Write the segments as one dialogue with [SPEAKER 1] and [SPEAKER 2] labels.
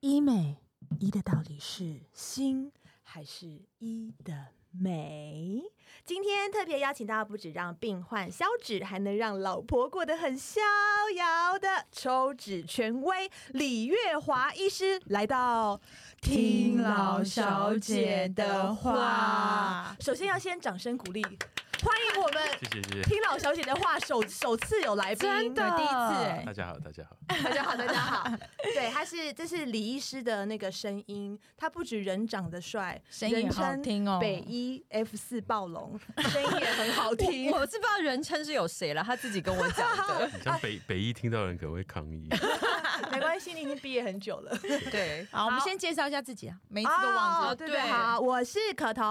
[SPEAKER 1] 医美，医的到底是心还是医的美？今天特别邀请到，不止让病患消脂，还能让老婆过得很逍遥的抽脂权威李月华医师来到，
[SPEAKER 2] 听老小姐的话。
[SPEAKER 1] 首先要先掌声鼓励，欢迎我们
[SPEAKER 3] 谢谢谢谢，
[SPEAKER 1] 听老小姐的话，首首次有来宾，
[SPEAKER 2] 真的
[SPEAKER 1] 第一次哎、
[SPEAKER 3] 大家好大家好，
[SPEAKER 1] 大家好，大家好。对，他是这是李医师的那个声音，他不止人长得帅，
[SPEAKER 2] 声音也好听哦
[SPEAKER 1] 人称北一 F 四暴龙， 声音也很好 听。
[SPEAKER 2] 我我是不知道人称是有谁了，他自己跟我讲的。
[SPEAKER 3] 你像北北一听到的人可能会抗议，
[SPEAKER 1] 没关系，你已经毕业很久 了。
[SPEAKER 2] 对，好，我们先介绍一下自己啊，每一次都忘记。
[SPEAKER 1] 哦对对，好，我是可彤。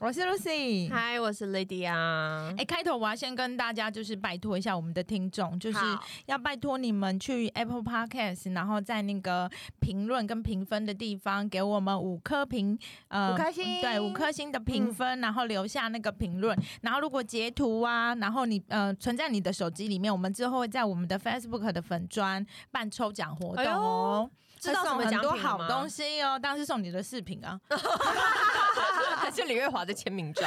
[SPEAKER 2] 我是 Lucy。
[SPEAKER 4] 嗨，我是 Lady 啊
[SPEAKER 2] 哎、。开头我要先跟大家就是拜托一下我们的听众，就是
[SPEAKER 1] 好
[SPEAKER 2] 要拜托你们去 Apple Podcast，然后在那个评论跟评分的地方给我们五颗评，呃，
[SPEAKER 1] 嗯五颗星
[SPEAKER 2] 对， 五颗星的评分，然后留下那个评论，然后如果截图啊，然后你呃存在你的手机里面，我们之后会在我们的 Facebook 的粉砖办抽奖活动哦。
[SPEAKER 4] 知道
[SPEAKER 2] 会
[SPEAKER 4] 什
[SPEAKER 2] 送
[SPEAKER 4] 么
[SPEAKER 2] 很
[SPEAKER 4] 奖品
[SPEAKER 2] 多
[SPEAKER 4] 了吗
[SPEAKER 2] 好东西哦，当然是送你的饰品啊。
[SPEAKER 4] 还是李月华的签名 照，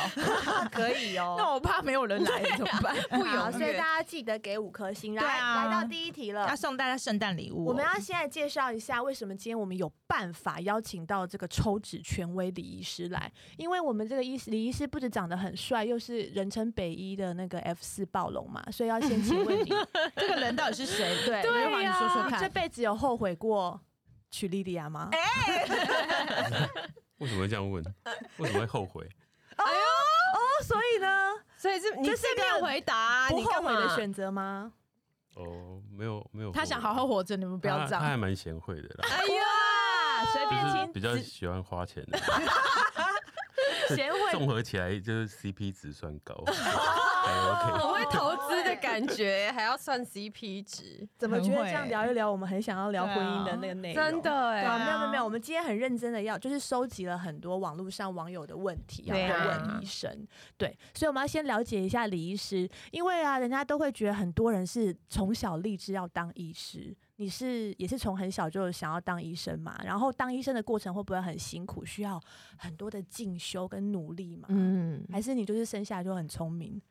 [SPEAKER 1] 可以哦
[SPEAKER 2] 那我怕没有人来怎么办？
[SPEAKER 4] 不
[SPEAKER 1] 好，
[SPEAKER 4] 踊
[SPEAKER 1] 所以大
[SPEAKER 4] 跃。
[SPEAKER 1] 家记得给五颗星。来，
[SPEAKER 2] 对啊
[SPEAKER 1] 来到第一题了
[SPEAKER 2] 要。送大家圣诞礼物哦、
[SPEAKER 1] 我们要先来介绍一下，为什么今天我们有办法邀请到这个抽脂权威李医师来？因为我们这个医师李医师不止长得很帅，又是人称北医的那个 F 四暴龙嘛，所以要先请 问你，
[SPEAKER 2] 这个人到底是谁？
[SPEAKER 1] 对
[SPEAKER 2] 对
[SPEAKER 4] 呀
[SPEAKER 2] 你说说
[SPEAKER 1] 这
[SPEAKER 2] 看。
[SPEAKER 1] 辈子有后悔过娶莉莉亚吗？哎、
[SPEAKER 3] 为什么会这样问？为什么会后悔？
[SPEAKER 1] 哦，所以呢，
[SPEAKER 4] 所以是你
[SPEAKER 1] 这是
[SPEAKER 4] 正
[SPEAKER 1] 一个
[SPEAKER 4] 面回答，啊
[SPEAKER 1] 不
[SPEAKER 4] 你
[SPEAKER 1] 后
[SPEAKER 4] 干
[SPEAKER 1] 悔
[SPEAKER 4] 嘛
[SPEAKER 1] 的？选择吗？
[SPEAKER 3] 哦，没有没有，
[SPEAKER 2] 他想好好，活着，你们不要这
[SPEAKER 3] 他他还
[SPEAKER 2] 样。
[SPEAKER 3] 蛮贤惠的啦，
[SPEAKER 1] 哎 呀，随
[SPEAKER 3] 就
[SPEAKER 1] 便
[SPEAKER 3] 是比较
[SPEAKER 1] 听，
[SPEAKER 3] 喜欢花钱的，
[SPEAKER 1] 只贤惠
[SPEAKER 3] 综合起来就是 CP 值算高，还 OK。
[SPEAKER 4] 很会投资的感觉，还要算 CP 值，
[SPEAKER 1] 怎么觉得
[SPEAKER 2] 很会
[SPEAKER 1] 这样聊一聊，我们很想要聊婚姻的那个内容？
[SPEAKER 4] 真的
[SPEAKER 1] 对啊，
[SPEAKER 4] 哎。
[SPEAKER 1] 没有没有没有，我们今天很认真的要，就是收集了很多网络上网友的问题要
[SPEAKER 4] 对
[SPEAKER 1] 来
[SPEAKER 4] 啊
[SPEAKER 1] 问医生。对，所以我们要先了解一下李医师，因为啊，人家都会觉得很多人是从小立志要当医师，你是也是从很小就想要当医生嘛？然后当医生的过程会不会很辛苦，需要很多的进修跟努力嘛？
[SPEAKER 4] 嗯，
[SPEAKER 1] 还是你就是生下来就很聪明？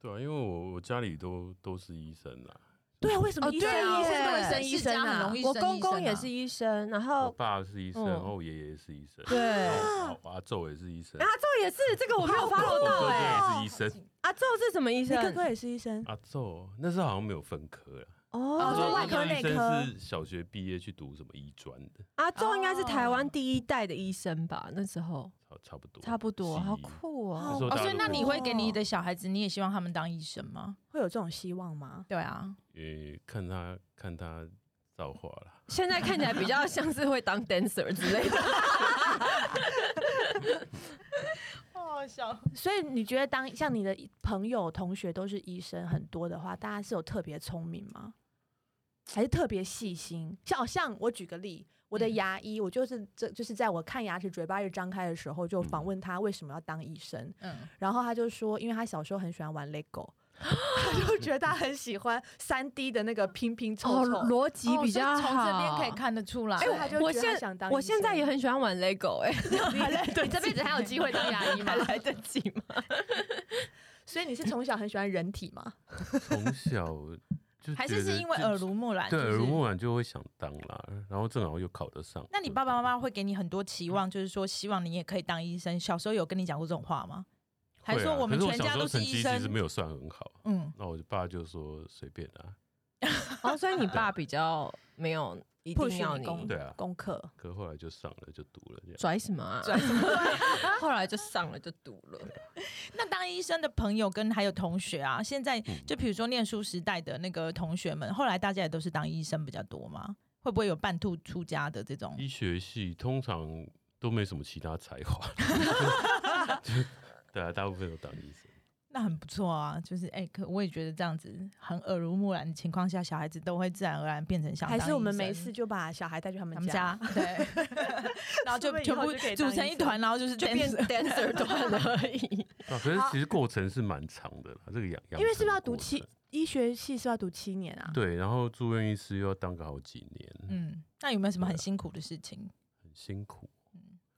[SPEAKER 3] 对啊，因为我我家里都都是医生啦，
[SPEAKER 1] 对啊，为什么
[SPEAKER 2] 哦
[SPEAKER 1] 医生、
[SPEAKER 2] 对啊
[SPEAKER 1] 医生都会
[SPEAKER 4] 耶
[SPEAKER 1] 生医生
[SPEAKER 2] 世家
[SPEAKER 1] 啊？
[SPEAKER 2] 很容易
[SPEAKER 4] 我
[SPEAKER 2] 生
[SPEAKER 4] 公公
[SPEAKER 2] 医生啊
[SPEAKER 4] 也是医生，然
[SPEAKER 3] 我
[SPEAKER 4] 后
[SPEAKER 3] 爸是医生，
[SPEAKER 4] 嗯
[SPEAKER 3] 然后我爷爷也是医 生，
[SPEAKER 4] 对
[SPEAKER 3] 然后我阿昼也是医生
[SPEAKER 4] 阿，昼也是，这个我没有
[SPEAKER 3] 我
[SPEAKER 4] follow 到
[SPEAKER 3] 哥
[SPEAKER 4] 哎。
[SPEAKER 3] 哥也是医生，
[SPEAKER 2] 哦
[SPEAKER 4] 阿昼是什么医
[SPEAKER 1] 你
[SPEAKER 4] 生？
[SPEAKER 1] 哥哥也是医生，
[SPEAKER 3] 阿昼哦那时候好像没有分科啊啦。
[SPEAKER 1] 哦就
[SPEAKER 4] 哦，
[SPEAKER 1] 外科内科
[SPEAKER 3] 医生是小学毕业去读什么医专的，
[SPEAKER 4] 阿啊昼应该是台湾第一代的医生吧？那时候
[SPEAKER 3] 差差不多，
[SPEAKER 4] 差不多，
[SPEAKER 3] 西医
[SPEAKER 4] 好。酷
[SPEAKER 3] 那
[SPEAKER 4] 哦
[SPEAKER 3] 时。候
[SPEAKER 2] 哦，
[SPEAKER 3] 大家
[SPEAKER 2] 所以
[SPEAKER 3] 都
[SPEAKER 2] 那你会给你
[SPEAKER 1] 哦
[SPEAKER 2] 的小孩子，你也希望他们当医生吗？
[SPEAKER 1] 会有这种希望吗？
[SPEAKER 2] 对啊，
[SPEAKER 3] 呃，看他看他造化啦。
[SPEAKER 4] 现在看起来比较像是会当 dancer 之类的。
[SPEAKER 2] 哦，小
[SPEAKER 1] 所以你觉得当像你的朋友、同学都是医生很多的话，大家是有特别聪明吗？还是特别细心？像哦像我举个例，我
[SPEAKER 2] 嗯
[SPEAKER 1] 的牙医，我就是这就是在我看牙齿嘴巴一直张开的时候，就访问他为什么要当医生，
[SPEAKER 2] 嗯，
[SPEAKER 1] 然后他就说，因为他小时候很喜欢玩 LEGO，他就觉得他很喜欢三 D 的那个拼拼
[SPEAKER 2] 哦
[SPEAKER 1] 凑凑，
[SPEAKER 4] 哦逻辑比较
[SPEAKER 2] 哦所以
[SPEAKER 4] 好。
[SPEAKER 2] 从这边可以。看得出来。
[SPEAKER 1] 所以他 就
[SPEAKER 4] 我
[SPEAKER 1] 觉得他
[SPEAKER 4] 现
[SPEAKER 1] 想当医生
[SPEAKER 4] 我现在也很喜欢玩 LEGO 哎、
[SPEAKER 2] 你这辈子还有机会当牙医吗
[SPEAKER 4] 还？来得及吗？
[SPEAKER 1] 所以你是从小很喜欢人体吗？
[SPEAKER 3] 从小就
[SPEAKER 2] 还是
[SPEAKER 3] 觉得
[SPEAKER 2] 是因为
[SPEAKER 3] 就
[SPEAKER 2] 耳濡目染？
[SPEAKER 3] 对
[SPEAKER 2] 就是
[SPEAKER 3] 耳濡目染就会想当啦，然后正好又考得上。
[SPEAKER 2] 那你爸爸妈妈会给你很多期望，就是说希望你也可以当医生。小时候有跟你讲过这种话吗？还
[SPEAKER 3] 会啊
[SPEAKER 2] 说我们
[SPEAKER 3] 可是
[SPEAKER 2] 全
[SPEAKER 3] 小
[SPEAKER 2] 家
[SPEAKER 3] 时候
[SPEAKER 2] 都是
[SPEAKER 3] 成
[SPEAKER 2] 医
[SPEAKER 3] 绩
[SPEAKER 2] 生
[SPEAKER 3] 其实没有算很好，
[SPEAKER 2] 嗯，
[SPEAKER 3] 那我爸就说随便啊，
[SPEAKER 4] 哦，所以你爸比较没有一定要
[SPEAKER 1] push 你功
[SPEAKER 3] 对啊
[SPEAKER 1] 功课，
[SPEAKER 3] 可是后来就上了就读了这样。
[SPEAKER 4] 拽什么啊？
[SPEAKER 2] 拽
[SPEAKER 4] 什 么？后来就上了就读了，
[SPEAKER 2] 那当医生的朋友跟还有同学啊，现在
[SPEAKER 3] 嗯
[SPEAKER 2] 就比如说念书时代的那个同学们，后来大家也都是当医生比较多吗？会不会有半途出家的这种？
[SPEAKER 3] 医学系通常 都没什么其他才华，就对啊，大部分都当医生。
[SPEAKER 2] 那很不错啊，就是哎、可我也觉得这样子很耳濡目染的情况下，小孩子都会自然而然变成想
[SPEAKER 1] 还
[SPEAKER 2] 当
[SPEAKER 1] 是我们
[SPEAKER 2] 医
[SPEAKER 1] 没
[SPEAKER 2] 生
[SPEAKER 1] 事就把小孩带去他
[SPEAKER 2] 他
[SPEAKER 1] 们
[SPEAKER 2] 们家 对，然 后
[SPEAKER 1] 说不定
[SPEAKER 2] 就
[SPEAKER 1] 以
[SPEAKER 2] 全
[SPEAKER 1] 后
[SPEAKER 2] 部
[SPEAKER 1] 就可以
[SPEAKER 2] 组
[SPEAKER 1] 当医
[SPEAKER 2] 成一
[SPEAKER 1] 生
[SPEAKER 2] 团，然后就是
[SPEAKER 4] 就变
[SPEAKER 2] dancer
[SPEAKER 4] dancer 段了而已。
[SPEAKER 3] 啊，可是其实过程是蛮长的啦，这个养养
[SPEAKER 1] 因为是不是
[SPEAKER 3] 成
[SPEAKER 1] 要
[SPEAKER 3] 的
[SPEAKER 1] 读
[SPEAKER 3] 过
[SPEAKER 1] 七
[SPEAKER 3] 程
[SPEAKER 1] 医学系是不是要读七年啊？
[SPEAKER 3] 对，然后住院医师又要当个好几年，
[SPEAKER 2] 嗯，那有没有什么很
[SPEAKER 3] 对啊
[SPEAKER 2] 辛苦的事情？
[SPEAKER 3] 很辛苦。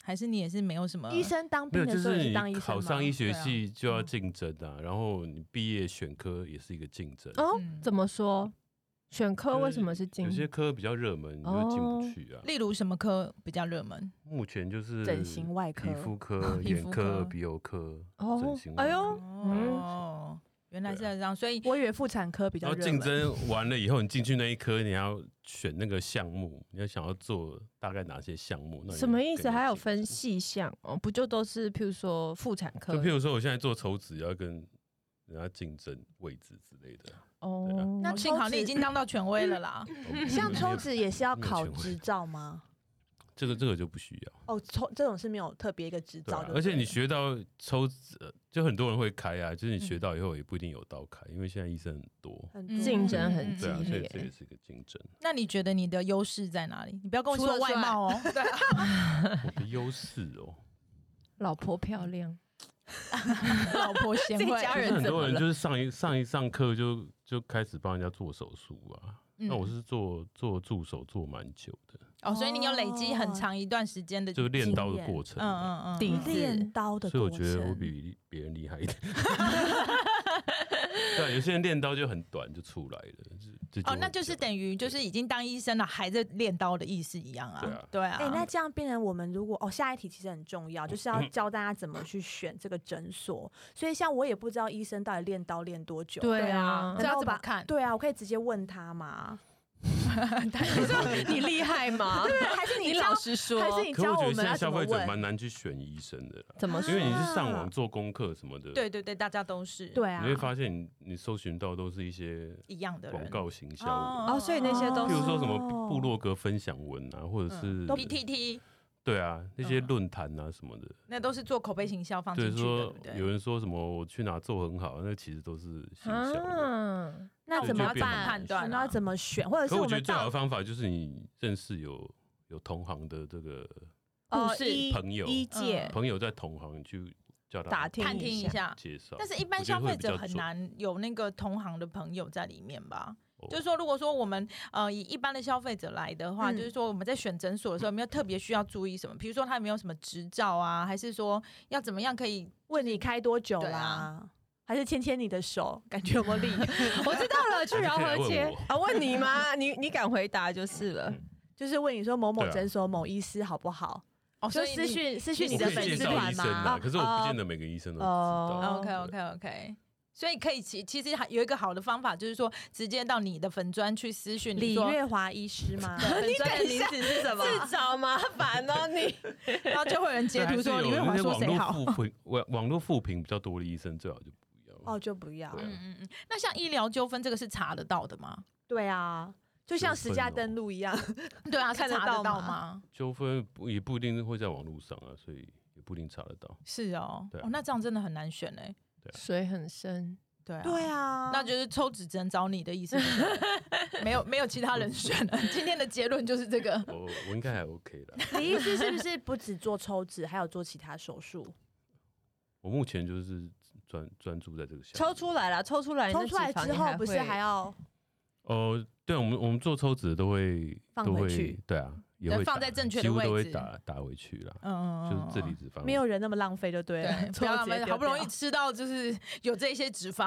[SPEAKER 2] 还是你也是没有什么
[SPEAKER 1] 医生当
[SPEAKER 3] 没有，
[SPEAKER 1] 兵的
[SPEAKER 3] 就
[SPEAKER 1] 时候也
[SPEAKER 3] 是
[SPEAKER 1] 是当医
[SPEAKER 3] 你
[SPEAKER 1] 生
[SPEAKER 3] 考
[SPEAKER 1] 吗
[SPEAKER 3] 上医学
[SPEAKER 2] 对啊
[SPEAKER 3] 系就要
[SPEAKER 2] 嗯
[SPEAKER 3] 竞争啊，然后你毕业选科也是一个竞争。
[SPEAKER 4] 哦
[SPEAKER 2] 嗯，
[SPEAKER 4] 怎么说？选科
[SPEAKER 3] 就
[SPEAKER 4] 为什么是金
[SPEAKER 3] 有？些科比较热门，你就进
[SPEAKER 4] 哦
[SPEAKER 3] 不去啊。
[SPEAKER 2] 例如什么科比较热门？
[SPEAKER 3] 目前就是
[SPEAKER 1] 整形外科哦
[SPEAKER 3] 皮肤科、
[SPEAKER 2] 皮
[SPEAKER 3] 眼
[SPEAKER 2] 肤科
[SPEAKER 3] 科、耳鼻喉科、整
[SPEAKER 4] 哦
[SPEAKER 3] 形，
[SPEAKER 4] 哎
[SPEAKER 3] 外科。
[SPEAKER 4] 呦，
[SPEAKER 1] 嗯
[SPEAKER 2] 哦，原来是
[SPEAKER 3] 对啊
[SPEAKER 2] 这样，所以
[SPEAKER 1] 我以为妇产科比较
[SPEAKER 3] 然后
[SPEAKER 1] 热
[SPEAKER 3] 竞
[SPEAKER 1] 门
[SPEAKER 3] 争完了以后，你进去那一科，你还要选那个项目，你要想要做大概哪些项目？那你
[SPEAKER 4] 什么
[SPEAKER 3] 就
[SPEAKER 4] 意
[SPEAKER 3] 更
[SPEAKER 4] 思？
[SPEAKER 3] 有
[SPEAKER 4] 还有
[SPEAKER 3] 竞
[SPEAKER 4] 分
[SPEAKER 3] 争？
[SPEAKER 4] 细项哦，不就都是譬如说妇产科
[SPEAKER 1] 嗯
[SPEAKER 3] 就譬如说，我现在做抽脂，要跟人家竞争位置之类的。对啊
[SPEAKER 4] 哦？
[SPEAKER 1] 那
[SPEAKER 2] 哦幸好
[SPEAKER 1] 抽
[SPEAKER 2] 你已
[SPEAKER 1] 脂
[SPEAKER 2] 经当到权威了啦。
[SPEAKER 3] 哦
[SPEAKER 1] 像
[SPEAKER 3] 没有
[SPEAKER 1] 抽脂也是要
[SPEAKER 3] 没有
[SPEAKER 1] 考
[SPEAKER 3] 权威
[SPEAKER 1] 执照吗？
[SPEAKER 3] 这个这个就不需要。
[SPEAKER 1] 哦，抽这种是没有特别一个执
[SPEAKER 3] 对
[SPEAKER 1] 照
[SPEAKER 3] 啊
[SPEAKER 1] 就对了，
[SPEAKER 3] 而且你学到抽脂，呃就很多人会开啊，就是你
[SPEAKER 1] 嗯
[SPEAKER 3] 学到以后也不一定有刀开，因为现在医生很多，
[SPEAKER 1] 很
[SPEAKER 2] 嗯
[SPEAKER 1] 多
[SPEAKER 4] 竞争很激
[SPEAKER 3] 对啊，所以
[SPEAKER 4] 烈
[SPEAKER 3] 这也是一个竞 争。
[SPEAKER 2] 那你觉得你的优势在哪里？你不要跟我
[SPEAKER 4] 除
[SPEAKER 2] 说
[SPEAKER 4] 了
[SPEAKER 2] 外
[SPEAKER 4] 帅
[SPEAKER 2] 貌哦，对啊，
[SPEAKER 3] 我的优势 哦，
[SPEAKER 4] 老婆漂 亮，
[SPEAKER 2] 老婆贤
[SPEAKER 4] 自己
[SPEAKER 2] 惠，
[SPEAKER 4] 家
[SPEAKER 3] 就是
[SPEAKER 4] 人
[SPEAKER 3] 很
[SPEAKER 4] 怎
[SPEAKER 3] 多
[SPEAKER 4] 么
[SPEAKER 3] 人
[SPEAKER 4] 了
[SPEAKER 3] 就是上一上一上课就就开始帮人家做手术啊。
[SPEAKER 2] 嗯
[SPEAKER 3] 那我是做做助手做蛮久的，
[SPEAKER 2] 哦，所以你有累积很长一段时间
[SPEAKER 3] 哦
[SPEAKER 2] 的，
[SPEAKER 3] 就是练刀的过
[SPEAKER 2] 嗯
[SPEAKER 3] 程啊，
[SPEAKER 2] 嗯嗯，
[SPEAKER 4] 底
[SPEAKER 2] 嗯
[SPEAKER 4] 子
[SPEAKER 1] 练刀的
[SPEAKER 3] 所以
[SPEAKER 1] 过
[SPEAKER 3] 我
[SPEAKER 1] 程，
[SPEAKER 3] 觉得我比别人厉害一点。 对啊，有些人练刀就很短就出来了，这
[SPEAKER 2] 哦，那就是等于就是已经当医生了，还在练刀的意思一样
[SPEAKER 3] 对
[SPEAKER 2] 啊
[SPEAKER 3] 啊，
[SPEAKER 2] 对
[SPEAKER 1] 哎、那
[SPEAKER 2] 啊，
[SPEAKER 1] 这样变成我们如果哦，下一题其实很重要，就是
[SPEAKER 3] 嗯
[SPEAKER 1] 要教大家怎么去选这个诊所。所以像我也不知道医生到底练刀练多久，
[SPEAKER 4] 对啊
[SPEAKER 1] 难
[SPEAKER 2] 这要
[SPEAKER 1] 道我
[SPEAKER 2] 怎么
[SPEAKER 1] 把
[SPEAKER 2] 看
[SPEAKER 1] 对啊，我可以直接问他嘛？
[SPEAKER 4] 啊 你厉害吗？
[SPEAKER 2] 啊
[SPEAKER 1] 还是
[SPEAKER 4] 你
[SPEAKER 1] 教
[SPEAKER 4] 老实说，
[SPEAKER 1] 还是你
[SPEAKER 3] 可是
[SPEAKER 1] 教
[SPEAKER 3] 我觉
[SPEAKER 1] 我们
[SPEAKER 3] 得现
[SPEAKER 1] 要怎
[SPEAKER 3] 在消
[SPEAKER 1] 么
[SPEAKER 3] 费者蛮
[SPEAKER 1] 问？
[SPEAKER 3] 难去选医生的啦，
[SPEAKER 4] 怎么
[SPEAKER 1] 啊
[SPEAKER 4] 说
[SPEAKER 3] 因为？你是上网做功课什么的，
[SPEAKER 2] 对对对，大家都是
[SPEAKER 1] 对啊
[SPEAKER 3] 你，会发现你你搜寻到都是一些
[SPEAKER 2] 一样的人
[SPEAKER 3] 广告行销文，
[SPEAKER 4] 哦，所以那些都
[SPEAKER 3] 譬
[SPEAKER 4] 是
[SPEAKER 3] 如说什么
[SPEAKER 1] 哦
[SPEAKER 3] 部落格分享文啊，或者是
[SPEAKER 1] 都
[SPEAKER 2] PTT
[SPEAKER 3] 对啊那些
[SPEAKER 2] 嗯
[SPEAKER 3] 论坛啊什么的，
[SPEAKER 2] 那都是做口碑行销放
[SPEAKER 3] 对
[SPEAKER 2] 进去的，对
[SPEAKER 3] 说
[SPEAKER 2] 不对？
[SPEAKER 3] 有人说什么我去哪做很好，那其实都是行销的。
[SPEAKER 4] 啊，
[SPEAKER 1] 那
[SPEAKER 3] 就
[SPEAKER 1] 怎么
[SPEAKER 3] 就变成
[SPEAKER 1] 办？
[SPEAKER 2] 判断
[SPEAKER 1] 我
[SPEAKER 2] 啊
[SPEAKER 1] 们要怎么选？或者
[SPEAKER 3] 可
[SPEAKER 1] 是
[SPEAKER 3] 我觉
[SPEAKER 1] 们
[SPEAKER 3] 得最好
[SPEAKER 1] 到
[SPEAKER 3] 的方法就是你认识有有同行的这个
[SPEAKER 1] 呃
[SPEAKER 4] 故事
[SPEAKER 1] 医
[SPEAKER 3] 朋友
[SPEAKER 1] 医界
[SPEAKER 3] 朋友在同行，你去叫他
[SPEAKER 1] 打听
[SPEAKER 2] 探听一下。
[SPEAKER 3] 介绍。
[SPEAKER 2] 但是，一般
[SPEAKER 3] 我觉
[SPEAKER 2] 消
[SPEAKER 3] 得会
[SPEAKER 2] 费
[SPEAKER 3] 比
[SPEAKER 2] 者
[SPEAKER 3] 较
[SPEAKER 2] 很
[SPEAKER 3] 准，
[SPEAKER 2] 难有那个同行的朋友在里面吧？
[SPEAKER 3] 哦
[SPEAKER 2] 就是说，如果说我们呃以一般的消费者来的话，
[SPEAKER 1] 嗯
[SPEAKER 2] 就是说我们在选诊所的时候，有没有特别需要注意什么？比如说他有没有什么执照啊，还是说要怎么样可以？
[SPEAKER 1] 问你开多久
[SPEAKER 2] 对
[SPEAKER 1] 啦、
[SPEAKER 2] 啊
[SPEAKER 1] 还是牵牵你的手，感觉有没有 力？
[SPEAKER 4] 我知道了，去饶河
[SPEAKER 3] 还是可以来问
[SPEAKER 4] 街
[SPEAKER 3] 我
[SPEAKER 4] 啊，问嗯你吗？你你敢回答就是了。
[SPEAKER 1] 就是问你说某某
[SPEAKER 3] 对啊
[SPEAKER 1] 诊所某医师好不好？
[SPEAKER 2] 哦，
[SPEAKER 1] 就
[SPEAKER 2] 所以
[SPEAKER 1] 私讯私讯
[SPEAKER 2] 你
[SPEAKER 1] 你的
[SPEAKER 3] 我可
[SPEAKER 1] 粉
[SPEAKER 3] 以介
[SPEAKER 1] 丝
[SPEAKER 3] 绍
[SPEAKER 1] 团
[SPEAKER 3] 医生
[SPEAKER 1] 吗
[SPEAKER 3] 啊，？可是我不见
[SPEAKER 1] 得。
[SPEAKER 3] 得每个医生都知
[SPEAKER 4] 哦
[SPEAKER 3] 道。啊
[SPEAKER 2] OK OK OK。所以可以其其实还有一个好的方法，就是说直接到你的粉砖去私讯
[SPEAKER 1] 李
[SPEAKER 2] 你说
[SPEAKER 1] 月华医师吗？
[SPEAKER 2] 对 粉砖的
[SPEAKER 4] 等一
[SPEAKER 2] 名
[SPEAKER 4] 下
[SPEAKER 2] 字是什么，
[SPEAKER 4] 自找麻烦哦，你
[SPEAKER 2] 然后就会有人
[SPEAKER 3] 对
[SPEAKER 2] 截
[SPEAKER 3] 还
[SPEAKER 2] 图
[SPEAKER 3] 是
[SPEAKER 2] 说
[SPEAKER 3] 有
[SPEAKER 2] 李月
[SPEAKER 3] 那
[SPEAKER 2] 华
[SPEAKER 3] 些
[SPEAKER 2] 说
[SPEAKER 3] 网
[SPEAKER 2] 谁好。
[SPEAKER 3] 络复评网 网络复评比较多的医生，最好就不要。
[SPEAKER 1] 哦，就不要。
[SPEAKER 3] 对啊
[SPEAKER 2] 嗯嗯嗯。那像医疗纠纷这个是查得到的吗？
[SPEAKER 1] 对啊，就像实价登录一样。
[SPEAKER 2] 对 啊，
[SPEAKER 1] 看
[SPEAKER 2] 是
[SPEAKER 1] 得
[SPEAKER 2] 查
[SPEAKER 1] 到
[SPEAKER 2] 得到
[SPEAKER 1] 吗
[SPEAKER 2] 吗？
[SPEAKER 3] 纠纷不也不一定会在网络上啊，所以也不一定查得到。
[SPEAKER 2] 是哦，
[SPEAKER 3] 对啊
[SPEAKER 2] 哦，那这样真的很难选哎。
[SPEAKER 4] 水很深，
[SPEAKER 2] 对啊，
[SPEAKER 1] 对啊，
[SPEAKER 2] 那就是抽纸只能找你的意思是 这个，没有没有其他人选 了。今天的结论就是这个。
[SPEAKER 3] 我我应该还 OK 啦，
[SPEAKER 1] 李医师是不是不止做抽脂，还有做其他手术？
[SPEAKER 3] 我目前就是专专注在这个项
[SPEAKER 4] 抽
[SPEAKER 3] 目。
[SPEAKER 4] 出来了，抽出
[SPEAKER 2] 哎
[SPEAKER 4] 来，
[SPEAKER 1] 抽出来之后不是还
[SPEAKER 4] 要
[SPEAKER 1] 要
[SPEAKER 3] 哦，对，我们我们做抽脂的都会
[SPEAKER 1] 放
[SPEAKER 3] 都
[SPEAKER 1] 回
[SPEAKER 3] 会
[SPEAKER 1] 去
[SPEAKER 3] 对啊，也
[SPEAKER 2] 对
[SPEAKER 3] 会
[SPEAKER 2] 放
[SPEAKER 3] 打
[SPEAKER 2] 在正确的
[SPEAKER 3] 几乎都会
[SPEAKER 2] 位置
[SPEAKER 3] 打打回去啦，
[SPEAKER 2] 嗯，
[SPEAKER 3] 就是这里脂肪
[SPEAKER 1] 没有人那么浪费就对了
[SPEAKER 2] 对，，不
[SPEAKER 1] 抽
[SPEAKER 2] 要让
[SPEAKER 1] 脂
[SPEAKER 2] 他
[SPEAKER 1] 也
[SPEAKER 2] 们
[SPEAKER 1] 丢
[SPEAKER 2] 好不容易
[SPEAKER 1] 掉
[SPEAKER 2] 吃到就是有这些脂肪，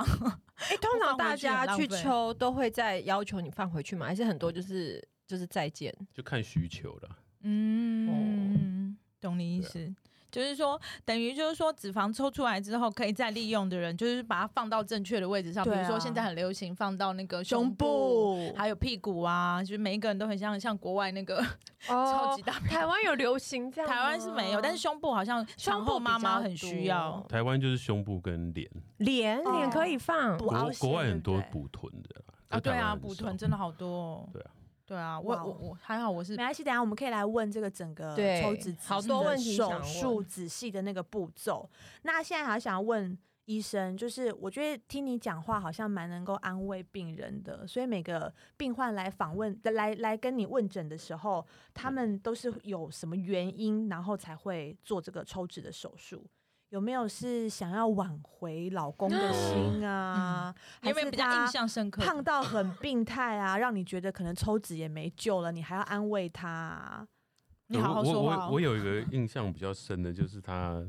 [SPEAKER 4] 哎、通常大家
[SPEAKER 2] 放回
[SPEAKER 4] 去
[SPEAKER 2] 去很浪费
[SPEAKER 4] 抽都会再要求你放回去吗？还是很多就是就是再见？
[SPEAKER 3] 就看需求啦。
[SPEAKER 2] 嗯，懂你意
[SPEAKER 3] 哦对啊
[SPEAKER 2] 思。就是说，等于就是说，脂肪抽出来之后，可以再利用的人，就是把它放到正确的位置上。比
[SPEAKER 1] 对啊
[SPEAKER 2] 如说，现在很流行放到那个
[SPEAKER 1] 胸
[SPEAKER 2] 部，
[SPEAKER 1] 部，
[SPEAKER 2] 还有屁股啊，就是每一个人都很像像国外那个
[SPEAKER 4] 哦
[SPEAKER 2] 超级大 屁股
[SPEAKER 4] 台湾有流行这样吗，
[SPEAKER 2] 台湾是没有，但是哦胸部好像
[SPEAKER 4] 胸
[SPEAKER 2] 产后
[SPEAKER 4] 部
[SPEAKER 2] 妈妈很需要。
[SPEAKER 3] 台湾就是胸部跟脸，
[SPEAKER 4] 脸
[SPEAKER 1] 哦
[SPEAKER 4] 脸可以放
[SPEAKER 1] 不凹
[SPEAKER 3] 国
[SPEAKER 1] 陷
[SPEAKER 3] 国外
[SPEAKER 1] 对
[SPEAKER 3] 很
[SPEAKER 1] 不
[SPEAKER 3] 多
[SPEAKER 1] 对
[SPEAKER 3] 补臀的啦
[SPEAKER 2] 啊，对啊，
[SPEAKER 3] 补
[SPEAKER 2] 补臀真的好多、哦。
[SPEAKER 3] 对啊，
[SPEAKER 2] 对啊，我
[SPEAKER 1] 哇哦
[SPEAKER 2] 我我还好，我是
[SPEAKER 1] 没关系，等一下我们可以来问这个整个
[SPEAKER 4] 对
[SPEAKER 1] 抽脂
[SPEAKER 4] 好多问题想
[SPEAKER 1] 手
[SPEAKER 4] 问
[SPEAKER 1] 术仔细的那个步骤。那现在还想要问医生，就是我觉得听你讲话好像蛮能够安慰病人的，所以每个病患来访问、来来跟你问诊的时候，他们都是有什么原因，然后才会做这个抽脂的手术？有没有是想要挽回老公
[SPEAKER 4] 嗯
[SPEAKER 1] 的心啊？还
[SPEAKER 2] 你有没
[SPEAKER 1] 是
[SPEAKER 2] 有比较
[SPEAKER 1] 他
[SPEAKER 2] 印象深刻的？
[SPEAKER 1] 胖到很病态啊，让你觉得可能抽脂也没救了，你还要安慰他、啊？
[SPEAKER 2] 你好好说
[SPEAKER 3] 我我
[SPEAKER 2] 话
[SPEAKER 3] 我
[SPEAKER 2] 哦。
[SPEAKER 3] 有一个印象比较深的，就是他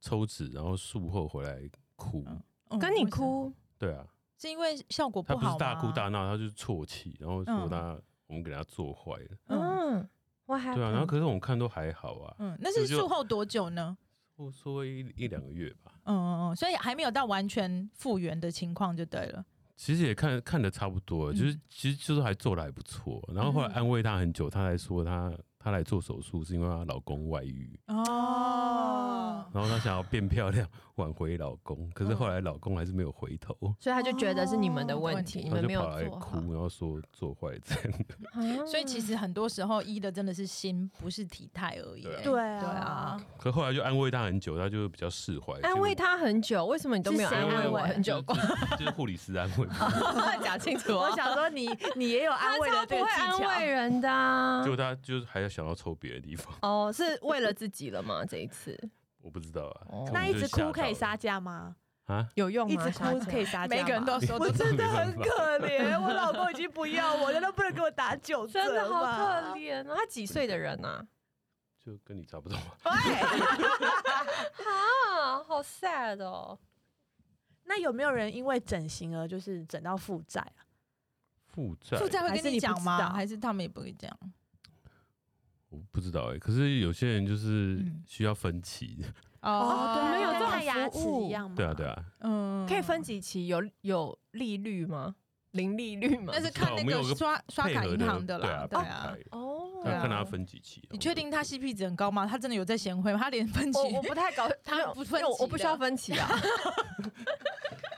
[SPEAKER 3] 抽脂，然后术后回来哭。
[SPEAKER 2] 嗯嗯
[SPEAKER 4] 跟你
[SPEAKER 2] 为什么
[SPEAKER 4] 哭，
[SPEAKER 3] 对啊，
[SPEAKER 2] 是因为效果
[SPEAKER 3] 他
[SPEAKER 2] 不
[SPEAKER 3] 不
[SPEAKER 2] 好
[SPEAKER 3] 是大哭
[SPEAKER 2] 吗
[SPEAKER 3] 大闹，他就是啜泣，然后说
[SPEAKER 2] 嗯
[SPEAKER 3] 他、我们给他做坏了。
[SPEAKER 2] 嗯
[SPEAKER 4] 嗯，我还
[SPEAKER 3] 对啊，然后可是我们看都还好啊，
[SPEAKER 2] 嗯，那
[SPEAKER 3] 就是就
[SPEAKER 2] 术后多久呢？
[SPEAKER 3] 我说一一两个月吧，
[SPEAKER 2] 嗯嗯嗯，所以还没有到完全复原的情况就对了。
[SPEAKER 3] 其实也看看的差不多了，就是、
[SPEAKER 2] 嗯
[SPEAKER 3] 其实就是还做的还不错。然后后
[SPEAKER 4] 嗯
[SPEAKER 3] 来安慰她很久，她才说她她来做手术是因为她老公外遇，
[SPEAKER 2] 哦，
[SPEAKER 3] 然后她想要变漂亮 挽回老公，可是后
[SPEAKER 4] 嗯
[SPEAKER 3] 来老公还是没有回头，
[SPEAKER 4] 所以他就觉得是你们的问
[SPEAKER 2] 哦
[SPEAKER 4] 题，你们
[SPEAKER 3] 她
[SPEAKER 2] 问题
[SPEAKER 3] 就
[SPEAKER 4] 没有
[SPEAKER 3] 跑来
[SPEAKER 4] 做好
[SPEAKER 3] 哭，。然后说做坏这样。
[SPEAKER 4] 啊
[SPEAKER 2] 所以其实很多时候医的真的是心，不是体态而已。
[SPEAKER 3] 对啊
[SPEAKER 1] 对啊
[SPEAKER 2] 对 啊，
[SPEAKER 3] 可后来就安慰她很久，她就比较释怀，
[SPEAKER 4] 安慰
[SPEAKER 3] 就。
[SPEAKER 4] 他很久，为什么你都没有
[SPEAKER 1] 是谁
[SPEAKER 4] 安慰我
[SPEAKER 1] 安慰
[SPEAKER 4] 很久过？
[SPEAKER 3] 就就是护理师安慰，
[SPEAKER 4] 讲清楚
[SPEAKER 1] 我
[SPEAKER 4] 哦。
[SPEAKER 1] 想说你，你也有安慰的这
[SPEAKER 4] 不
[SPEAKER 1] 个
[SPEAKER 4] 会
[SPEAKER 1] 技
[SPEAKER 4] 安
[SPEAKER 1] 巧。
[SPEAKER 4] 慰人的啊
[SPEAKER 3] 结果她就是还要想要抽别的地方，
[SPEAKER 4] 哦，是为了自己了吗？这一次
[SPEAKER 3] 我不知道啊
[SPEAKER 4] 哦。
[SPEAKER 1] 那一直
[SPEAKER 3] 可能
[SPEAKER 1] 哭
[SPEAKER 3] 就是吓到
[SPEAKER 1] 可以
[SPEAKER 3] 了
[SPEAKER 1] 杀价吗？
[SPEAKER 3] 啊？
[SPEAKER 4] 有用
[SPEAKER 1] 一
[SPEAKER 4] 吗？
[SPEAKER 1] 直哭
[SPEAKER 4] 莎姐
[SPEAKER 1] 可以杀价吗？
[SPEAKER 2] 每个人都说
[SPEAKER 1] 我
[SPEAKER 2] 的
[SPEAKER 1] 真的
[SPEAKER 3] 没办
[SPEAKER 1] 很
[SPEAKER 3] 法
[SPEAKER 1] 可怜，我老公已经不要我了，他不能给我打九折，
[SPEAKER 4] 真的好可。怜啊！他几岁的人啊？
[SPEAKER 3] 就跟你差不多吧。
[SPEAKER 4] 啊，好 sad 哦。
[SPEAKER 1] 那有没有人因为整形而就是整到负债啊？
[SPEAKER 3] 负债，
[SPEAKER 2] 负债
[SPEAKER 1] 还
[SPEAKER 2] 会
[SPEAKER 1] 是
[SPEAKER 2] 跟
[SPEAKER 1] 你
[SPEAKER 2] 你
[SPEAKER 1] 不
[SPEAKER 2] 讲
[SPEAKER 1] 知道
[SPEAKER 2] 吗？还是他们也不会讲？
[SPEAKER 3] 我不知道哎、可是有些人就是
[SPEAKER 2] 嗯
[SPEAKER 3] 需要分期，
[SPEAKER 1] 哦，对啊，
[SPEAKER 4] 没有
[SPEAKER 1] 跟
[SPEAKER 4] 这种
[SPEAKER 1] 看牙
[SPEAKER 4] 服
[SPEAKER 1] 齿
[SPEAKER 4] 务
[SPEAKER 1] 一样吗？
[SPEAKER 3] 对啊对啊，
[SPEAKER 2] 嗯
[SPEAKER 4] 可以分。几期？有有利率吗？零利率吗
[SPEAKER 2] 那？是看那
[SPEAKER 3] 啊我们有
[SPEAKER 2] 个
[SPEAKER 3] 个
[SPEAKER 2] 刷刷
[SPEAKER 3] 配
[SPEAKER 2] 卡
[SPEAKER 3] 合
[SPEAKER 2] 银行的
[SPEAKER 3] 对啊
[SPEAKER 2] 啦，对啊。
[SPEAKER 3] 配合
[SPEAKER 4] 哦
[SPEAKER 3] 要
[SPEAKER 2] 对啊
[SPEAKER 3] 看他分几期。
[SPEAKER 2] 你确定他 CP 值很高吗？他真的有在贤惠吗？他连分期
[SPEAKER 4] 我我不太搞，
[SPEAKER 2] 他
[SPEAKER 4] 没有
[SPEAKER 2] 不分
[SPEAKER 4] 因为我
[SPEAKER 2] 期
[SPEAKER 4] 我不需要
[SPEAKER 2] 的
[SPEAKER 4] 分期啊。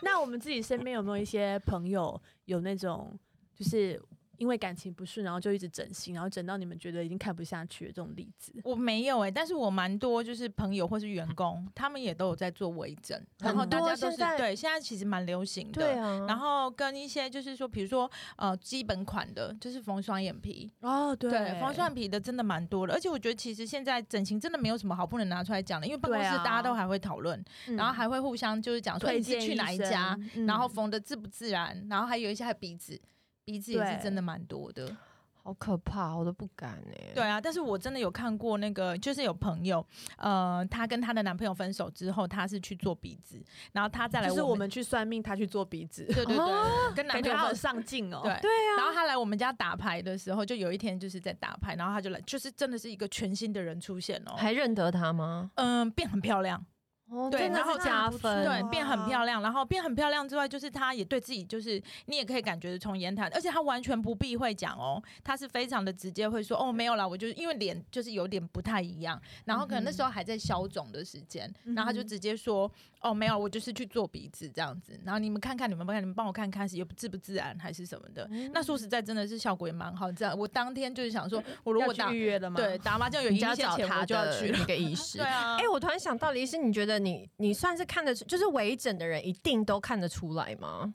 [SPEAKER 1] 那我们自己身边有没有一些朋友有那种就是因为感情不顺，然后就一直整形，然后整到你们觉得已经看不下去的这种例子？
[SPEAKER 2] 我没有哎、但是我蛮多就是朋友或是员工，他们也都有在做微整，然后
[SPEAKER 4] 很多
[SPEAKER 2] 大家都是
[SPEAKER 4] 现在
[SPEAKER 2] 对，现在其实蛮流行的。
[SPEAKER 4] 啊
[SPEAKER 2] 然后跟一些就是说，比如说呃，基本款的，就是缝双眼皮，
[SPEAKER 1] 哦，对
[SPEAKER 2] 对，缝双眼皮的真的蛮多的。而且我觉得其实现在整形真的没有什么好不能拿出来讲的，因为办公室
[SPEAKER 1] 对啊
[SPEAKER 2] 大家都还会讨论，然后还会互相就是讲说
[SPEAKER 1] 嗯
[SPEAKER 2] 哎
[SPEAKER 1] 推
[SPEAKER 2] 你是
[SPEAKER 1] 荐
[SPEAKER 2] 去哪一
[SPEAKER 1] 医生
[SPEAKER 2] 家，，
[SPEAKER 1] 嗯
[SPEAKER 2] 然后缝的自不自然，然后还有一些还有鼻子。鼻子也
[SPEAKER 1] 对
[SPEAKER 2] 是真的蛮多的，
[SPEAKER 4] 好可怕，我都不敢哎。
[SPEAKER 2] 对啊，但是我真的有看过那个，就是有朋友，呃，她跟她的男朋友分手之后，她是去做鼻子，然后她再来
[SPEAKER 1] 就是
[SPEAKER 2] 我
[SPEAKER 1] 我们去算命，他去做鼻 子，
[SPEAKER 2] 对对对，跟男
[SPEAKER 1] 感
[SPEAKER 2] 朋
[SPEAKER 1] 觉
[SPEAKER 2] 友
[SPEAKER 1] 好
[SPEAKER 2] 分
[SPEAKER 1] 有上进哦。
[SPEAKER 2] 对，
[SPEAKER 4] 对啊，
[SPEAKER 2] 然后他来我们家打牌的时候，就有一天就是在打牌，然后他就来，就是真的是一个全新的人出现哦。
[SPEAKER 4] 还认得他吗？
[SPEAKER 2] 嗯，变很漂亮，
[SPEAKER 4] 哦
[SPEAKER 2] 对
[SPEAKER 4] 真的
[SPEAKER 2] 然后
[SPEAKER 4] 是加
[SPEAKER 1] 这样不
[SPEAKER 4] 分，
[SPEAKER 1] 错
[SPEAKER 2] 对，变很漂亮，然后变很漂亮之外，就是她也对自己，就是你也可以感觉从言谈，而且她完全不避讳讲哦，她是非常的直接，会说哦没有啦，我就是因为脸就是有点不太一样，然后可能那时
[SPEAKER 4] 嗯
[SPEAKER 2] 候还在消肿的时间，然后她就
[SPEAKER 1] 嗯哼
[SPEAKER 2] 直接说哦没有，我就是去做鼻子这样子，然后你们看看，你们看，你们帮我看看是有自不自然还是什么
[SPEAKER 4] 嗯
[SPEAKER 2] 的，
[SPEAKER 4] 哦
[SPEAKER 2] 那说实在真的是效果也蛮好，这样我当天就是想说，我如
[SPEAKER 1] 要
[SPEAKER 2] 果
[SPEAKER 1] 去
[SPEAKER 2] 打
[SPEAKER 1] 预约的吗？
[SPEAKER 2] 对，打麻将有赢
[SPEAKER 4] 你
[SPEAKER 2] 一
[SPEAKER 4] 就要
[SPEAKER 2] 些
[SPEAKER 4] 找
[SPEAKER 2] 钱，
[SPEAKER 4] 他
[SPEAKER 2] 我就要去
[SPEAKER 4] 的一
[SPEAKER 2] 了。
[SPEAKER 4] 个 医师。
[SPEAKER 2] 对啊，
[SPEAKER 4] 哎、我突然想到，李医师，你觉得你你算是看得出，就是微整的人一定都看得出来吗？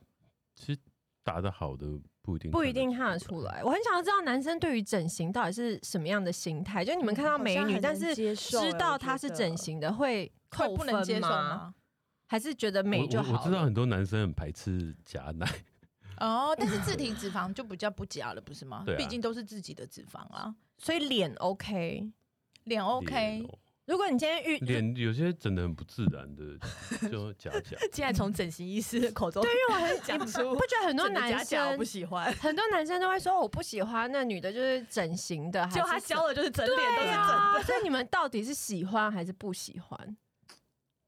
[SPEAKER 3] 其实打得好的不一定
[SPEAKER 4] 不一定看得出
[SPEAKER 3] 来。
[SPEAKER 4] 来。我很想要知道男生对于整形到底是什么样的心态，就你
[SPEAKER 2] 嗯
[SPEAKER 4] 们看到美女，但是
[SPEAKER 1] 欸
[SPEAKER 4] 知道她是 整，形的会
[SPEAKER 2] 会
[SPEAKER 4] 扣
[SPEAKER 2] 不能接
[SPEAKER 4] 分
[SPEAKER 2] 受
[SPEAKER 4] 吗？
[SPEAKER 2] 吗？
[SPEAKER 4] 还是觉得
[SPEAKER 3] 我
[SPEAKER 4] 美就
[SPEAKER 3] 我我
[SPEAKER 4] 好
[SPEAKER 3] 知道
[SPEAKER 4] 了？
[SPEAKER 3] 很多男生很排斥假奶，
[SPEAKER 2] 哦，但是自体脂肪就比较不假了，不是吗
[SPEAKER 3] 对？啊
[SPEAKER 2] 毕竟都是自己的脂肪啊，
[SPEAKER 4] 所以脸 OK。
[SPEAKER 2] 脸 OK，
[SPEAKER 3] 哦
[SPEAKER 4] 如果你今天遇
[SPEAKER 3] 脸哦脸有些整的很不自然的，就假假。
[SPEAKER 1] 竟然从整形医师的口中对，因为我很 讲出
[SPEAKER 4] 不觉得很多
[SPEAKER 1] 整的假
[SPEAKER 4] 啊男
[SPEAKER 1] 假我
[SPEAKER 4] 生
[SPEAKER 1] 不喜 欢，
[SPEAKER 4] 很多男生都会说我不喜欢那女的，就是整形的，
[SPEAKER 1] 结果他教
[SPEAKER 4] 的
[SPEAKER 1] 的就是整脸都
[SPEAKER 4] 对
[SPEAKER 1] 是整的。
[SPEAKER 4] 啊，所以你们到底是喜欢还是不喜欢？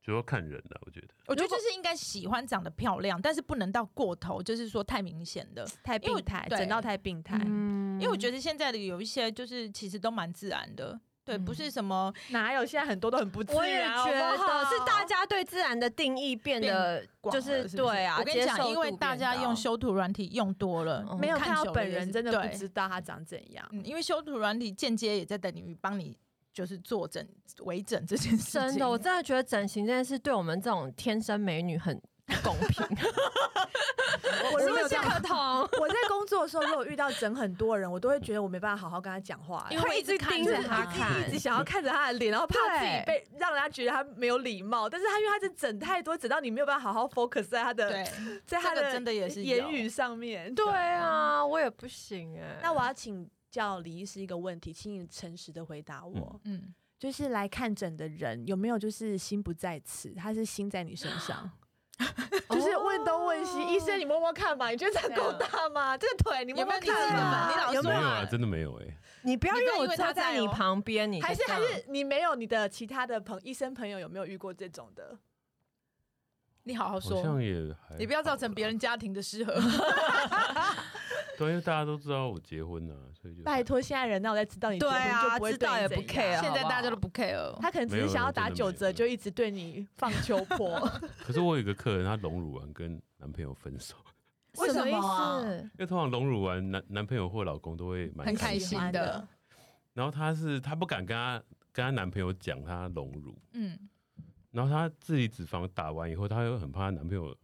[SPEAKER 3] 主要看人啊了，我觉得。
[SPEAKER 2] 我觉得
[SPEAKER 4] 如果
[SPEAKER 2] 就是应该喜欢长得漂亮，但是不能到过头，就是说太明显的。
[SPEAKER 1] 太
[SPEAKER 2] 因为
[SPEAKER 1] 病态，
[SPEAKER 2] 对
[SPEAKER 1] 整到太病态，
[SPEAKER 4] 嗯，
[SPEAKER 2] 因为我觉得现在的有一些就是其实都蛮自然的，对，不是什么
[SPEAKER 1] 哪有现在很多都很不自
[SPEAKER 4] 我也
[SPEAKER 1] 然，
[SPEAKER 4] 觉得是大
[SPEAKER 1] 家
[SPEAKER 4] 家对自然的定义变得
[SPEAKER 2] 广
[SPEAKER 4] 就
[SPEAKER 2] 了
[SPEAKER 4] 是
[SPEAKER 2] 是不是
[SPEAKER 4] 对啊，
[SPEAKER 2] 我跟你
[SPEAKER 4] 接受
[SPEAKER 2] 讲，
[SPEAKER 4] 度
[SPEAKER 2] 因为大家
[SPEAKER 4] 变高
[SPEAKER 2] 用修图软体用多了
[SPEAKER 4] 嗯，
[SPEAKER 1] 没有哦
[SPEAKER 2] 看
[SPEAKER 1] 看到
[SPEAKER 2] 久了
[SPEAKER 1] 本
[SPEAKER 2] 也
[SPEAKER 1] 人，
[SPEAKER 2] 是
[SPEAKER 1] 真的不
[SPEAKER 2] 对
[SPEAKER 1] 知道他长怎样。
[SPEAKER 2] 嗯，因为修图软体间接也在等于帮你就是做整微整这件事情。
[SPEAKER 4] 真的，我真的觉得整形这件事对我们这种天生美女很不公平。
[SPEAKER 1] 我
[SPEAKER 4] 是
[SPEAKER 1] 如
[SPEAKER 4] 不
[SPEAKER 1] 果
[SPEAKER 4] 是
[SPEAKER 1] 这样
[SPEAKER 4] 可彤？
[SPEAKER 1] 我在工作的时候，如果遇到整很多人，我都会觉得我没办法好好跟他讲话，
[SPEAKER 4] 因为
[SPEAKER 1] 会
[SPEAKER 4] 我一直盯着他看啊
[SPEAKER 1] 一直想要看着他的脸，然后怕自己
[SPEAKER 4] 对
[SPEAKER 1] 被让人家觉得他没有礼貌。但是他因为他是整太多，整到你没有办法好好 focus 在他的
[SPEAKER 2] 对，
[SPEAKER 1] 在他
[SPEAKER 2] 这
[SPEAKER 1] 的
[SPEAKER 2] 个真的也是有
[SPEAKER 1] 言语上面。
[SPEAKER 4] 对啊，我也不行哎、
[SPEAKER 1] 那我要请教李医师一个问题，请你诚实的回答我，
[SPEAKER 2] 嗯，
[SPEAKER 1] 就是来看诊的人有没有就是心不在此，他是心在你身上。 就是问东问西，医
[SPEAKER 4] 哦
[SPEAKER 1] 生你摸摸看吧，你觉得这样够大吗？这个腿你摸
[SPEAKER 2] 有没
[SPEAKER 1] 摸
[SPEAKER 2] 有你自己的
[SPEAKER 1] 看
[SPEAKER 2] 本？
[SPEAKER 1] 吧，
[SPEAKER 2] 你老
[SPEAKER 1] 有
[SPEAKER 2] 实
[SPEAKER 1] 没
[SPEAKER 3] 没
[SPEAKER 2] 说
[SPEAKER 1] 有
[SPEAKER 3] 有
[SPEAKER 2] 啊
[SPEAKER 3] 啊，真的没有哎、
[SPEAKER 4] 你不要
[SPEAKER 2] 你
[SPEAKER 4] 因
[SPEAKER 2] 不要
[SPEAKER 4] 为我
[SPEAKER 2] 因为他
[SPEAKER 4] 坐在
[SPEAKER 2] 在
[SPEAKER 4] 你
[SPEAKER 2] 哦
[SPEAKER 4] 旁边，你就
[SPEAKER 1] 还是
[SPEAKER 4] 这
[SPEAKER 1] 还
[SPEAKER 4] 样
[SPEAKER 1] 是你没有你的其他的朋医生朋友有没有遇过这种的？
[SPEAKER 2] 你好好
[SPEAKER 3] 好像
[SPEAKER 2] 说，
[SPEAKER 3] 也还
[SPEAKER 2] 你不要造成
[SPEAKER 3] 好啦
[SPEAKER 2] 别人家庭的 失和。
[SPEAKER 3] 对，因为大家都知道我结婚了，所以就
[SPEAKER 1] 拜，托，现在人那我再知道你结
[SPEAKER 4] 对
[SPEAKER 1] 婚
[SPEAKER 4] 啊
[SPEAKER 1] 就不会
[SPEAKER 4] 知道
[SPEAKER 1] 对你
[SPEAKER 4] 也
[SPEAKER 1] 怎
[SPEAKER 4] 不
[SPEAKER 1] 样
[SPEAKER 4] care
[SPEAKER 2] 现在大家
[SPEAKER 4] 好不
[SPEAKER 2] 都
[SPEAKER 4] 好
[SPEAKER 2] 不 care，哦
[SPEAKER 1] 他可能只是想要打九折，
[SPEAKER 3] 没有没有真的没
[SPEAKER 1] 就
[SPEAKER 3] 有
[SPEAKER 1] 一直对你放秋波。
[SPEAKER 3] 可是我有一个客人，她隆乳完跟男朋友分手，
[SPEAKER 1] 为什么
[SPEAKER 4] 意
[SPEAKER 1] 啊
[SPEAKER 4] 思？
[SPEAKER 3] 因为通常隆乳完男男朋友或老公都会蛮
[SPEAKER 2] 很
[SPEAKER 3] 开
[SPEAKER 2] 开
[SPEAKER 3] 心
[SPEAKER 2] 心
[SPEAKER 3] 的。
[SPEAKER 2] 的，
[SPEAKER 3] 然后她是她不敢跟她跟她男朋友讲她隆乳，
[SPEAKER 2] 嗯，
[SPEAKER 3] 然后她自己脂肪打完以后，她又很怕她男朋友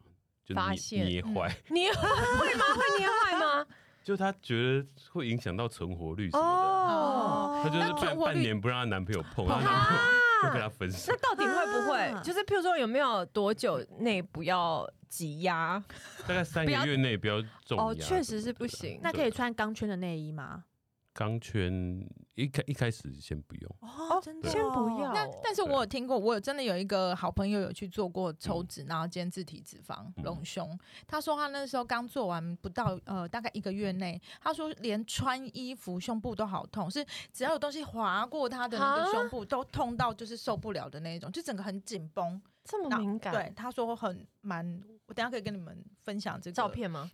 [SPEAKER 3] 就
[SPEAKER 4] 发
[SPEAKER 3] 捏
[SPEAKER 4] 现
[SPEAKER 3] 捏坏，
[SPEAKER 4] 你会吗？会捏坏吗？
[SPEAKER 3] 就她觉得会影响到存活率什么
[SPEAKER 4] 哦，
[SPEAKER 3] 的，她就
[SPEAKER 2] 那
[SPEAKER 3] 是
[SPEAKER 2] 存
[SPEAKER 3] 半
[SPEAKER 2] 活
[SPEAKER 3] 半
[SPEAKER 2] 率
[SPEAKER 3] 年不让她男朋友碰，她男朋 友就跟她分 手
[SPEAKER 4] 那。到底会不
[SPEAKER 1] 啊
[SPEAKER 4] 会？就是譬如说，有没有多久内不要挤压？
[SPEAKER 3] 大概三个月内不要重
[SPEAKER 4] 哦
[SPEAKER 3] 压
[SPEAKER 4] 确
[SPEAKER 3] 什
[SPEAKER 4] 实
[SPEAKER 3] 么
[SPEAKER 4] 是不
[SPEAKER 3] 的
[SPEAKER 4] 行
[SPEAKER 1] 那可以
[SPEAKER 3] 对啊
[SPEAKER 1] 穿钢圈的内衣吗？
[SPEAKER 3] 钢圈一开一开始先不用，
[SPEAKER 1] 哦
[SPEAKER 3] 对
[SPEAKER 4] 先不要。
[SPEAKER 2] 但但是
[SPEAKER 3] 对
[SPEAKER 2] 我有听过，我有真的有一个好朋友有去做过抽脂，然后减自体脂肪
[SPEAKER 3] 嗯
[SPEAKER 2] 隆胸。他说他那时候刚做完不到呃大概一个月内，他说连穿衣服胸部都好痛，是只要有东西划过他的那个
[SPEAKER 4] 啊
[SPEAKER 2] 胸部都痛到就是受不了的那一种，就整个很紧绷。
[SPEAKER 4] 这么
[SPEAKER 2] 那
[SPEAKER 4] 敏感，
[SPEAKER 2] 对，他说很蛮，我等一下可以跟你们分享这个
[SPEAKER 4] 照。片 吗？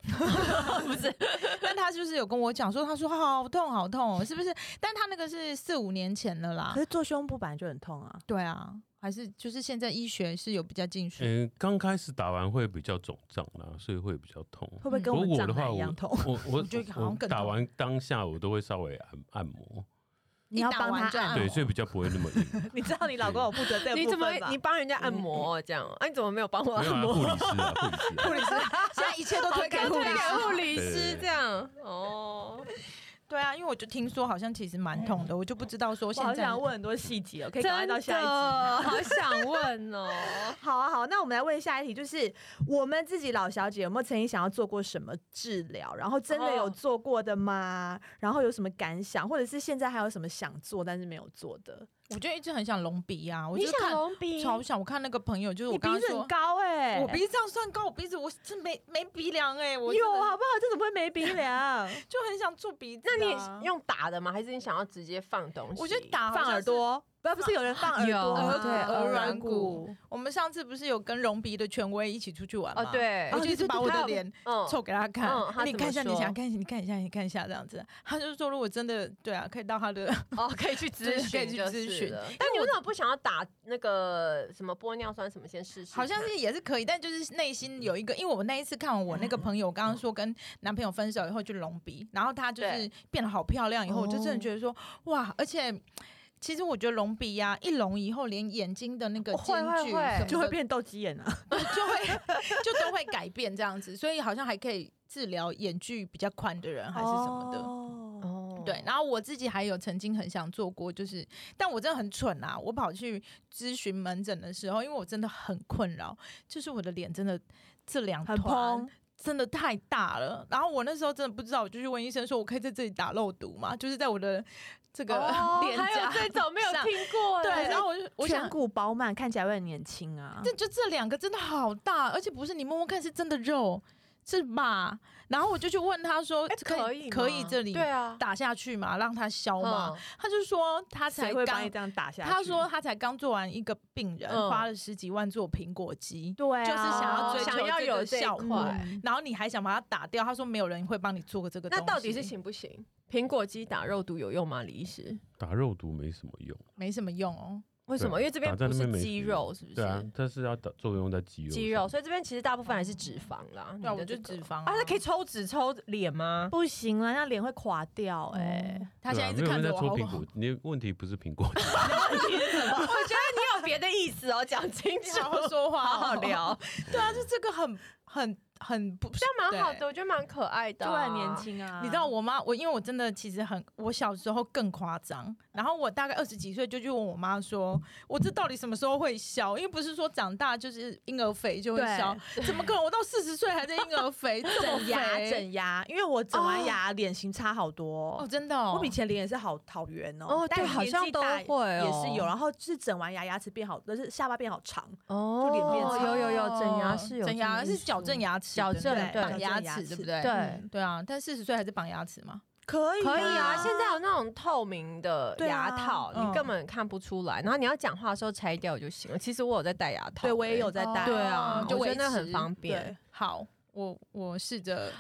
[SPEAKER 2] 但他就是有跟我讲说，他说好痛好痛哦，是不是？但他那个是四五年前的啦
[SPEAKER 1] 可。是做胸部本来就很痛啊。
[SPEAKER 2] 对啊，还是就是现在医学是有比较进去。
[SPEAKER 3] 嗯，刚开始打完会比较肿胀啦，所以会比较痛。
[SPEAKER 1] 会不
[SPEAKER 2] 嗯
[SPEAKER 1] 会跟
[SPEAKER 3] 不
[SPEAKER 1] 我们
[SPEAKER 3] 过我
[SPEAKER 1] 长
[SPEAKER 3] 的话，
[SPEAKER 1] 男一
[SPEAKER 3] 我
[SPEAKER 1] 样痛？
[SPEAKER 3] 我我
[SPEAKER 2] 我觉得好
[SPEAKER 3] 我
[SPEAKER 2] 像更
[SPEAKER 3] 打
[SPEAKER 2] 痛
[SPEAKER 3] 完当下我都会稍微按按摩，
[SPEAKER 1] 你要
[SPEAKER 2] 一打
[SPEAKER 1] 帮他
[SPEAKER 2] 完就
[SPEAKER 1] 按
[SPEAKER 2] 按
[SPEAKER 1] 摩
[SPEAKER 3] 对，所以比较不会那么 硬。
[SPEAKER 1] 你知道你老公有负责这个
[SPEAKER 4] 你
[SPEAKER 1] 部
[SPEAKER 4] 怎么
[SPEAKER 1] 分吧？
[SPEAKER 4] 你帮人家按摩这样？哎，你怎么没有帮我
[SPEAKER 3] 没有
[SPEAKER 4] 按
[SPEAKER 3] 啊，
[SPEAKER 4] 摩？
[SPEAKER 3] 护理师啊，护理师啊，
[SPEAKER 2] 护理师，现在一切都 推给
[SPEAKER 4] 给
[SPEAKER 2] 护理师。
[SPEAKER 4] 护理
[SPEAKER 3] 对对
[SPEAKER 4] 师
[SPEAKER 3] 对
[SPEAKER 4] 这样哦。
[SPEAKER 2] 对啊，因为我就听说好像其实蛮痛的，我就不知道说
[SPEAKER 1] 我
[SPEAKER 2] 现在。
[SPEAKER 1] 好想问很多细节哦，可以
[SPEAKER 4] 真
[SPEAKER 1] 赶快到下一集。
[SPEAKER 4] 的， 好想问哦。
[SPEAKER 1] 好啊，好，那我们来问下一题，就是我们自己老小姐有没有曾经想要做过什么治疗？然后真的有
[SPEAKER 2] 哦
[SPEAKER 1] 做过的吗？然后有什么感想，或者是现在还有什么想做但是没有做的？
[SPEAKER 2] 我就一直很想隆鼻啊，我
[SPEAKER 1] 你
[SPEAKER 2] 就
[SPEAKER 1] 想
[SPEAKER 2] 看
[SPEAKER 1] 隆鼻，
[SPEAKER 2] 超想。我看那个朋友，就是
[SPEAKER 1] 你
[SPEAKER 2] 我
[SPEAKER 1] 鼻
[SPEAKER 2] 刚刚
[SPEAKER 1] 子很
[SPEAKER 2] 说，
[SPEAKER 1] 高哎、
[SPEAKER 2] 我鼻子这样算高，我鼻子我是没没鼻梁哎，我
[SPEAKER 1] 有啊
[SPEAKER 2] 真的啊
[SPEAKER 1] 好不好？这怎么会没鼻 梁？
[SPEAKER 2] 就很想做鼻子啊。
[SPEAKER 4] 那你也用打的吗？还是你想要直接放东西？
[SPEAKER 2] 我觉得打好像
[SPEAKER 1] 放耳
[SPEAKER 2] 是。
[SPEAKER 1] 朵。不，不是有人放耳朵
[SPEAKER 4] 啊
[SPEAKER 1] 吗，
[SPEAKER 2] 有对耳软
[SPEAKER 1] 骨
[SPEAKER 2] 骨，我们上次不是有跟隆鼻的权威一起出去玩
[SPEAKER 4] 哦
[SPEAKER 2] 吗？，
[SPEAKER 4] 对
[SPEAKER 2] 我，就
[SPEAKER 1] 对对
[SPEAKER 2] 一直把我
[SPEAKER 4] 他
[SPEAKER 2] 的
[SPEAKER 4] 有
[SPEAKER 2] 脸
[SPEAKER 4] 嗯
[SPEAKER 2] 凑给他看，
[SPEAKER 4] 嗯他
[SPEAKER 2] 你
[SPEAKER 4] 怎
[SPEAKER 2] 看
[SPEAKER 4] 么
[SPEAKER 2] 一下，你
[SPEAKER 4] 说
[SPEAKER 2] 想看，你看一下，你看一下这样子。他就说，如果真的对啊，可以到 他的，
[SPEAKER 4] 哦，可以去咨
[SPEAKER 2] 对可以
[SPEAKER 4] 询，
[SPEAKER 2] 去
[SPEAKER 4] 就
[SPEAKER 2] 咨
[SPEAKER 4] 是
[SPEAKER 2] 询
[SPEAKER 4] 了。但你为什么不想要打那个什么玻尿酸什么先试试看？
[SPEAKER 2] 好像是也是可以，但就是内心有一个，因为我那一次看完我那个朋友，我刚刚说跟男朋友分手以后去隆鼻，然后她就是
[SPEAKER 4] 对
[SPEAKER 2] 变得好漂亮，以后我就真
[SPEAKER 1] 哦
[SPEAKER 2] 的觉得说，哇，而且。其实我觉得隆鼻呀、一隆以后，连眼睛的那个
[SPEAKER 4] 哦会
[SPEAKER 2] 间
[SPEAKER 4] 会
[SPEAKER 2] 距
[SPEAKER 4] 会
[SPEAKER 2] 什么
[SPEAKER 1] 就会
[SPEAKER 2] 的
[SPEAKER 1] 变斗鸡眼啊！
[SPEAKER 2] 就会就都会改变这样子，所以好像还可以治疗眼距比较宽的人还是什么的。
[SPEAKER 1] 的。
[SPEAKER 4] 哦
[SPEAKER 2] 对，然后我自己还有曾经很想做过，就是，但我真的很蠢啊！我跑去咨询门诊的时候，因为我真的很困扰，就是我的脸真的这两
[SPEAKER 1] 很
[SPEAKER 2] 团
[SPEAKER 1] 蓬
[SPEAKER 2] 真的太大了。然后我那时候真的不知道，我就去问医生说，我可以在这里打肉毒吗？就是在我的这个 脸
[SPEAKER 4] 哦还有
[SPEAKER 2] 颊。
[SPEAKER 4] 这种没有
[SPEAKER 2] 上
[SPEAKER 4] 听过
[SPEAKER 2] 对，
[SPEAKER 4] 哎，
[SPEAKER 2] 然后我就我
[SPEAKER 1] 颧
[SPEAKER 2] 想，
[SPEAKER 1] 骨饱满，看起来会很年轻啊。
[SPEAKER 2] 这就这两个真的好大，而且不是你摸摸看是真的肉，是吧？然后我就去问他说，
[SPEAKER 4] 哎
[SPEAKER 2] 可
[SPEAKER 4] 以
[SPEAKER 2] 可
[SPEAKER 4] 可
[SPEAKER 2] 以这里
[SPEAKER 4] 对啊，
[SPEAKER 2] 打下去吗？让它消吗？
[SPEAKER 4] 嗯
[SPEAKER 2] 他就说他才
[SPEAKER 1] 谁会把
[SPEAKER 2] 刚
[SPEAKER 1] 你这样打下去？
[SPEAKER 2] 他说他才刚做完一个病人，
[SPEAKER 4] 嗯哎
[SPEAKER 2] 花了十几万做苹果肌，
[SPEAKER 1] 对啊，
[SPEAKER 2] 就是想要追
[SPEAKER 4] 想
[SPEAKER 2] 求
[SPEAKER 4] 要
[SPEAKER 2] 这
[SPEAKER 4] 有
[SPEAKER 2] 个
[SPEAKER 4] 这一
[SPEAKER 2] 效果
[SPEAKER 4] 块，
[SPEAKER 2] 然后你还想把它打掉。他说没有人会帮你做这个东
[SPEAKER 4] 那
[SPEAKER 2] 西，
[SPEAKER 4] 到底是行不行？苹果肌打肉毒有用吗？李医师，
[SPEAKER 3] 打肉毒没什么用，
[SPEAKER 2] 没什么用哦。
[SPEAKER 4] 为什么？因为这边
[SPEAKER 3] 打在
[SPEAKER 4] 不
[SPEAKER 3] 那
[SPEAKER 4] 是
[SPEAKER 3] 没
[SPEAKER 4] 肌
[SPEAKER 3] 事
[SPEAKER 4] 肉，是不
[SPEAKER 3] 对啊
[SPEAKER 4] 是？，
[SPEAKER 3] 它是要打作用在肌肉上，
[SPEAKER 4] 肌肉，所以这边其实大部分还是脂肪啦。
[SPEAKER 2] 对啊，
[SPEAKER 4] 你
[SPEAKER 2] 我
[SPEAKER 4] 的
[SPEAKER 2] 就
[SPEAKER 4] 这个
[SPEAKER 2] 脂肪
[SPEAKER 4] 啊，那可以抽脂抽脸吗？
[SPEAKER 1] 不行了，那脸会垮掉哎、
[SPEAKER 2] 他
[SPEAKER 3] 对
[SPEAKER 2] 现
[SPEAKER 3] 啊
[SPEAKER 2] 在一
[SPEAKER 3] 没
[SPEAKER 2] 直
[SPEAKER 3] 有
[SPEAKER 2] 看
[SPEAKER 3] 人
[SPEAKER 2] 着
[SPEAKER 3] 在
[SPEAKER 2] 我，
[SPEAKER 3] 戳
[SPEAKER 2] 好不
[SPEAKER 3] 苹
[SPEAKER 2] 好
[SPEAKER 3] 果？，你的问题不是苹果，
[SPEAKER 4] 我觉得你有别的意思哦，讲清
[SPEAKER 2] 你
[SPEAKER 4] 楚，
[SPEAKER 2] 好好说话，
[SPEAKER 4] 好
[SPEAKER 2] 哦
[SPEAKER 4] 好。聊，
[SPEAKER 2] 对啊，就这个很很很不，
[SPEAKER 4] 这样蛮好的，
[SPEAKER 2] 对。
[SPEAKER 4] 我觉得蛮可爱 的、
[SPEAKER 1] 就很年。轻 啊。
[SPEAKER 2] 你知道我妈，我因为我真的其实很，我小时候更夸张。然后我大概二十几岁就去问我妈说，我这到底什么时候会消？因为不是说长大就是婴儿肥就会消，怎么可能？我到四十岁还在婴 儿肥，这么
[SPEAKER 1] 整牙
[SPEAKER 2] 肥
[SPEAKER 1] 整牙，因为我整完牙脸型差好多。
[SPEAKER 2] 哦，真的、哦，
[SPEAKER 1] 我以前脸也是好好圆哦，
[SPEAKER 4] 哦，
[SPEAKER 1] 但
[SPEAKER 4] 对，好
[SPEAKER 1] 年纪
[SPEAKER 4] 像都
[SPEAKER 1] 大
[SPEAKER 4] 会、哦，
[SPEAKER 1] 也是有，然后是整完牙牙齿变好，就是下巴变好长，
[SPEAKER 4] 哦，
[SPEAKER 1] 就脸变
[SPEAKER 2] 哦
[SPEAKER 1] 长
[SPEAKER 4] 有有有，整牙是有
[SPEAKER 2] 整牙
[SPEAKER 4] 这么一
[SPEAKER 2] 是矫正
[SPEAKER 4] 说，
[SPEAKER 2] 牙齿，
[SPEAKER 4] 矫
[SPEAKER 2] 对不对
[SPEAKER 4] 正对
[SPEAKER 2] 绑牙
[SPEAKER 1] 矫正牙
[SPEAKER 2] 齿，
[SPEAKER 1] 齿
[SPEAKER 2] 对不对？
[SPEAKER 4] 对
[SPEAKER 2] 对啊，但四十岁还是绑牙齿嘛？
[SPEAKER 1] 可以
[SPEAKER 4] 可以啊，
[SPEAKER 1] 啊，
[SPEAKER 4] 现在有那种透明的
[SPEAKER 1] 对
[SPEAKER 4] 牙
[SPEAKER 1] 啊
[SPEAKER 4] 套，
[SPEAKER 2] 嗯
[SPEAKER 4] 你根本看不出来。然后你要讲话的时候拆掉就行了。其实我有在戴牙套、
[SPEAKER 1] 对我也
[SPEAKER 4] 欸
[SPEAKER 1] 有在戴，
[SPEAKER 4] 对啊，
[SPEAKER 2] 就
[SPEAKER 4] 我觉得那
[SPEAKER 2] 维
[SPEAKER 4] 很
[SPEAKER 2] 持
[SPEAKER 4] 方便。
[SPEAKER 2] 好，我我试着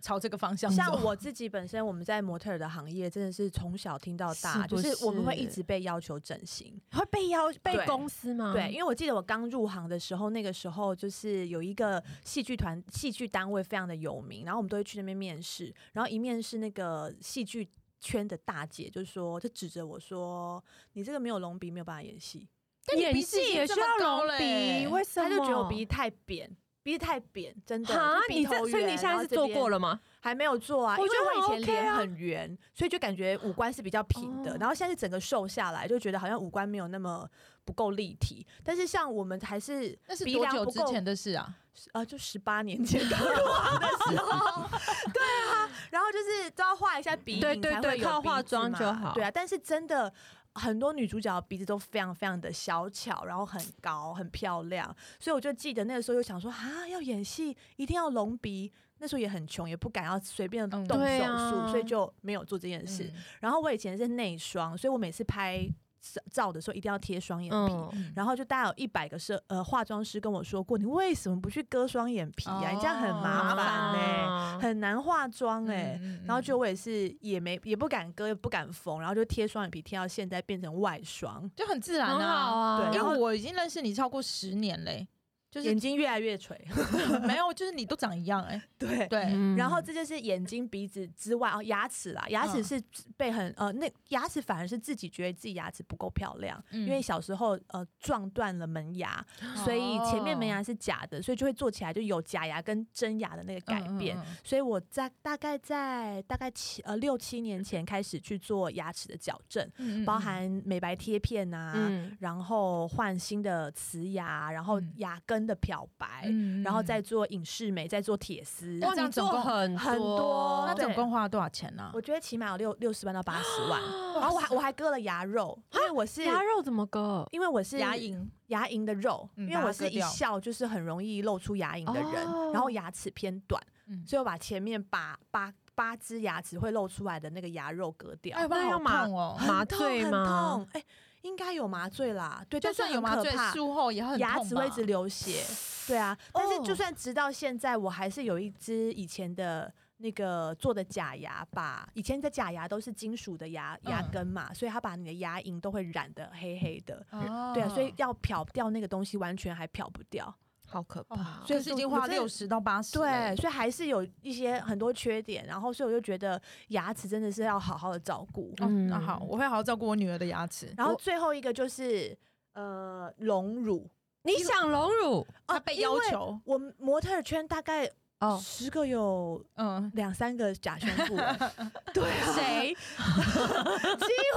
[SPEAKER 2] 朝这个方向走。
[SPEAKER 4] 哦
[SPEAKER 1] 像我自己本身，我们在模特儿的行业真的是从小听到大，
[SPEAKER 4] 是
[SPEAKER 1] 就
[SPEAKER 4] 不
[SPEAKER 1] 是我们会
[SPEAKER 4] 是
[SPEAKER 1] 一直被要求整形。
[SPEAKER 4] 会被邀被
[SPEAKER 1] 对
[SPEAKER 4] 公司吗？
[SPEAKER 1] 对，因为我记得我刚入行的时候，那个时候就是有一个戏剧团、戏剧单位非常的有名，然后我们都会去那边面试，然后一面试那个戏剧圈的大姐就说，就指着我说：“你这个没有隆鼻，没有办法演戏。
[SPEAKER 2] 但你
[SPEAKER 4] 演
[SPEAKER 2] 鼻子已
[SPEAKER 4] 戏
[SPEAKER 2] 经
[SPEAKER 4] 也
[SPEAKER 2] 这
[SPEAKER 4] 需
[SPEAKER 2] 么
[SPEAKER 4] 要
[SPEAKER 2] 高
[SPEAKER 4] 隆
[SPEAKER 2] 了
[SPEAKER 4] 鼻，
[SPEAKER 2] 欸
[SPEAKER 4] 为”什么？
[SPEAKER 1] 她就觉得我鼻子太扁。鼻子太扁，真的。
[SPEAKER 4] 哈
[SPEAKER 1] 就，鼻
[SPEAKER 4] 你这
[SPEAKER 1] 头
[SPEAKER 4] 所以
[SPEAKER 1] 圆
[SPEAKER 4] 你现在
[SPEAKER 1] 然后
[SPEAKER 4] 是
[SPEAKER 1] 这
[SPEAKER 4] 做
[SPEAKER 1] 边
[SPEAKER 4] 过了吗？
[SPEAKER 1] 还没有做啊，
[SPEAKER 4] 我
[SPEAKER 1] 因
[SPEAKER 4] 觉得
[SPEAKER 1] 为我以
[SPEAKER 4] 很
[SPEAKER 1] 前
[SPEAKER 4] OK
[SPEAKER 1] 脸
[SPEAKER 4] 啊
[SPEAKER 1] 很圆，所以就感觉五官是比较平的。
[SPEAKER 4] 哦
[SPEAKER 1] 然后现在是整个瘦下来，就觉得好像五官没有那么不够立体。但是像我们还是
[SPEAKER 2] 那是
[SPEAKER 1] 鼻
[SPEAKER 2] 多
[SPEAKER 1] 梁
[SPEAKER 2] 久
[SPEAKER 1] 不
[SPEAKER 2] 之
[SPEAKER 1] 够
[SPEAKER 2] 前的事 啊？
[SPEAKER 1] 呃，就十八年前刚入行的时候，对啊，然后就是都要画一下鼻影，
[SPEAKER 4] 对对
[SPEAKER 1] 才
[SPEAKER 4] 对
[SPEAKER 1] 会有
[SPEAKER 4] 靠
[SPEAKER 1] 鼻
[SPEAKER 4] 化
[SPEAKER 1] 子
[SPEAKER 4] 妆
[SPEAKER 1] 嘛
[SPEAKER 4] 就好
[SPEAKER 1] 对啊，但是真的。很多女主角鼻子都非常非常的小巧，然后很高，很漂亮，所以我就记得那个时候就想说啊，要演戏一定要隆鼻。那时候也很穷，也不敢要随便动
[SPEAKER 2] 嗯
[SPEAKER 1] 手术，
[SPEAKER 4] 对啊
[SPEAKER 1] 所以就没有做这件事。
[SPEAKER 2] 嗯，
[SPEAKER 1] 然后我以前是内双，所以我每次拍照照的时候一定要贴双眼皮。
[SPEAKER 4] 嗯，
[SPEAKER 1] 然后就大概有一百个摄呃化妆师跟我说过，你为什么不去割双眼皮啊？你这样很麻
[SPEAKER 2] 哦麻哦
[SPEAKER 1] 烦呢、
[SPEAKER 4] 呢。
[SPEAKER 1] 很难化妆哎、
[SPEAKER 2] 嗯嗯
[SPEAKER 1] 然后就我也是也没也不敢割，也不敢缝，然后就贴双眼皮贴到现在变成外双，
[SPEAKER 2] 就很自然
[SPEAKER 4] 很好
[SPEAKER 2] 啊。
[SPEAKER 4] 啊，
[SPEAKER 1] 对
[SPEAKER 2] 因
[SPEAKER 1] 然后
[SPEAKER 2] 为我已经认识你超过十年嘞、就
[SPEAKER 1] 眼
[SPEAKER 2] 是
[SPEAKER 1] 睛越来越垂。
[SPEAKER 2] 没有，就是你都长一样哎、
[SPEAKER 1] 对。
[SPEAKER 2] 对，
[SPEAKER 4] 嗯
[SPEAKER 1] 然后这就是眼睛、鼻子之外哦，牙齿啦，牙齿
[SPEAKER 2] 嗯
[SPEAKER 1] 是被很呃，那牙齿反而是自己觉得自己牙齿不够漂亮，
[SPEAKER 2] 嗯
[SPEAKER 1] 因为小时候呃撞断了门牙，所以前面门
[SPEAKER 2] 哦
[SPEAKER 1] 牙是假的，所以就会做起来就有假牙跟真牙的那个改变。
[SPEAKER 2] 嗯嗯嗯
[SPEAKER 1] 所以我在大概在大概七呃六七年前开始去做牙齿的矫正，
[SPEAKER 2] 嗯嗯
[SPEAKER 1] 包含美白贴片啊，
[SPEAKER 4] 嗯，
[SPEAKER 1] 然后换新的瓷牙，然后
[SPEAKER 2] 嗯
[SPEAKER 1] 牙根的漂白，
[SPEAKER 2] 嗯
[SPEAKER 1] 然后再做隐适美，再做铁丝。
[SPEAKER 4] 哇，
[SPEAKER 2] 这样
[SPEAKER 4] 你做
[SPEAKER 2] 总共
[SPEAKER 4] 很
[SPEAKER 1] 很多
[SPEAKER 2] 哦那
[SPEAKER 1] 对
[SPEAKER 2] 总共花了多少钱呢、
[SPEAKER 1] 我觉得起码有六六十万到八十 万，然后我还我还割了牙肉，因为我是
[SPEAKER 4] 鸭肉怎么割？
[SPEAKER 1] 因为我是
[SPEAKER 2] 牙龈
[SPEAKER 1] 牙龈的肉，
[SPEAKER 2] 嗯
[SPEAKER 1] 因为我
[SPEAKER 2] 把它
[SPEAKER 1] 是
[SPEAKER 2] 割
[SPEAKER 1] 一
[SPEAKER 2] 掉
[SPEAKER 1] 笑就是很容易露出牙龈的人，
[SPEAKER 4] 哦
[SPEAKER 1] 然后牙齿偏短，
[SPEAKER 2] 嗯
[SPEAKER 1] 所以我把前面八八八只牙齿会露出来的那个牙肉割掉，
[SPEAKER 2] 哎呦，
[SPEAKER 4] 那
[SPEAKER 2] 好
[SPEAKER 4] 要麻
[SPEAKER 2] 痛哦！
[SPEAKER 1] 很
[SPEAKER 4] 麻
[SPEAKER 1] 痛
[SPEAKER 4] 醉
[SPEAKER 1] 很
[SPEAKER 4] 吗
[SPEAKER 1] 痛，哎、应该有麻醉啦，对，
[SPEAKER 2] 就
[SPEAKER 1] 但是
[SPEAKER 2] 算有
[SPEAKER 1] 很
[SPEAKER 2] 麻
[SPEAKER 1] 可
[SPEAKER 2] 醉
[SPEAKER 1] 怕，
[SPEAKER 2] 术后也很
[SPEAKER 1] 牙
[SPEAKER 2] 痛
[SPEAKER 1] 齿会一
[SPEAKER 2] 吧
[SPEAKER 1] 直流血，对啊，但是就
[SPEAKER 4] 哦
[SPEAKER 1] 算直到现在，我还是有一只以前的。那个做的假牙吧，以前的假牙都是金属的牙牙
[SPEAKER 2] 嗯
[SPEAKER 1] 根嘛，所以它把你的牙龈都会染得黑黑的，
[SPEAKER 2] 哦
[SPEAKER 1] 对啊，所以要漂掉那个东西，完全还漂不掉。
[SPEAKER 4] 好可
[SPEAKER 2] 哦
[SPEAKER 4] 怕！
[SPEAKER 1] 所以
[SPEAKER 2] 可是已
[SPEAKER 1] 就
[SPEAKER 2] 经
[SPEAKER 1] 我
[SPEAKER 2] 花
[SPEAKER 1] 真的
[SPEAKER 2] 六十到八十，
[SPEAKER 1] 对，，所以还是有一些很多缺点，然后所以我就觉得牙齿真的是要好好的照顾。
[SPEAKER 2] 哦，那
[SPEAKER 4] 嗯
[SPEAKER 2] 好，我会好好照顾我女儿的牙齿。
[SPEAKER 1] 然后
[SPEAKER 2] 我
[SPEAKER 1] 最后一个就是呃隆乳，哦
[SPEAKER 4] 你想隆乳
[SPEAKER 2] 她被要。
[SPEAKER 1] 因为
[SPEAKER 2] 求，
[SPEAKER 1] 我们模特儿圈大概
[SPEAKER 4] 哦？
[SPEAKER 1] 十个有
[SPEAKER 2] 嗯，
[SPEAKER 1] 两三个假胸 部欸，对啊，
[SPEAKER 4] 谁？
[SPEAKER 1] 几乎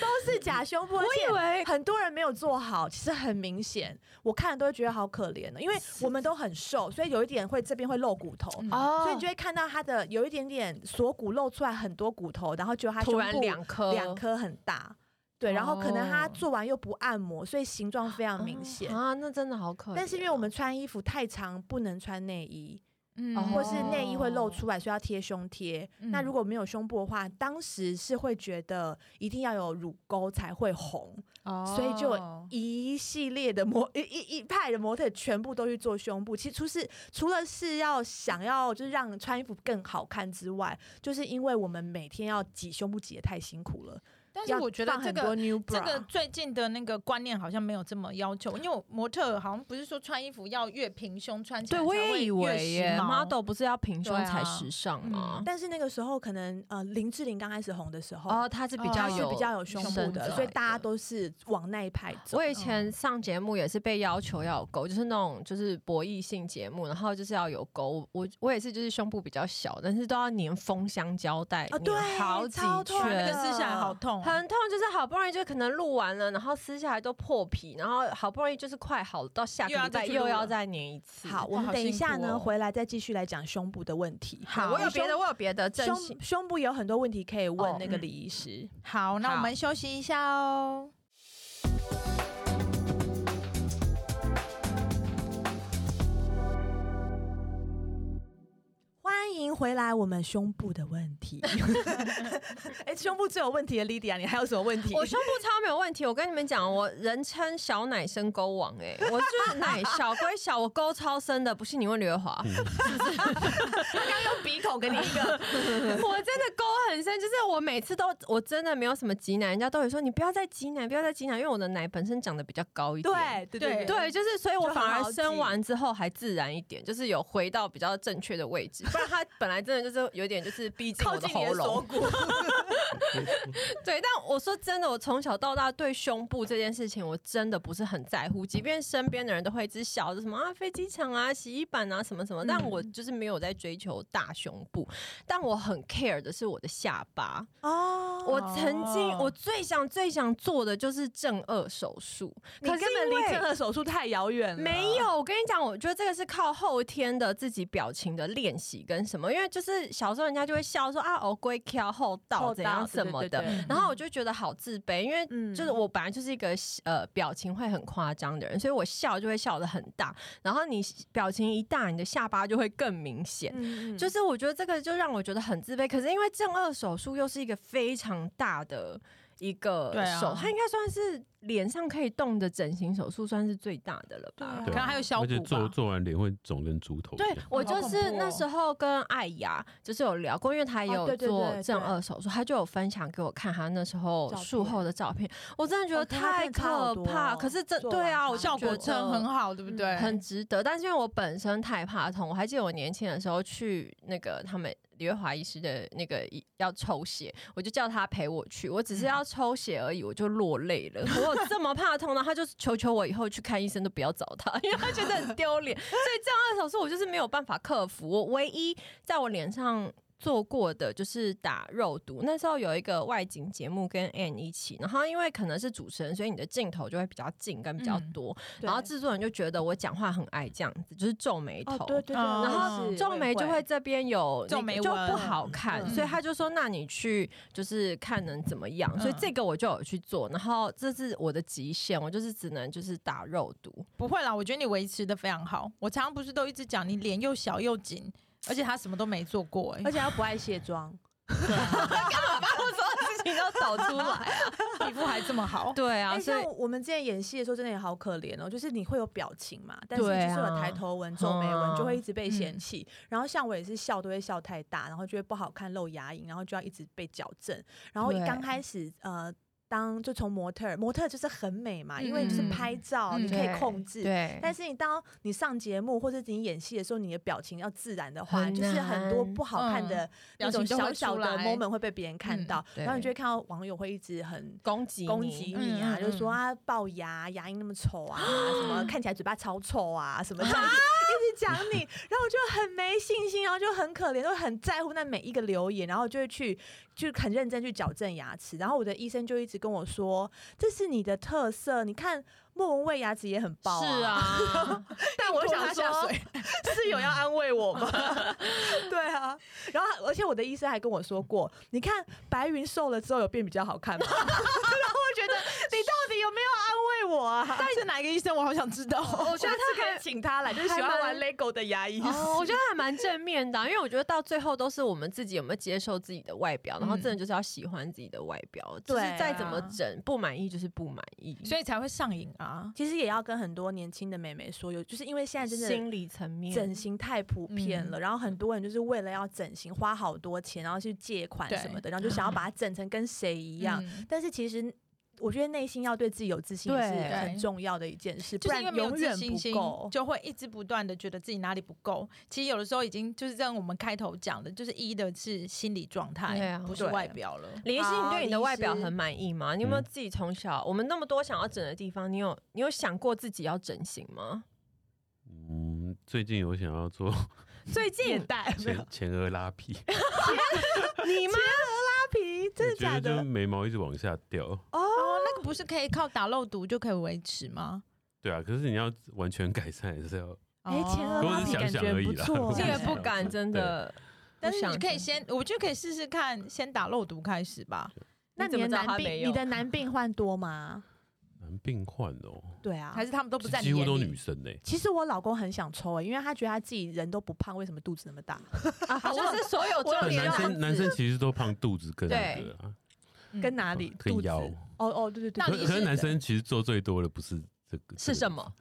[SPEAKER 1] 都是假胸部，而且
[SPEAKER 4] 我以为
[SPEAKER 1] 很多人没有做好，其实很明显，我看了都会觉得好可怜哦的，因为我们都很瘦，所以有一点会这边会露骨头，
[SPEAKER 2] 嗯
[SPEAKER 4] 哦
[SPEAKER 1] 所以你就会看到他的有一点点锁骨露出来很多骨头，然后就他
[SPEAKER 4] 突然两
[SPEAKER 1] 两
[SPEAKER 4] 颗
[SPEAKER 1] 两颗很大，对，然后可能他
[SPEAKER 2] 哦
[SPEAKER 1] 做完又不按摩，所以形状非常明显。
[SPEAKER 4] 啊，那真的好可怜哦。
[SPEAKER 1] 但是因为我们穿衣服太长，不能穿内衣，
[SPEAKER 2] 嗯
[SPEAKER 4] 哦
[SPEAKER 1] 或是内衣会露出来，所以要贴胸贴。那
[SPEAKER 2] 嗯
[SPEAKER 1] 如果没有胸部的话，当时是会觉得一定要有乳沟才会红，
[SPEAKER 2] 哦
[SPEAKER 1] 所以就一系列的模一一一派的模特全部都去做胸部。其实除是除了是要想要就是让穿衣服更好看之外，就是因为我们每天要挤胸部挤得太辛苦了，
[SPEAKER 2] 但是我觉得
[SPEAKER 1] 要放
[SPEAKER 2] 这
[SPEAKER 1] 很多
[SPEAKER 2] 个
[SPEAKER 1] new
[SPEAKER 2] 这
[SPEAKER 1] bra
[SPEAKER 2] 个最近的那个观念好像没有这么要求，因为模特儿好像不是说穿衣服要越平胸穿起来
[SPEAKER 4] 对
[SPEAKER 2] 才
[SPEAKER 4] 我
[SPEAKER 2] 会越时髦，
[SPEAKER 4] 也以为耶，model 不是要平胸
[SPEAKER 2] 对啊
[SPEAKER 4] 才时尚
[SPEAKER 1] 嗯
[SPEAKER 4] 吗？
[SPEAKER 1] 但是那个时候可能呃林志玲刚开始红的时候，
[SPEAKER 4] 哦，他是比较
[SPEAKER 1] 她是
[SPEAKER 4] 有
[SPEAKER 1] 比较有胸部
[SPEAKER 4] 身
[SPEAKER 1] 的，
[SPEAKER 4] 材
[SPEAKER 1] 所以大家都是往那一派走。
[SPEAKER 2] 嗯
[SPEAKER 4] 我以前上节目也是被要求要有勾，就是那种就是博弈性节目，然后就是要有勾。我我也是就是胸部比较小，但是都要粘封箱胶带，
[SPEAKER 2] 啊
[SPEAKER 1] 哦
[SPEAKER 4] 粘
[SPEAKER 1] 对
[SPEAKER 4] 好几
[SPEAKER 1] 超痛
[SPEAKER 4] 圈
[SPEAKER 2] 哇，啊那个
[SPEAKER 1] 的
[SPEAKER 2] 撕下来好痛哦、
[SPEAKER 4] 很痛，就是好不容易就可能录完了，然后撕下来都破皮，然后好不容易就是快好了，到下个
[SPEAKER 2] 又要
[SPEAKER 4] 礼拜
[SPEAKER 2] 再去录
[SPEAKER 4] 又要
[SPEAKER 2] 了
[SPEAKER 4] 再粘一次。
[SPEAKER 1] 好，我
[SPEAKER 2] 哇
[SPEAKER 1] 们
[SPEAKER 2] 好
[SPEAKER 1] 等一
[SPEAKER 2] 辛
[SPEAKER 1] 下
[SPEAKER 2] 苦
[SPEAKER 1] 呢，
[SPEAKER 2] 哦
[SPEAKER 1] 回来再继续来讲胸部的问题。
[SPEAKER 2] 好
[SPEAKER 4] 我有别的，我有别的真
[SPEAKER 1] 胸
[SPEAKER 4] 心。
[SPEAKER 1] 胸部有很多问题可以问
[SPEAKER 4] 哦
[SPEAKER 1] 那个
[SPEAKER 4] 嗯
[SPEAKER 1] 李医师。
[SPEAKER 2] 好，那我
[SPEAKER 4] 好
[SPEAKER 2] 们休息一下哦。
[SPEAKER 1] 欢迎回来，我们胸部的问 题。哎、胸部最有问题的 Lydia，你还有什么问题？
[SPEAKER 4] 我胸部超没有问题，我跟你们讲，我人称小奶生勾王哎、我就是奶小归小，我勾超深的，不信你问刘德华。
[SPEAKER 1] 用鼻孔给你一个，
[SPEAKER 4] 我真的勾很深，就是我每次都我真的没有什么挤奶，人家都会说你不要再挤奶，不要再挤奶，因为我的奶本身长得比较高一点。
[SPEAKER 1] 对对对
[SPEAKER 2] 对
[SPEAKER 4] 对，就是所以我
[SPEAKER 1] 就很
[SPEAKER 4] 反而
[SPEAKER 1] 好
[SPEAKER 4] 生
[SPEAKER 1] 挤
[SPEAKER 4] 完之后还自然一点，就是有回到比较正确的位置，不然它本来真的就是有点就是逼近
[SPEAKER 1] 靠
[SPEAKER 4] 我的
[SPEAKER 1] 近你
[SPEAKER 4] 喉
[SPEAKER 1] 的锁
[SPEAKER 4] 咙。
[SPEAKER 1] 骨。
[SPEAKER 4] 对，但我说真的，我从小到大对胸部这件事情我真的不是很在乎，即便身边的人都会一直笑着什么啊飞机场啊洗衣板啊什么什么，
[SPEAKER 1] 嗯
[SPEAKER 4] 但我就是没有在追求大胸部，但我很 care 的是我的下巴。
[SPEAKER 1] 哦
[SPEAKER 4] 我曾经
[SPEAKER 2] 哦
[SPEAKER 4] 我最想最想做的就是正颚手术，
[SPEAKER 1] 你
[SPEAKER 4] 可是
[SPEAKER 1] 根本
[SPEAKER 4] 因
[SPEAKER 1] 离
[SPEAKER 4] 为
[SPEAKER 1] 正颌手术太遥远了。
[SPEAKER 4] 没有，我跟你讲，我觉得这个是靠后天的自己表情的练习跟什么，因为就是小时候人家就会笑说啊，哦，龟壳后倒
[SPEAKER 1] 后
[SPEAKER 4] 怎
[SPEAKER 1] 倒
[SPEAKER 4] 样
[SPEAKER 1] 对
[SPEAKER 4] 什
[SPEAKER 1] 对
[SPEAKER 4] 么
[SPEAKER 1] 对
[SPEAKER 4] 的
[SPEAKER 1] 对，
[SPEAKER 4] 然后我就觉得好自卑，因为
[SPEAKER 1] 嗯
[SPEAKER 4] 就是我本来就是一个呃表情会很夸张的人，所以我笑就会笑得很大，然后你表情一大，你的下巴就会更明显。
[SPEAKER 1] 嗯，嗯
[SPEAKER 4] 就是我觉得这个就让我觉得很自卑，可是因为正颚手术又是一个非常大的一个
[SPEAKER 2] 对啊
[SPEAKER 4] 手，它应该算是脸上可以动的整形手术，算是最大的了吧？
[SPEAKER 2] 对啊
[SPEAKER 3] 对
[SPEAKER 2] 可能还有 小
[SPEAKER 3] 而且
[SPEAKER 2] 骨
[SPEAKER 3] 做
[SPEAKER 2] 吧
[SPEAKER 3] 做完脸会肿跟猪头一
[SPEAKER 4] 对
[SPEAKER 3] 样。
[SPEAKER 4] 我
[SPEAKER 2] 好
[SPEAKER 4] 就
[SPEAKER 2] 恐
[SPEAKER 4] 是
[SPEAKER 2] 怖
[SPEAKER 4] 那
[SPEAKER 2] 哦
[SPEAKER 4] 时候跟艾雅就是有聊过，因为她也
[SPEAKER 1] 哦
[SPEAKER 4] 有
[SPEAKER 1] 对对
[SPEAKER 4] 做
[SPEAKER 1] 对
[SPEAKER 4] 正
[SPEAKER 1] 对
[SPEAKER 4] 颚手术，她就有分享给我看她那时候
[SPEAKER 1] 照
[SPEAKER 4] 术后的照片，我真的觉
[SPEAKER 1] 哦
[SPEAKER 4] 得
[SPEAKER 1] 她
[SPEAKER 4] 太
[SPEAKER 1] 真的差好
[SPEAKER 4] 可
[SPEAKER 1] 多
[SPEAKER 4] 怕。
[SPEAKER 1] 哦
[SPEAKER 4] 可是这
[SPEAKER 1] 做
[SPEAKER 4] 对
[SPEAKER 1] 完
[SPEAKER 4] 啊，我
[SPEAKER 1] 她
[SPEAKER 4] 就
[SPEAKER 2] 效
[SPEAKER 4] 觉
[SPEAKER 2] 果真的
[SPEAKER 4] 得
[SPEAKER 1] 嗯
[SPEAKER 4] 嗯
[SPEAKER 2] 很好，对不对？
[SPEAKER 4] 很值得。但是因为我本身太怕痛，我还记得我年轻的时候去那个他们李月华医师的那个医要抽血，我就叫他陪我去，我只是要抽血而已，我就落泪了。我有这么怕痛，然后他就求求我以后去看医生都不要找他，因为他觉得很丢脸。所以这样的手术我就是没有办法克服。我唯一在我脸上做过的就是打肉毒。那时候有一个外景节目跟 Anne 一起，然后因为可能是主持人，所以你的镜头就会比较近跟比较多。
[SPEAKER 1] 对
[SPEAKER 4] 然后制作人就觉得我讲话很爱这样子，就是皱眉头。
[SPEAKER 1] 哦，对对对，
[SPEAKER 2] 嗯
[SPEAKER 1] 我
[SPEAKER 4] 然
[SPEAKER 1] 也
[SPEAKER 4] 后
[SPEAKER 1] 是
[SPEAKER 4] 皱眉就会，这边有那
[SPEAKER 2] 皱
[SPEAKER 4] 个
[SPEAKER 2] 眉
[SPEAKER 4] 就
[SPEAKER 2] 纹
[SPEAKER 4] 不好看，
[SPEAKER 2] 嗯
[SPEAKER 4] 所以他就说：“那你去就是看能怎么样。所以
[SPEAKER 2] 嗯
[SPEAKER 4] 这个我就有去做，然后这是我的极限，我就是只能就是打肉毒。
[SPEAKER 2] 不会啦，我觉得你维持的非常好。我常常不是都一直讲你脸又小又紧，而且他什么都没做过、哎
[SPEAKER 1] 而且要不爱卸妆。
[SPEAKER 4] 事情都抖出来，
[SPEAKER 2] 哎，皮肤还这么好。
[SPEAKER 4] 对啊，
[SPEAKER 1] 哎，
[SPEAKER 4] 所以
[SPEAKER 1] 像我们之前演戏的时候，真的也好可怜哦，就是你会有表情嘛，但是就
[SPEAKER 4] 对
[SPEAKER 1] 是有
[SPEAKER 4] 啊
[SPEAKER 1] 抬头纹、皱眉纹，就会一直被嫌
[SPEAKER 2] 嗯
[SPEAKER 1] 弃。然后像我也是笑都会笑太大，然后就会不好看，露牙龈，然后就要一直被矫正。然后一
[SPEAKER 4] 对
[SPEAKER 1] 刚开始，呃。当就从模特儿，模特儿就是很美嘛，因为就是
[SPEAKER 2] 嗯
[SPEAKER 1] 拍照，
[SPEAKER 2] 嗯
[SPEAKER 1] 你可以
[SPEAKER 4] 对
[SPEAKER 1] 控制。
[SPEAKER 4] 对，
[SPEAKER 1] 但是你当你上节目或者你演戏的时候，你的表情要自然的话，
[SPEAKER 4] 很
[SPEAKER 1] 就是很多
[SPEAKER 4] 难
[SPEAKER 1] 不好看的那
[SPEAKER 2] 表
[SPEAKER 1] 种
[SPEAKER 2] 情就
[SPEAKER 1] 小
[SPEAKER 2] 会
[SPEAKER 1] 小的
[SPEAKER 2] 出来
[SPEAKER 1] moment 会被别人看
[SPEAKER 2] 嗯
[SPEAKER 1] 到，
[SPEAKER 4] 对
[SPEAKER 1] 然后你就会看到网友会一直很
[SPEAKER 4] 攻击
[SPEAKER 1] 攻
[SPEAKER 4] 你
[SPEAKER 1] 击你啊，
[SPEAKER 2] 嗯
[SPEAKER 1] 就是说
[SPEAKER 2] 嗯
[SPEAKER 1] 啊龅牙、牙龈那么丑啊，什么看起来嘴巴超臭啊，什么这样子一直讲你，然后我就很没信心，然后就很可怜，就很在乎那每一个留言，然后就会去就很认真去矫正牙齿，然后我的医生就一直跟我说这是你的特色，你看莫文蔚牙齿也很啊薄、
[SPEAKER 4] 是， 啊，
[SPEAKER 1] 但我想
[SPEAKER 2] 拖他下
[SPEAKER 1] 说
[SPEAKER 2] 水
[SPEAKER 1] 是有要安慰我 吗？对啊，然后而且我的医生还跟我说过，你看白云瘦了之后有变比较好看吗？ 然后我 觉得你到底有没有安慰我啊？
[SPEAKER 2] 到底是哪一个医生？我好想知道。
[SPEAKER 1] 哦我觉得他可以请他来，就是喜欢玩 LEGO 的牙医。
[SPEAKER 4] 哦，我觉得还蛮正面的啊、因为我觉得到最后都是我们自己有没有接受自己的外表，然后真的就是要喜欢自己的外表，就
[SPEAKER 1] 嗯
[SPEAKER 4] 是
[SPEAKER 1] 对啊
[SPEAKER 4] 再怎么整不满意就是不满意。
[SPEAKER 2] 所以才会上瘾啊，
[SPEAKER 1] 其实也要跟很多年轻的妹妹说，有就是因为现在真的
[SPEAKER 4] 心理层面
[SPEAKER 1] 整形太普遍了，
[SPEAKER 2] 嗯
[SPEAKER 1] 然后很多人就是为了要整形花好多钱，然后去借款
[SPEAKER 2] 对
[SPEAKER 1] 什么的，然后就想要把它整成跟谁一
[SPEAKER 2] 一
[SPEAKER 1] 样。但是其实我觉得内心要对自己有自信也是
[SPEAKER 4] 对
[SPEAKER 1] 很重要的一件事，不
[SPEAKER 2] 就是
[SPEAKER 1] 然
[SPEAKER 2] 因为没有
[SPEAKER 1] 永
[SPEAKER 2] 自
[SPEAKER 1] 远
[SPEAKER 2] 信
[SPEAKER 1] 不
[SPEAKER 2] 心
[SPEAKER 1] 够，。
[SPEAKER 2] 就会一直不断的觉得自己哪里不够。其实有的时候已经就是像我们开头讲的，就是一的是心理状态，
[SPEAKER 4] 对啊
[SPEAKER 2] 不是
[SPEAKER 1] 对
[SPEAKER 2] 外表了。
[SPEAKER 4] 李医师，你
[SPEAKER 1] 好
[SPEAKER 4] 对你的
[SPEAKER 1] 李
[SPEAKER 4] 外
[SPEAKER 1] 啊医
[SPEAKER 4] 表
[SPEAKER 1] 师
[SPEAKER 4] 很满意吗？你有没有
[SPEAKER 3] 嗯
[SPEAKER 4] 自己从小我们那么多想要整的地方，你有你有想过自己要整形吗？
[SPEAKER 3] 嗯，最近有想要 做
[SPEAKER 4] 最
[SPEAKER 2] 嗯
[SPEAKER 4] 近
[SPEAKER 2] 带
[SPEAKER 3] 前前额拉 皮，
[SPEAKER 4] 你吗？
[SPEAKER 1] 拉皮，真的
[SPEAKER 3] 我觉
[SPEAKER 1] 假
[SPEAKER 3] 得就
[SPEAKER 1] 的
[SPEAKER 3] 是？眉毛一直往下掉。
[SPEAKER 2] 哦，那个不是可以靠打肉毒就可以维持吗？
[SPEAKER 3] 对啊，可是你要完全改善也是要，
[SPEAKER 2] 哦
[SPEAKER 1] 哎前额
[SPEAKER 3] 我
[SPEAKER 1] 拉
[SPEAKER 3] 只
[SPEAKER 1] 皮
[SPEAKER 3] 是
[SPEAKER 1] 感
[SPEAKER 3] 想想
[SPEAKER 1] 觉
[SPEAKER 3] 而
[SPEAKER 1] 不
[SPEAKER 3] 已啦。
[SPEAKER 1] 错
[SPEAKER 3] 我只是
[SPEAKER 4] 这个
[SPEAKER 3] 想
[SPEAKER 4] 不
[SPEAKER 3] 想
[SPEAKER 4] 敢，真。的。
[SPEAKER 2] 但是
[SPEAKER 4] 不
[SPEAKER 2] 你
[SPEAKER 4] 想
[SPEAKER 2] 可以
[SPEAKER 4] 整
[SPEAKER 2] 先，我觉得可以试试看，先打肉毒开始吧。
[SPEAKER 1] 那
[SPEAKER 4] 你怎
[SPEAKER 1] 你的
[SPEAKER 4] 么知道
[SPEAKER 1] 男
[SPEAKER 4] 他没
[SPEAKER 1] 病，
[SPEAKER 4] 有
[SPEAKER 2] 哦
[SPEAKER 1] 你的男病患多吗？
[SPEAKER 3] 男病患哦，
[SPEAKER 1] 对啊，
[SPEAKER 2] 还是他们都不在你
[SPEAKER 3] 几乎
[SPEAKER 2] 眼
[SPEAKER 3] 都
[SPEAKER 2] 里
[SPEAKER 3] 女生呢。
[SPEAKER 1] 其实我老公很想抽、欸，因为他觉得他自己人都不胖，为什么肚子那么大？
[SPEAKER 2] 嗯
[SPEAKER 4] 啊，好像是所有
[SPEAKER 1] 我
[SPEAKER 4] 重
[SPEAKER 3] 对
[SPEAKER 4] 点
[SPEAKER 3] 男
[SPEAKER 4] 都
[SPEAKER 3] 生
[SPEAKER 2] 啊
[SPEAKER 3] 男生其实都胖肚子跟那
[SPEAKER 4] 对
[SPEAKER 3] 个啊
[SPEAKER 2] 嗯
[SPEAKER 1] 跟哪里？
[SPEAKER 3] 跟
[SPEAKER 1] 肚子？
[SPEAKER 3] 腰。
[SPEAKER 1] 哦哦，对对对
[SPEAKER 2] 那
[SPEAKER 3] 可
[SPEAKER 2] 你
[SPEAKER 1] 对，
[SPEAKER 3] 可
[SPEAKER 2] 是
[SPEAKER 3] 是男生其实做最多的不是这个，这
[SPEAKER 4] 是
[SPEAKER 3] 个
[SPEAKER 4] 什么？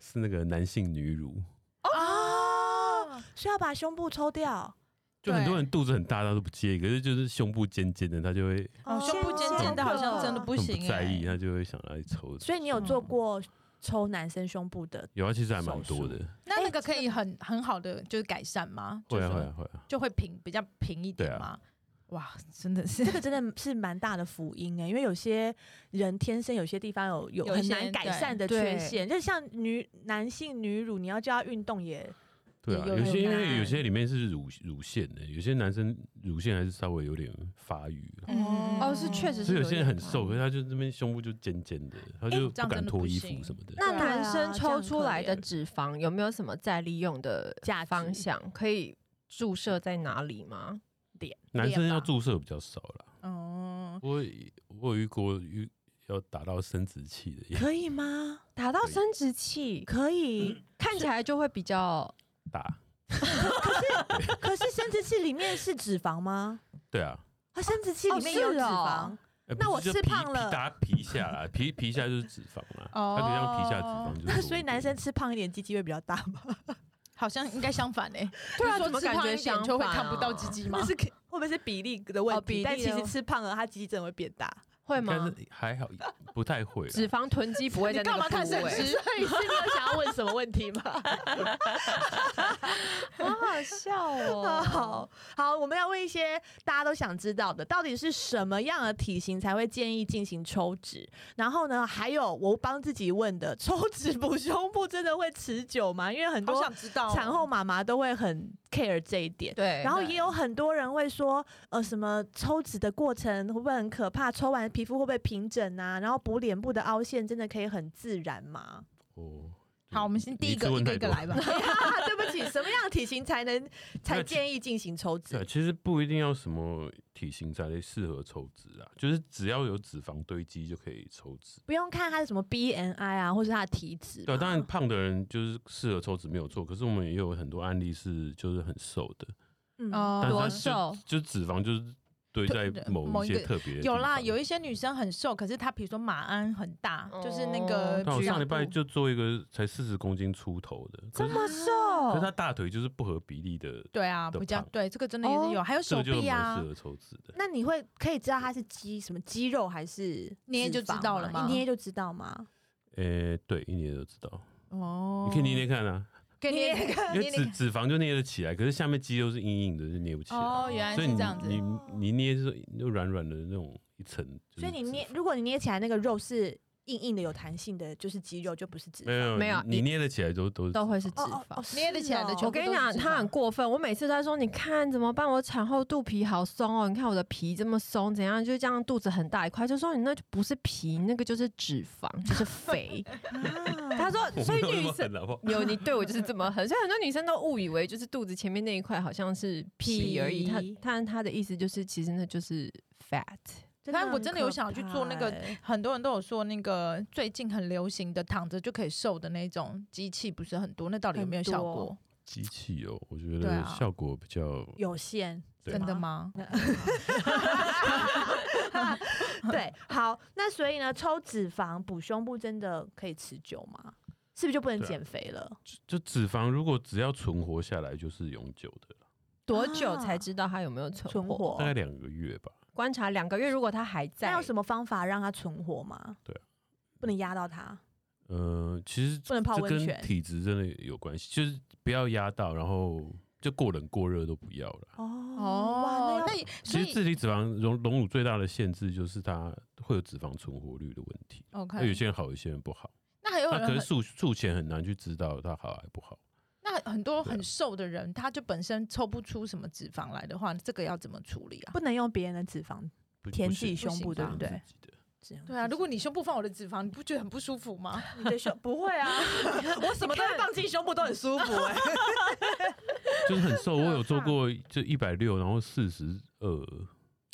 [SPEAKER 3] 是那个男性女乳，
[SPEAKER 1] 哦，需要把胸部抽掉，
[SPEAKER 3] 就很多
[SPEAKER 2] 对
[SPEAKER 3] 人肚子很大，他都不介意，可是就是胸部尖尖的，他就会
[SPEAKER 2] 哦，胸部尖尖的，好像真的不嗯
[SPEAKER 3] 很不
[SPEAKER 2] 行
[SPEAKER 3] 在
[SPEAKER 2] 哎
[SPEAKER 3] 意，。他啊就会想要去抽。
[SPEAKER 1] 所以你有做过抽男生胸部的？
[SPEAKER 3] 有啊，其实还蛮多的，
[SPEAKER 2] 那
[SPEAKER 1] 哎
[SPEAKER 2] 那个可
[SPEAKER 1] 这
[SPEAKER 2] 以很很好的就是改善吗？
[SPEAKER 3] 会
[SPEAKER 2] 就
[SPEAKER 3] 啊
[SPEAKER 2] 说
[SPEAKER 3] 会啊会啊，
[SPEAKER 2] 就会平比较平一
[SPEAKER 3] 对
[SPEAKER 2] 点
[SPEAKER 3] 啊
[SPEAKER 2] 吗？哇，真的 是
[SPEAKER 1] 这个真的是蛮大的福音哎、因为有些人天生有些地方有有
[SPEAKER 2] 有一
[SPEAKER 1] 很
[SPEAKER 2] 些
[SPEAKER 1] 难改
[SPEAKER 2] 对
[SPEAKER 1] 善的缺
[SPEAKER 4] 对
[SPEAKER 1] 陷，就像女男性女乳，你要叫他运动也
[SPEAKER 3] 对啊，
[SPEAKER 2] 有
[SPEAKER 3] 有些因
[SPEAKER 2] 有
[SPEAKER 3] 为有
[SPEAKER 2] 难
[SPEAKER 3] 些里面是乳乳腺的，有些男生乳腺还是稍微有点发育啊，
[SPEAKER 2] 嗯
[SPEAKER 4] 哦，是确实
[SPEAKER 3] 所
[SPEAKER 4] 是
[SPEAKER 3] 以有些人很
[SPEAKER 4] 点
[SPEAKER 3] 瘦，
[SPEAKER 4] 胖
[SPEAKER 3] 可是他就这边胸部就尖尖的，他就
[SPEAKER 2] 这
[SPEAKER 3] 不
[SPEAKER 2] 样真
[SPEAKER 3] 敢
[SPEAKER 2] 的
[SPEAKER 3] 脱
[SPEAKER 2] 不
[SPEAKER 3] 衣服
[SPEAKER 2] 行
[SPEAKER 3] 什么的。
[SPEAKER 4] 那
[SPEAKER 2] 对啊
[SPEAKER 4] 男生
[SPEAKER 1] 这样
[SPEAKER 4] 抽
[SPEAKER 1] 很
[SPEAKER 4] 出
[SPEAKER 1] 可
[SPEAKER 4] 来的
[SPEAKER 1] 怜
[SPEAKER 4] 脂肪有没有什么再利用的
[SPEAKER 1] 价值
[SPEAKER 4] 方向？可以注射在哪里吗？
[SPEAKER 3] 男生
[SPEAKER 2] 练
[SPEAKER 3] 要
[SPEAKER 2] 吧
[SPEAKER 3] 注射比较少啦，
[SPEAKER 2] 哦，
[SPEAKER 3] 我有我有遇过遇要打到生殖器的也
[SPEAKER 1] 可以吗？
[SPEAKER 4] 打到
[SPEAKER 3] 可以
[SPEAKER 4] 生殖器，
[SPEAKER 1] 可以，
[SPEAKER 4] 看起来就会比较
[SPEAKER 3] 打，
[SPEAKER 1] 可是生殖器里面是脂肪吗？
[SPEAKER 3] 对啊，
[SPEAKER 1] 啊，生殖器
[SPEAKER 4] 哦
[SPEAKER 1] 里面有
[SPEAKER 4] 是
[SPEAKER 1] 脂肪
[SPEAKER 4] 哦，
[SPEAKER 3] 呃
[SPEAKER 1] 那
[SPEAKER 3] 不
[SPEAKER 1] 我
[SPEAKER 3] 是就
[SPEAKER 1] 吃
[SPEAKER 3] 皮
[SPEAKER 1] 胖了
[SPEAKER 3] 皮打皮下啦，皮皮下就是脂肪 啦，它比较皮下脂肪
[SPEAKER 2] 哦
[SPEAKER 3] 就是多一
[SPEAKER 1] 那
[SPEAKER 3] 点。
[SPEAKER 1] 所以男生吃胖一点，鸡鸡会比较大吗？
[SPEAKER 2] 好像应该相反哎，
[SPEAKER 4] 对啊
[SPEAKER 2] 就是
[SPEAKER 4] 怎么
[SPEAKER 2] 说吃
[SPEAKER 4] 感
[SPEAKER 2] 胖
[SPEAKER 4] 觉
[SPEAKER 2] 一点
[SPEAKER 4] 相
[SPEAKER 2] 就会
[SPEAKER 4] 反
[SPEAKER 2] 看不到
[SPEAKER 4] 啊
[SPEAKER 2] 鸡鸡吗
[SPEAKER 1] 那？是可 会不会是比例的问
[SPEAKER 4] 哦
[SPEAKER 1] 题？
[SPEAKER 4] 比例
[SPEAKER 1] 但其
[SPEAKER 4] 的
[SPEAKER 1] 实吃胖了，他鸡鸡真的会变大。
[SPEAKER 4] 会
[SPEAKER 3] 应该
[SPEAKER 4] 吗？
[SPEAKER 3] 是还好，不太 会啦。
[SPEAKER 4] 脂肪囤积不会
[SPEAKER 2] 你
[SPEAKER 4] 在
[SPEAKER 2] 干
[SPEAKER 4] 那
[SPEAKER 2] 嘛
[SPEAKER 4] 个
[SPEAKER 2] 看
[SPEAKER 4] 部
[SPEAKER 2] 省
[SPEAKER 4] 位，
[SPEAKER 2] 吃？
[SPEAKER 1] 以是你有想要问什么问题吗？
[SPEAKER 4] 好好笑哦
[SPEAKER 1] 好。好，我们要问一些大家都想知道的，到底是什么样的体型才会建议进行抽脂？然后呢，还有我帮自己问的，抽脂补胸部真的会持久吗？因为很
[SPEAKER 2] 好
[SPEAKER 1] 多
[SPEAKER 2] 想知道哦
[SPEAKER 1] 产后妈妈都会很 care 这一点。
[SPEAKER 4] 对，
[SPEAKER 1] 然后也有很多人会说，呃，什么抽脂的过程会不会很可怕？抽完皮肤会不会平整啊？然后补脸部的凹陷真的可以很自然吗？
[SPEAKER 3] 哦，
[SPEAKER 2] 好，我们先第一个
[SPEAKER 3] 你次
[SPEAKER 2] 一
[SPEAKER 3] 问
[SPEAKER 2] 个
[SPEAKER 3] 太
[SPEAKER 2] 一个
[SPEAKER 3] 多
[SPEAKER 2] 来吧。
[SPEAKER 1] 啊对不起，什么样的体型才能才建议进行抽
[SPEAKER 3] 对，啊
[SPEAKER 1] 脂？
[SPEAKER 3] 其实不一定要什么体型才适合抽脂啊，就是只要有脂肪堆积就可以抽脂。
[SPEAKER 1] 不用看他的什么 BMI 啊，或是他的体脂嘛。
[SPEAKER 3] 对啊，当然胖的人就是适合抽脂没有错，可是我们也有很多案例是就是很瘦的，
[SPEAKER 1] 嗯，
[SPEAKER 3] 但
[SPEAKER 4] 多
[SPEAKER 3] 是它
[SPEAKER 2] 哦，
[SPEAKER 3] 就
[SPEAKER 4] 瘦
[SPEAKER 3] 就脂肪就是堆在
[SPEAKER 2] 对
[SPEAKER 3] 某
[SPEAKER 2] 某
[SPEAKER 3] 一
[SPEAKER 2] 一
[SPEAKER 3] 些
[SPEAKER 2] 个
[SPEAKER 3] 特别的
[SPEAKER 2] 有
[SPEAKER 3] 地
[SPEAKER 2] 啦，
[SPEAKER 3] 方
[SPEAKER 2] 有一些女生很瘦，可是她比如说马鞍很大，就是那
[SPEAKER 4] 哦
[SPEAKER 2] 个
[SPEAKER 3] 但我
[SPEAKER 2] 局
[SPEAKER 3] 上
[SPEAKER 2] 部
[SPEAKER 3] 礼拜就做一个才四十公斤出头的，可
[SPEAKER 4] 这
[SPEAKER 3] 是
[SPEAKER 4] 么
[SPEAKER 2] 哦
[SPEAKER 3] 可
[SPEAKER 4] 瘦
[SPEAKER 3] 是他，大腿就是不合比例的，
[SPEAKER 2] 对啊，
[SPEAKER 3] 的
[SPEAKER 2] 比较
[SPEAKER 3] 胖
[SPEAKER 2] 对这个真的也是有，还有
[SPEAKER 3] 这
[SPEAKER 2] 手
[SPEAKER 3] 个就
[SPEAKER 2] 臂
[SPEAKER 3] 蛮
[SPEAKER 2] 啊
[SPEAKER 3] 适，合抽脂的。
[SPEAKER 1] 那你会可以知道它是肌什么肌肉还是
[SPEAKER 2] 捏就
[SPEAKER 1] 脂肪
[SPEAKER 2] 知道了吗
[SPEAKER 1] 一捏就知道吗？
[SPEAKER 3] 诶，对，一捏就知道，
[SPEAKER 2] 哦
[SPEAKER 3] 你可以捏捏看啊，
[SPEAKER 2] 可以捏
[SPEAKER 1] 捏
[SPEAKER 2] 捏看
[SPEAKER 3] 因
[SPEAKER 2] 哦
[SPEAKER 3] 为
[SPEAKER 2] 捏
[SPEAKER 3] 脂
[SPEAKER 2] 捏
[SPEAKER 3] 脂肪就捏得起来，可是下面肌肉是硬硬的，就捏不起来。
[SPEAKER 2] 哦，原来
[SPEAKER 3] 所以
[SPEAKER 2] 是
[SPEAKER 3] 你
[SPEAKER 2] 这样子。哦
[SPEAKER 3] 你你捏是就软软的那种一层。就
[SPEAKER 1] 所以
[SPEAKER 3] 是
[SPEAKER 1] 你
[SPEAKER 3] 脂
[SPEAKER 1] 捏，
[SPEAKER 3] 肪
[SPEAKER 1] 如果你捏起来那个肉是硬硬的、有弹性的，就是肌肉，就不是脂肪。
[SPEAKER 3] 没有
[SPEAKER 4] 没有
[SPEAKER 3] 你你捏得起来都都
[SPEAKER 4] 都会是脂
[SPEAKER 1] 哦哦
[SPEAKER 4] 肪
[SPEAKER 1] 哦。
[SPEAKER 2] 捏得起来的
[SPEAKER 1] 是哦
[SPEAKER 2] 全
[SPEAKER 4] 我
[SPEAKER 2] 部
[SPEAKER 4] 跟你
[SPEAKER 2] 都是
[SPEAKER 4] 讲，
[SPEAKER 2] 脂
[SPEAKER 4] 他
[SPEAKER 2] 肪
[SPEAKER 4] 很过分。我每次都在说，你看怎么办？我产后肚皮好松哦，你看我的皮这么松，怎样？就这样肚子很大一块，就说你那就不是皮，那个就是脂肪，就是肥。
[SPEAKER 1] 啊
[SPEAKER 4] 他说，所以
[SPEAKER 3] 我没有那
[SPEAKER 4] 女
[SPEAKER 3] 么
[SPEAKER 4] 生
[SPEAKER 3] 狠好不好？
[SPEAKER 4] 有你对我就是这么狠，所以很多女生都误以为就是肚子前面那一块好像是皮而已，她
[SPEAKER 1] 皮
[SPEAKER 4] 她她的意思就是其实那就是 fat。
[SPEAKER 2] 但我
[SPEAKER 1] 很
[SPEAKER 2] 真的
[SPEAKER 1] 可
[SPEAKER 2] 有想要去做那个
[SPEAKER 1] 怕欸
[SPEAKER 2] 很多人都有说，那个最近很流行的躺着就可以瘦的那种机器不是很多，那到底有没有效
[SPEAKER 1] 很
[SPEAKER 2] 果？
[SPEAKER 3] 机器哦，我觉
[SPEAKER 2] 对
[SPEAKER 3] 得
[SPEAKER 2] 啊
[SPEAKER 3] 效果比较
[SPEAKER 1] 有限，
[SPEAKER 3] 对
[SPEAKER 2] 真的？吗？
[SPEAKER 1] 对，好，那所以呢，抽脂肪补胸部真的可以持久吗？是不是就不能
[SPEAKER 3] 对啊
[SPEAKER 1] 减肥了？
[SPEAKER 3] 就脂肪如果只要存活下来就是永久的，
[SPEAKER 4] 多久才
[SPEAKER 1] 啊
[SPEAKER 4] 知道它有没有存
[SPEAKER 1] 存活
[SPEAKER 3] 大概两个月吧。
[SPEAKER 4] 观察两个月，如果它还在，
[SPEAKER 1] 那有什么方法让它存活吗？
[SPEAKER 3] 对啊，
[SPEAKER 1] 不能压到它，
[SPEAKER 3] 呃，其实
[SPEAKER 1] 不能泡
[SPEAKER 3] 这
[SPEAKER 1] 温
[SPEAKER 3] 跟
[SPEAKER 1] 泉
[SPEAKER 3] 体质真的有关系，就是不要压到，然后就过冷过热都不要了。
[SPEAKER 1] 哦哇，
[SPEAKER 2] 哦，
[SPEAKER 1] 那
[SPEAKER 2] 那
[SPEAKER 1] 要
[SPEAKER 2] 也所
[SPEAKER 3] 其实
[SPEAKER 2] 以
[SPEAKER 3] 自体脂肪溶溶乳最大的限制就是它会有脂肪存活率的问题。那有
[SPEAKER 2] OK，
[SPEAKER 3] 些人好，有些人不好。
[SPEAKER 2] 那还有
[SPEAKER 1] 嗯
[SPEAKER 3] 那
[SPEAKER 2] 人
[SPEAKER 3] 可是
[SPEAKER 2] 很
[SPEAKER 3] 术术前很难去知道它好还不好。
[SPEAKER 2] 那很多
[SPEAKER 3] 对啊
[SPEAKER 2] 很瘦的人，他就本身抽不出什么脂肪来的话，这个要怎么处理啊？
[SPEAKER 1] 不能用别人的脂肪，
[SPEAKER 3] 不
[SPEAKER 1] 填
[SPEAKER 3] 不
[SPEAKER 1] 自己
[SPEAKER 3] 行
[SPEAKER 1] 胸
[SPEAKER 2] 不
[SPEAKER 1] 部，
[SPEAKER 2] 行
[SPEAKER 1] 对不
[SPEAKER 2] 吧
[SPEAKER 3] 不能
[SPEAKER 1] 对
[SPEAKER 3] 自？己的
[SPEAKER 1] 只能
[SPEAKER 2] 对
[SPEAKER 1] 自
[SPEAKER 2] 啊，
[SPEAKER 1] 己
[SPEAKER 2] 如果你胸部放我的脂肪，你不觉得很不舒服吗？
[SPEAKER 1] 你的胸不会啊， 我什么都会放进胸部都很舒服哎、
[SPEAKER 3] 就是很瘦。我 有做过就一百六，然后四十二，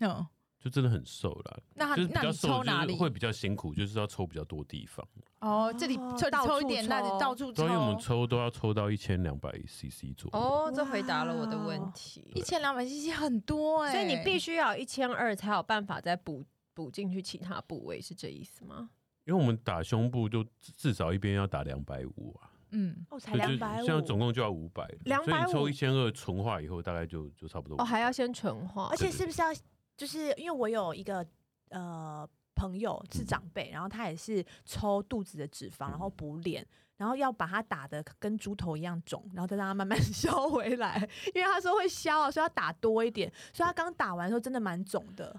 [SPEAKER 2] 嗯，
[SPEAKER 3] 就真的很瘦啦。
[SPEAKER 2] 那
[SPEAKER 3] 就是比
[SPEAKER 2] 那
[SPEAKER 3] 较
[SPEAKER 2] 你
[SPEAKER 3] 瘦，
[SPEAKER 2] 抽
[SPEAKER 3] 就
[SPEAKER 2] 哪
[SPEAKER 3] 是
[SPEAKER 2] 里？
[SPEAKER 3] 会比较辛苦，就是要抽比较多地方。
[SPEAKER 2] 哦，这里
[SPEAKER 1] 哦
[SPEAKER 2] 这里
[SPEAKER 1] 到
[SPEAKER 2] 抽一
[SPEAKER 1] 处
[SPEAKER 2] 点，那里
[SPEAKER 1] 抽
[SPEAKER 2] 到处抽
[SPEAKER 3] 所以我们抽都要抽到一千两百 CC 左右。
[SPEAKER 4] 哦，这回答了我的
[SPEAKER 1] 哇
[SPEAKER 4] 问题
[SPEAKER 2] 一。千两百 CC 很多哎、
[SPEAKER 4] 所以你必
[SPEAKER 2] 须
[SPEAKER 4] 须要一千二才有办法再补补进去其他部位，是这意思吗？
[SPEAKER 3] 因为我们打胸部就至至少一边要打两百五啊，
[SPEAKER 2] 嗯，
[SPEAKER 1] 哦，才
[SPEAKER 3] 所以
[SPEAKER 1] 两
[SPEAKER 3] 就
[SPEAKER 1] 百五，
[SPEAKER 3] 这样总共就要五百了。
[SPEAKER 4] 250
[SPEAKER 3] 所以你抽一千二纯化以后，大概就就差不多。
[SPEAKER 4] 哦，还要先纯化
[SPEAKER 1] 而，且
[SPEAKER 3] 对对
[SPEAKER 1] 是不是要就是因为我有一个呃朋友是长辈，然后他也是抽肚子的脂肪，然
[SPEAKER 3] 嗯
[SPEAKER 1] 后补脸。然后要把它打的跟猪头一样肿，然后再让它慢慢 消回来，因为他说会消啊，所以要打多一点。所以他刚打完的时候真的蛮肿的，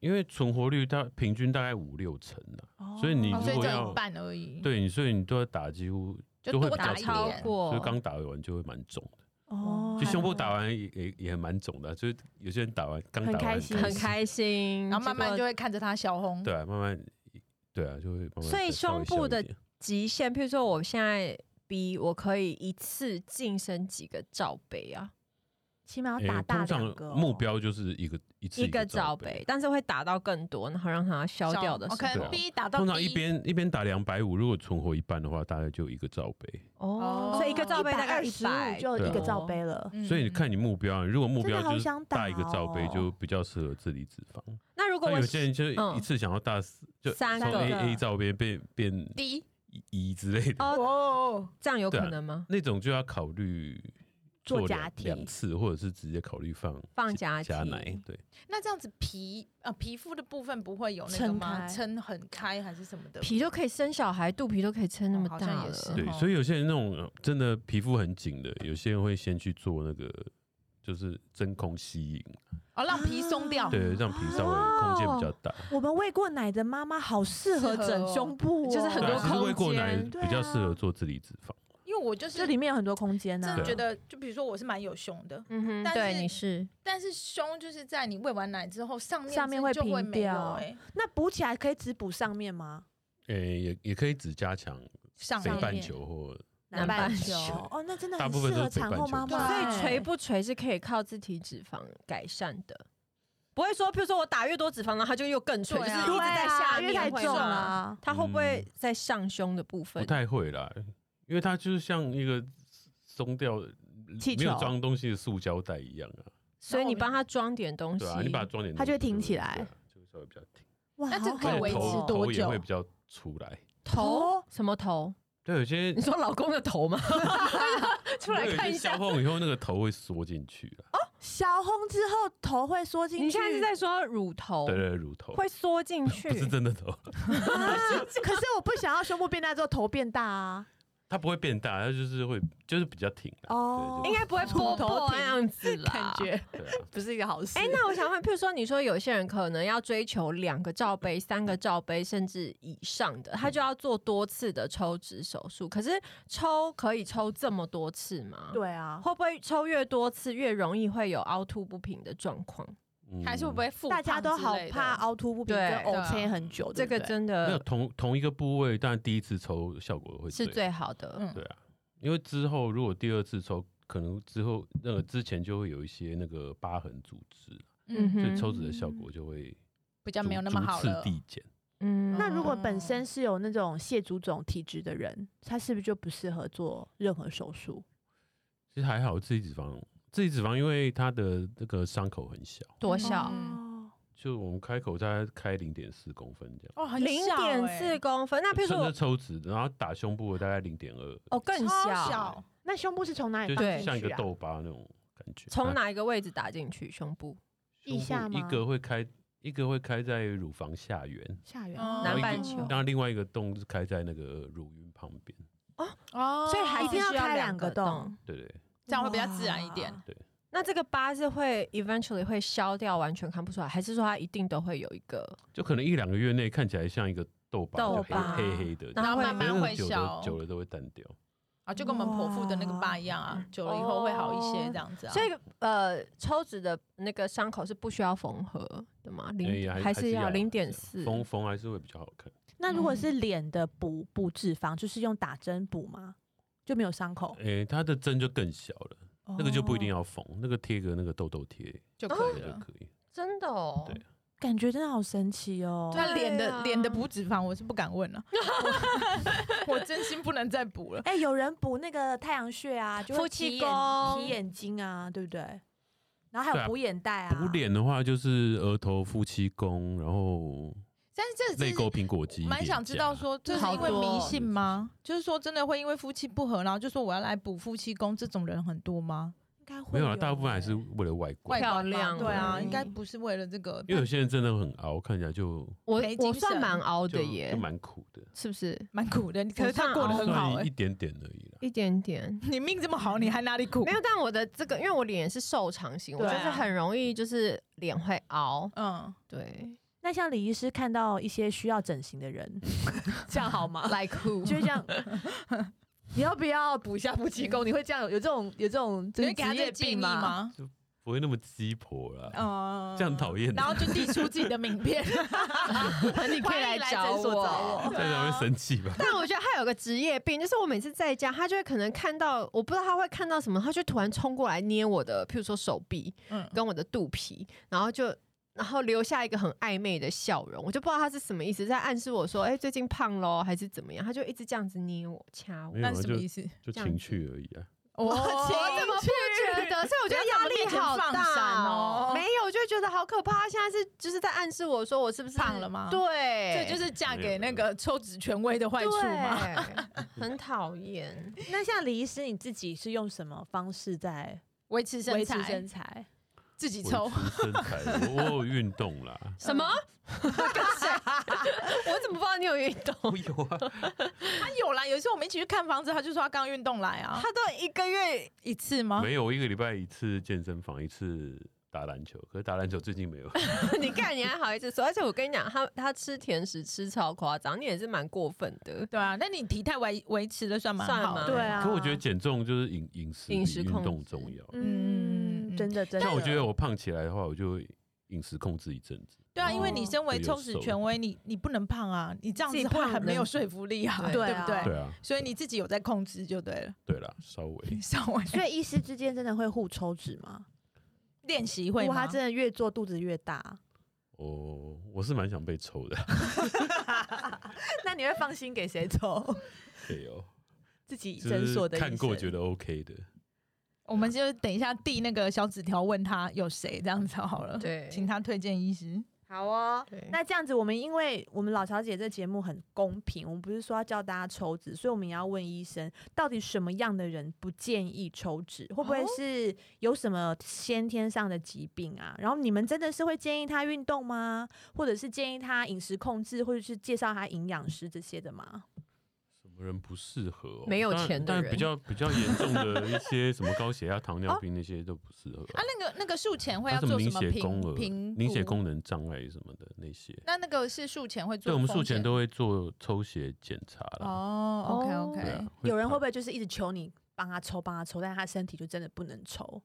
[SPEAKER 3] 因为存活率大平均大概五六成啊，所以你
[SPEAKER 2] 哦，所
[SPEAKER 3] 如
[SPEAKER 2] 以
[SPEAKER 3] 果
[SPEAKER 2] 就
[SPEAKER 3] 要
[SPEAKER 2] 一半而已，，
[SPEAKER 3] 对，你所以你都要打几乎
[SPEAKER 2] 嗯就
[SPEAKER 3] 就会
[SPEAKER 2] 多
[SPEAKER 3] 比较啊
[SPEAKER 2] 打一
[SPEAKER 4] 超
[SPEAKER 2] 点。
[SPEAKER 4] 过
[SPEAKER 3] 所以刚打完就会蛮肿的。
[SPEAKER 1] 哦，
[SPEAKER 3] 就胸部打完也也也蛮肿的啊，就是有些人打完刚
[SPEAKER 1] 很
[SPEAKER 3] 打完
[SPEAKER 1] 开
[SPEAKER 3] 很
[SPEAKER 1] 心
[SPEAKER 4] 很开心，
[SPEAKER 2] 然后慢慢
[SPEAKER 4] 结
[SPEAKER 2] 就
[SPEAKER 4] 果
[SPEAKER 2] 会看着它小红，
[SPEAKER 3] 对啊，慢慢对啊就会慢慢
[SPEAKER 4] 所以
[SPEAKER 3] 再稍
[SPEAKER 4] 胸
[SPEAKER 3] 微
[SPEAKER 4] 部
[SPEAKER 3] 消一
[SPEAKER 4] 的
[SPEAKER 3] 点
[SPEAKER 4] 极限。譬如说，我现在逼我可以一次晋升几个罩杯啊，
[SPEAKER 1] 起码要
[SPEAKER 3] 诶
[SPEAKER 1] 打大
[SPEAKER 3] 通
[SPEAKER 1] 两个、哦
[SPEAKER 3] 常目。标就是一个一次
[SPEAKER 4] 一个罩
[SPEAKER 3] 罩
[SPEAKER 4] 杯，。但是会打到更多，然后让它消掉的时
[SPEAKER 2] 哦可
[SPEAKER 4] 候
[SPEAKER 2] 能 B 打到
[SPEAKER 3] 通常
[SPEAKER 2] B
[SPEAKER 3] 一边一边打两百五，如果存活一半的话，大概就一个罩杯。
[SPEAKER 4] 哦
[SPEAKER 2] 哦，
[SPEAKER 4] 所以一个罩杯大概一
[SPEAKER 1] 十
[SPEAKER 4] 百
[SPEAKER 1] 五，就
[SPEAKER 3] 啊
[SPEAKER 1] 一个罩杯了。
[SPEAKER 2] 嗯
[SPEAKER 3] 所以你看你目标啊，如果目
[SPEAKER 1] 哦真的
[SPEAKER 3] 标
[SPEAKER 1] 好
[SPEAKER 3] 就是
[SPEAKER 1] 想打
[SPEAKER 3] 大一个罩杯
[SPEAKER 1] 哦，
[SPEAKER 3] 就比较适合自体脂肪。
[SPEAKER 4] 那如果
[SPEAKER 3] 那
[SPEAKER 4] 我
[SPEAKER 3] 有些人就是
[SPEAKER 4] 嗯
[SPEAKER 3] 一次想要大四，就
[SPEAKER 4] 三
[SPEAKER 3] 从
[SPEAKER 4] 个
[SPEAKER 3] A A 罩杯变变
[SPEAKER 2] D
[SPEAKER 3] 一之类的，
[SPEAKER 4] 哦
[SPEAKER 2] 哦，
[SPEAKER 4] 这样有
[SPEAKER 3] 对啊
[SPEAKER 4] 可能吗？
[SPEAKER 3] 那种就要考虑
[SPEAKER 1] 做
[SPEAKER 3] 两
[SPEAKER 1] 假体
[SPEAKER 3] 两次，或者是直接考虑放
[SPEAKER 4] 放假
[SPEAKER 3] 加
[SPEAKER 4] 体
[SPEAKER 3] 奶。对，
[SPEAKER 2] 那这样子皮啊、呃皮肤的部分不会有那个
[SPEAKER 1] 撑
[SPEAKER 2] 吗？
[SPEAKER 1] 开
[SPEAKER 2] 撑很开还是什么的？
[SPEAKER 4] 皮都可以生小孩，肚皮都可以撑那
[SPEAKER 2] 哦
[SPEAKER 4] 么
[SPEAKER 2] 好像
[SPEAKER 4] 大
[SPEAKER 2] 也
[SPEAKER 4] 了，
[SPEAKER 2] 是
[SPEAKER 3] 对，
[SPEAKER 2] 哦
[SPEAKER 3] 所以有些人那种呃真的皮肤很紧的，有些人会先去做那个就是真空吸引，
[SPEAKER 2] 哦，让皮松掉，
[SPEAKER 3] 对，让皮稍微空间比较大。
[SPEAKER 1] 我们喂过奶的妈妈好适合
[SPEAKER 2] 适合
[SPEAKER 1] 整
[SPEAKER 2] 哦
[SPEAKER 1] 胸部、哦，
[SPEAKER 4] 就是很
[SPEAKER 3] 对
[SPEAKER 4] 多
[SPEAKER 3] 啊其实
[SPEAKER 4] 空
[SPEAKER 3] 喂过奶
[SPEAKER 4] 间
[SPEAKER 1] 对
[SPEAKER 3] 比较
[SPEAKER 1] 啊
[SPEAKER 3] 适合做自体脂肪。
[SPEAKER 2] 因为我就是
[SPEAKER 1] 这里面有很多空间
[SPEAKER 2] 真
[SPEAKER 1] 呐、
[SPEAKER 3] 对
[SPEAKER 2] 的
[SPEAKER 3] 啊
[SPEAKER 2] 觉得，就比如说我是蛮有胸的，
[SPEAKER 4] 嗯哼，
[SPEAKER 2] 但
[SPEAKER 4] 对，
[SPEAKER 2] 是
[SPEAKER 4] 你是
[SPEAKER 2] 但是胸就是在你喂完奶之后，上面
[SPEAKER 1] 上面会
[SPEAKER 2] 就会
[SPEAKER 1] 平
[SPEAKER 2] 没有
[SPEAKER 1] 掉
[SPEAKER 2] 哎，
[SPEAKER 1] 那补起来可以只补上面吗？
[SPEAKER 3] 诶，也也可以只加强
[SPEAKER 2] 上
[SPEAKER 3] 北
[SPEAKER 2] 面
[SPEAKER 3] 半球或
[SPEAKER 4] 南半球
[SPEAKER 1] 哦，那真的
[SPEAKER 3] 大
[SPEAKER 1] 很
[SPEAKER 3] 部分
[SPEAKER 1] 适
[SPEAKER 3] 都
[SPEAKER 1] 合
[SPEAKER 3] 是北
[SPEAKER 1] 产
[SPEAKER 3] 半
[SPEAKER 1] 后
[SPEAKER 3] 球
[SPEAKER 1] 妈
[SPEAKER 2] 对
[SPEAKER 1] 妈
[SPEAKER 4] 所
[SPEAKER 1] 哎，
[SPEAKER 4] 以垂不垂是可以靠自体脂肪改善的，不会说，譬如说我打越多脂肪，然后它就又更垂，
[SPEAKER 2] 对
[SPEAKER 4] 就是
[SPEAKER 2] 啊
[SPEAKER 4] 一
[SPEAKER 1] 对
[SPEAKER 4] 直在下
[SPEAKER 1] 啊，因为
[SPEAKER 4] 面
[SPEAKER 1] 太
[SPEAKER 4] 会
[SPEAKER 1] 重
[SPEAKER 4] 吗
[SPEAKER 1] 了啊，
[SPEAKER 4] 它会不会在上胸的部分
[SPEAKER 3] 嗯不？太会啦，因为它就是像一个松掉的
[SPEAKER 1] 气
[SPEAKER 3] 没有
[SPEAKER 1] 球
[SPEAKER 3] 装东西的塑胶袋一样啊，
[SPEAKER 4] 所以你帮它装点东西
[SPEAKER 3] 对，啊，你把它装点东西，
[SPEAKER 1] 它就会挺起来
[SPEAKER 3] 对啊就会稍微比较挺，
[SPEAKER 1] 哇，
[SPEAKER 2] 那
[SPEAKER 1] 好
[SPEAKER 2] 这可以
[SPEAKER 1] 好
[SPEAKER 3] 而且
[SPEAKER 1] 哦
[SPEAKER 2] 维持
[SPEAKER 3] 头
[SPEAKER 2] 多
[SPEAKER 3] 头也
[SPEAKER 2] 久
[SPEAKER 3] 会比较出来。
[SPEAKER 4] 头什么头？
[SPEAKER 3] 对，有些
[SPEAKER 4] 你说老公的头吗？ 出来
[SPEAKER 3] 对有
[SPEAKER 4] 看
[SPEAKER 3] 些
[SPEAKER 4] 一
[SPEAKER 3] 消
[SPEAKER 4] 下。
[SPEAKER 3] 痛以后那个头会缩进去了，
[SPEAKER 1] 小红之后头会缩进去，
[SPEAKER 4] 你现在是在说乳
[SPEAKER 2] 哦
[SPEAKER 4] 头
[SPEAKER 3] 对对，对乳头
[SPEAKER 4] 会缩进去
[SPEAKER 3] 不？是真的头，
[SPEAKER 1] 啊可是我不想要胸部变大之后头变大啊，
[SPEAKER 3] 它不会变大，它就是会就是比较挺啊
[SPEAKER 1] 哦
[SPEAKER 3] 对
[SPEAKER 4] 应
[SPEAKER 3] 就
[SPEAKER 4] 该不会
[SPEAKER 1] 乳
[SPEAKER 4] 破
[SPEAKER 1] 头
[SPEAKER 4] 破
[SPEAKER 1] 挺
[SPEAKER 4] 那样子 啦。
[SPEAKER 1] 感觉
[SPEAKER 3] 对啊
[SPEAKER 1] 不是一个好事。
[SPEAKER 4] 哎、那我想问，譬如说，你说有些人可能要追求两个罩杯、三个罩杯甚至以上的，
[SPEAKER 3] 嗯
[SPEAKER 4] 他就要做多次的抽脂手术。可是抽可以抽这么多次吗？，
[SPEAKER 1] 对啊，
[SPEAKER 4] 会不会抽越多次越容易会有凹凸不平的状况？
[SPEAKER 3] 嗯
[SPEAKER 2] 还是会不会复
[SPEAKER 1] 大家都好怕
[SPEAKER 2] 哦，
[SPEAKER 1] 凹凸不平
[SPEAKER 4] 对
[SPEAKER 1] 跟
[SPEAKER 4] 对
[SPEAKER 1] 凹
[SPEAKER 2] 啊
[SPEAKER 1] 陷很久，
[SPEAKER 4] 这
[SPEAKER 1] 对不
[SPEAKER 4] 个
[SPEAKER 1] 对
[SPEAKER 4] 真
[SPEAKER 3] 没
[SPEAKER 2] 呃
[SPEAKER 3] 有
[SPEAKER 4] 的
[SPEAKER 3] 同同一个部位，但第一次抽效果会
[SPEAKER 4] 是
[SPEAKER 3] 最
[SPEAKER 4] 最好的。
[SPEAKER 2] 嗯
[SPEAKER 3] 对啊，因为之后如果第二次抽，可能之后那个之前就会有一些那个疤痕组织，
[SPEAKER 4] 嗯
[SPEAKER 2] 嗯，
[SPEAKER 3] 所
[SPEAKER 4] 哼
[SPEAKER 3] 以抽脂的效果就会
[SPEAKER 2] 比较
[SPEAKER 3] 逐
[SPEAKER 2] 没有那么好
[SPEAKER 3] 逐次
[SPEAKER 2] 了。
[SPEAKER 3] 递减。
[SPEAKER 4] 嗯
[SPEAKER 1] 那如果
[SPEAKER 2] 哦
[SPEAKER 1] 本身是有那种蟹足肿体质的人，他是不是就不适合做任何手术？
[SPEAKER 3] 其实还好，自体脂肪，自体脂肪因为它的那个伤口很小，
[SPEAKER 4] 多小？
[SPEAKER 1] 哦
[SPEAKER 3] 就我们开口大概开零点四公分这样。
[SPEAKER 2] 哦，很
[SPEAKER 4] 零
[SPEAKER 2] 小
[SPEAKER 4] 点
[SPEAKER 2] 欸
[SPEAKER 4] 四公分，那譬如
[SPEAKER 3] 甚
[SPEAKER 4] 说
[SPEAKER 3] 至
[SPEAKER 4] 我
[SPEAKER 3] 抽脂，然后打胸部的大概零点二，
[SPEAKER 4] 哦更
[SPEAKER 2] 超
[SPEAKER 4] 小，
[SPEAKER 2] 小，
[SPEAKER 1] 那胸部是从哪里
[SPEAKER 3] 就
[SPEAKER 1] 放
[SPEAKER 4] 对
[SPEAKER 1] 进
[SPEAKER 3] 像一
[SPEAKER 1] 去
[SPEAKER 3] 个
[SPEAKER 1] 啊？
[SPEAKER 3] 痘疤那种感觉。
[SPEAKER 4] 从
[SPEAKER 3] 啊
[SPEAKER 4] 哪一个位置打进去？胸部
[SPEAKER 3] 胸
[SPEAKER 1] 腋
[SPEAKER 3] 部
[SPEAKER 1] 下
[SPEAKER 3] 一
[SPEAKER 1] 吗
[SPEAKER 3] 个会开，一个会开在乳房下缘，
[SPEAKER 1] 下缘
[SPEAKER 2] 哦
[SPEAKER 3] 然
[SPEAKER 4] 南
[SPEAKER 3] 后一
[SPEAKER 4] 半
[SPEAKER 3] 个
[SPEAKER 4] 球
[SPEAKER 3] 然后另外一个洞是开在那个乳晕旁边。
[SPEAKER 2] 哦，
[SPEAKER 4] 所以还
[SPEAKER 1] 一
[SPEAKER 4] 是
[SPEAKER 1] 定要
[SPEAKER 4] 需要
[SPEAKER 1] 开
[SPEAKER 4] 两
[SPEAKER 1] 两
[SPEAKER 4] 个
[SPEAKER 1] 个
[SPEAKER 4] 洞
[SPEAKER 1] 洞，
[SPEAKER 3] 对对，
[SPEAKER 2] 这样会比较自然一点
[SPEAKER 1] 哇。
[SPEAKER 4] 那这个疤是会 eventually 会消掉，完全看不出来，还是说它一定都会有一个？
[SPEAKER 3] 就可能一两个月内看起来像一个痘疤，
[SPEAKER 4] 痘
[SPEAKER 3] 就
[SPEAKER 4] 疤
[SPEAKER 3] 黑黑黑的，
[SPEAKER 4] 然后
[SPEAKER 3] 可
[SPEAKER 4] 慢慢
[SPEAKER 3] 是
[SPEAKER 2] 会哦
[SPEAKER 3] 久
[SPEAKER 2] 消
[SPEAKER 3] 了久了都会淡掉。
[SPEAKER 2] 啊，就跟我们剖腹的那个疤一样啊，久了以后会好一些
[SPEAKER 4] 哦
[SPEAKER 2] 这样子
[SPEAKER 4] 嗯
[SPEAKER 2] 啊。
[SPEAKER 4] 所以呃，抽脂的那个伤口是不需要缝合的吗？
[SPEAKER 3] 哎
[SPEAKER 4] 零
[SPEAKER 3] 呀
[SPEAKER 4] 还
[SPEAKER 3] 还
[SPEAKER 4] 是要
[SPEAKER 3] 要
[SPEAKER 4] 零点四？
[SPEAKER 3] 缝缝还是会比较好看。
[SPEAKER 1] 那如果是脸的补补脂肪，就是用打针补吗？就没有伤口，
[SPEAKER 3] 诶，哎它的针就更小了，那个就不一定
[SPEAKER 1] 哦。
[SPEAKER 3] 要缝，那个贴个那个痘痘贴
[SPEAKER 4] 哦
[SPEAKER 2] 就可以
[SPEAKER 3] 就
[SPEAKER 2] 了。
[SPEAKER 3] 可以。
[SPEAKER 4] 真的哦，
[SPEAKER 3] 对
[SPEAKER 1] 感觉真的好神奇哦。
[SPEAKER 2] 那脸
[SPEAKER 4] 对啊
[SPEAKER 2] 的脸的补脂肪，我是不敢问了，我 我真心不能再补了。
[SPEAKER 1] 哎、有人补那个太阳穴啊，就会
[SPEAKER 4] 夫妻
[SPEAKER 1] 提眼
[SPEAKER 4] 宫
[SPEAKER 1] 提眼睛啊，对不对？然后还
[SPEAKER 3] 对
[SPEAKER 1] 有
[SPEAKER 3] 啊
[SPEAKER 1] 补眼袋啊，
[SPEAKER 3] 补脸的话就是额头、夫妻宫，然后
[SPEAKER 2] 但是这
[SPEAKER 3] 泪
[SPEAKER 2] 是
[SPEAKER 3] 沟、苹果肌。
[SPEAKER 2] 蛮想知道说，这是
[SPEAKER 4] 好
[SPEAKER 2] 因为
[SPEAKER 4] 多
[SPEAKER 2] 迷
[SPEAKER 4] 哦
[SPEAKER 2] 信吗？就是说真的会因为夫妻不和，然后就说我要来补夫妻宫，这种人很多吗？
[SPEAKER 1] 应该会
[SPEAKER 3] 没有啦，
[SPEAKER 1] 啊，
[SPEAKER 3] 大部分还是为了外观，
[SPEAKER 2] 外观
[SPEAKER 4] 漂
[SPEAKER 2] 吗
[SPEAKER 4] 亮哦
[SPEAKER 2] 对啊，
[SPEAKER 4] 而
[SPEAKER 2] 应该
[SPEAKER 4] 已
[SPEAKER 2] 不是为了这个。
[SPEAKER 3] 因为有些人真的很熬，看起来就
[SPEAKER 4] 我
[SPEAKER 2] 没
[SPEAKER 4] 我
[SPEAKER 2] 精
[SPEAKER 4] 算
[SPEAKER 2] 神
[SPEAKER 4] 蛮凹
[SPEAKER 3] 就
[SPEAKER 4] 的耶
[SPEAKER 3] 就，蛮苦的，
[SPEAKER 4] 是不是？啊
[SPEAKER 2] 蛮苦的，可
[SPEAKER 4] 我
[SPEAKER 2] 是
[SPEAKER 4] 算
[SPEAKER 2] 他过得
[SPEAKER 4] 熬
[SPEAKER 2] 很好哎、
[SPEAKER 3] 算一点点而已啦。
[SPEAKER 4] 一点点。
[SPEAKER 2] 你命这么好，你还哪里苦
[SPEAKER 4] 没？有，但我的这个，因为我脸是瘦长型，我
[SPEAKER 2] 对
[SPEAKER 4] 就
[SPEAKER 2] 啊
[SPEAKER 4] 是很容易就是脸会凹。
[SPEAKER 2] 嗯，
[SPEAKER 4] 对，
[SPEAKER 1] 那像李医师看到一些需要整形的
[SPEAKER 3] 嗯
[SPEAKER 1] 人， 这样好吗？
[SPEAKER 4] like who？
[SPEAKER 1] 就会这样。 你要不要补一下夫妻宫？你会这样有这种有这种就
[SPEAKER 2] 你
[SPEAKER 1] 是
[SPEAKER 2] 会给他
[SPEAKER 1] 职
[SPEAKER 2] 这
[SPEAKER 1] 业
[SPEAKER 2] 个建议
[SPEAKER 1] 病吗？
[SPEAKER 2] 吗？
[SPEAKER 3] 不会那么鸡婆啦，
[SPEAKER 2] 嗯，
[SPEAKER 3] 这样讨厌的
[SPEAKER 2] 然后就递出自己的名片，
[SPEAKER 4] 你可以
[SPEAKER 2] 欢
[SPEAKER 4] 来
[SPEAKER 2] 迎来
[SPEAKER 4] 找
[SPEAKER 2] 诊所
[SPEAKER 4] 我
[SPEAKER 2] 找我。
[SPEAKER 3] 这样会生气吧？
[SPEAKER 4] 但我觉得他有个职业病，就是我每次在家，他就会可能看到，我不知道他会看到什么，他就突然冲过来捏我的，譬如说手臂
[SPEAKER 2] 嗯，
[SPEAKER 3] 啊
[SPEAKER 4] 跟我的肚皮，然后就然后留下一个很暧昧的笑容，我就不知道他是什么意思，在暗示我说，哎、最近胖喽，还是怎么样？他就一直这样子捏我、掐我
[SPEAKER 3] 没，有
[SPEAKER 2] 那
[SPEAKER 3] 啊，
[SPEAKER 2] 是什么
[SPEAKER 3] 就
[SPEAKER 2] 意思？哦
[SPEAKER 3] 就
[SPEAKER 4] 这样
[SPEAKER 3] 情
[SPEAKER 4] 子
[SPEAKER 3] 趣而已啊。
[SPEAKER 2] 我
[SPEAKER 4] 我怎么不觉得？所以我觉得压
[SPEAKER 2] 不要在我们面
[SPEAKER 4] 力
[SPEAKER 2] 前
[SPEAKER 4] 好
[SPEAKER 2] 放闪
[SPEAKER 4] 大
[SPEAKER 2] 哦
[SPEAKER 4] 没有，我就觉得好可怕。他现在是就是在暗示我说我是不是
[SPEAKER 2] 胖了吗
[SPEAKER 4] 对，
[SPEAKER 2] 这就是嫁给那个抽脂权威的坏处吗？
[SPEAKER 4] 对，很讨厌。，
[SPEAKER 1] 那像李医师你自己是用什么方式在
[SPEAKER 2] 维持
[SPEAKER 1] 维
[SPEAKER 2] 身
[SPEAKER 1] 持
[SPEAKER 2] 材
[SPEAKER 1] 身，材？
[SPEAKER 2] 自己
[SPEAKER 3] 维
[SPEAKER 2] 抽。嗯
[SPEAKER 3] 持身材，我我有运动啦
[SPEAKER 4] 什么？ 我怎么不知道你有运动？
[SPEAKER 3] 我有啊，
[SPEAKER 2] 他有啦，有一次我们一起去看房子，他就说他刚运动来啊，
[SPEAKER 4] 他都一个月
[SPEAKER 2] 一次吗？
[SPEAKER 3] 没有，我一个礼拜一次健身房，一次打篮球，可是打篮球最近没有，
[SPEAKER 4] 你干你还好意思说？而且我跟你讲，他他吃甜食吃超夸张，你也是蛮过分的。
[SPEAKER 2] 对啊，那你体态维维持的算蛮好
[SPEAKER 4] 算
[SPEAKER 2] 的，
[SPEAKER 4] 吗对
[SPEAKER 1] 啊
[SPEAKER 3] 呃可我觉得减重就是饮饮食比
[SPEAKER 4] 饮食
[SPEAKER 3] 运
[SPEAKER 4] 控
[SPEAKER 3] 动
[SPEAKER 4] 制
[SPEAKER 3] 重要。
[SPEAKER 2] 嗯
[SPEAKER 1] 嗯，真的真的。
[SPEAKER 3] 像我觉得我胖起来的话，我就会饮食控制一阵子。
[SPEAKER 2] 对啊，因为你身为
[SPEAKER 3] 对
[SPEAKER 2] 抽
[SPEAKER 3] 有
[SPEAKER 2] 脂
[SPEAKER 3] 瘦
[SPEAKER 2] 权威，你你不能胖啊，你这样
[SPEAKER 4] 自己
[SPEAKER 2] 子话
[SPEAKER 4] 胖
[SPEAKER 2] 很没有
[SPEAKER 4] 人
[SPEAKER 2] 说服力啊，
[SPEAKER 4] 对
[SPEAKER 2] 对
[SPEAKER 1] 啊
[SPEAKER 2] 不对？
[SPEAKER 3] 对啊，
[SPEAKER 2] 所以你自己有在控制就对了，
[SPEAKER 3] 对啦，稍微
[SPEAKER 2] 稍微
[SPEAKER 1] 所以医师之间真的会互抽脂吗？
[SPEAKER 2] 练习
[SPEAKER 1] 如
[SPEAKER 2] 会
[SPEAKER 1] 果
[SPEAKER 2] 吗
[SPEAKER 1] 他？真的越做肚子越大，
[SPEAKER 3] 哦，我是蛮想被抽的。
[SPEAKER 1] 那你会放心给谁抽？
[SPEAKER 3] 对哦，
[SPEAKER 1] 自己
[SPEAKER 3] 就
[SPEAKER 1] 诊
[SPEAKER 3] 是
[SPEAKER 1] 所的
[SPEAKER 3] 看过觉
[SPEAKER 1] 得
[SPEAKER 3] 得 OK 的，
[SPEAKER 2] 我们就等一下递那个小纸条问他有谁这样子好了，
[SPEAKER 4] 对
[SPEAKER 2] 请他推荐医师。
[SPEAKER 1] 好哦。
[SPEAKER 4] 对
[SPEAKER 1] 那这样子，我们因为我们老小姐这节目很公平，我们不是说要叫大家抽脂，所以我们也要问医生，到底什么样的人不建议抽脂？会不会
[SPEAKER 2] 哦
[SPEAKER 1] 是有什么先天上的疾病啊？然后你们真的是会建议他运动吗？或者是建议他饮食控制，或者是介绍他营养师这些的吗？
[SPEAKER 3] 什么人不适合、哦？
[SPEAKER 4] 没有
[SPEAKER 3] 当然
[SPEAKER 4] 钱的
[SPEAKER 3] 当然
[SPEAKER 4] 人
[SPEAKER 3] 比较比较严重的一些什么高血压、糖尿
[SPEAKER 2] 哦
[SPEAKER 3] 病那些都不适合啊、
[SPEAKER 2] 啊，那个那个术前会
[SPEAKER 3] 还
[SPEAKER 2] 要
[SPEAKER 3] 有
[SPEAKER 2] 做
[SPEAKER 3] 凝
[SPEAKER 2] 什么
[SPEAKER 3] 血功
[SPEAKER 2] 评
[SPEAKER 3] 能、
[SPEAKER 2] 评
[SPEAKER 3] 凝血
[SPEAKER 2] 估
[SPEAKER 3] 功能障碍什么的那些。
[SPEAKER 2] 那那个是术前会
[SPEAKER 3] 对，
[SPEAKER 2] 做的
[SPEAKER 3] 我们
[SPEAKER 2] 风险，
[SPEAKER 3] 术前都会做抽血检查啦。
[SPEAKER 2] 哦，OK
[SPEAKER 3] 对啊
[SPEAKER 2] OK，，
[SPEAKER 1] 有人会
[SPEAKER 3] 看
[SPEAKER 1] 不会就是一直求你帮他抽，帮他抽，但他身体就真的不能抽？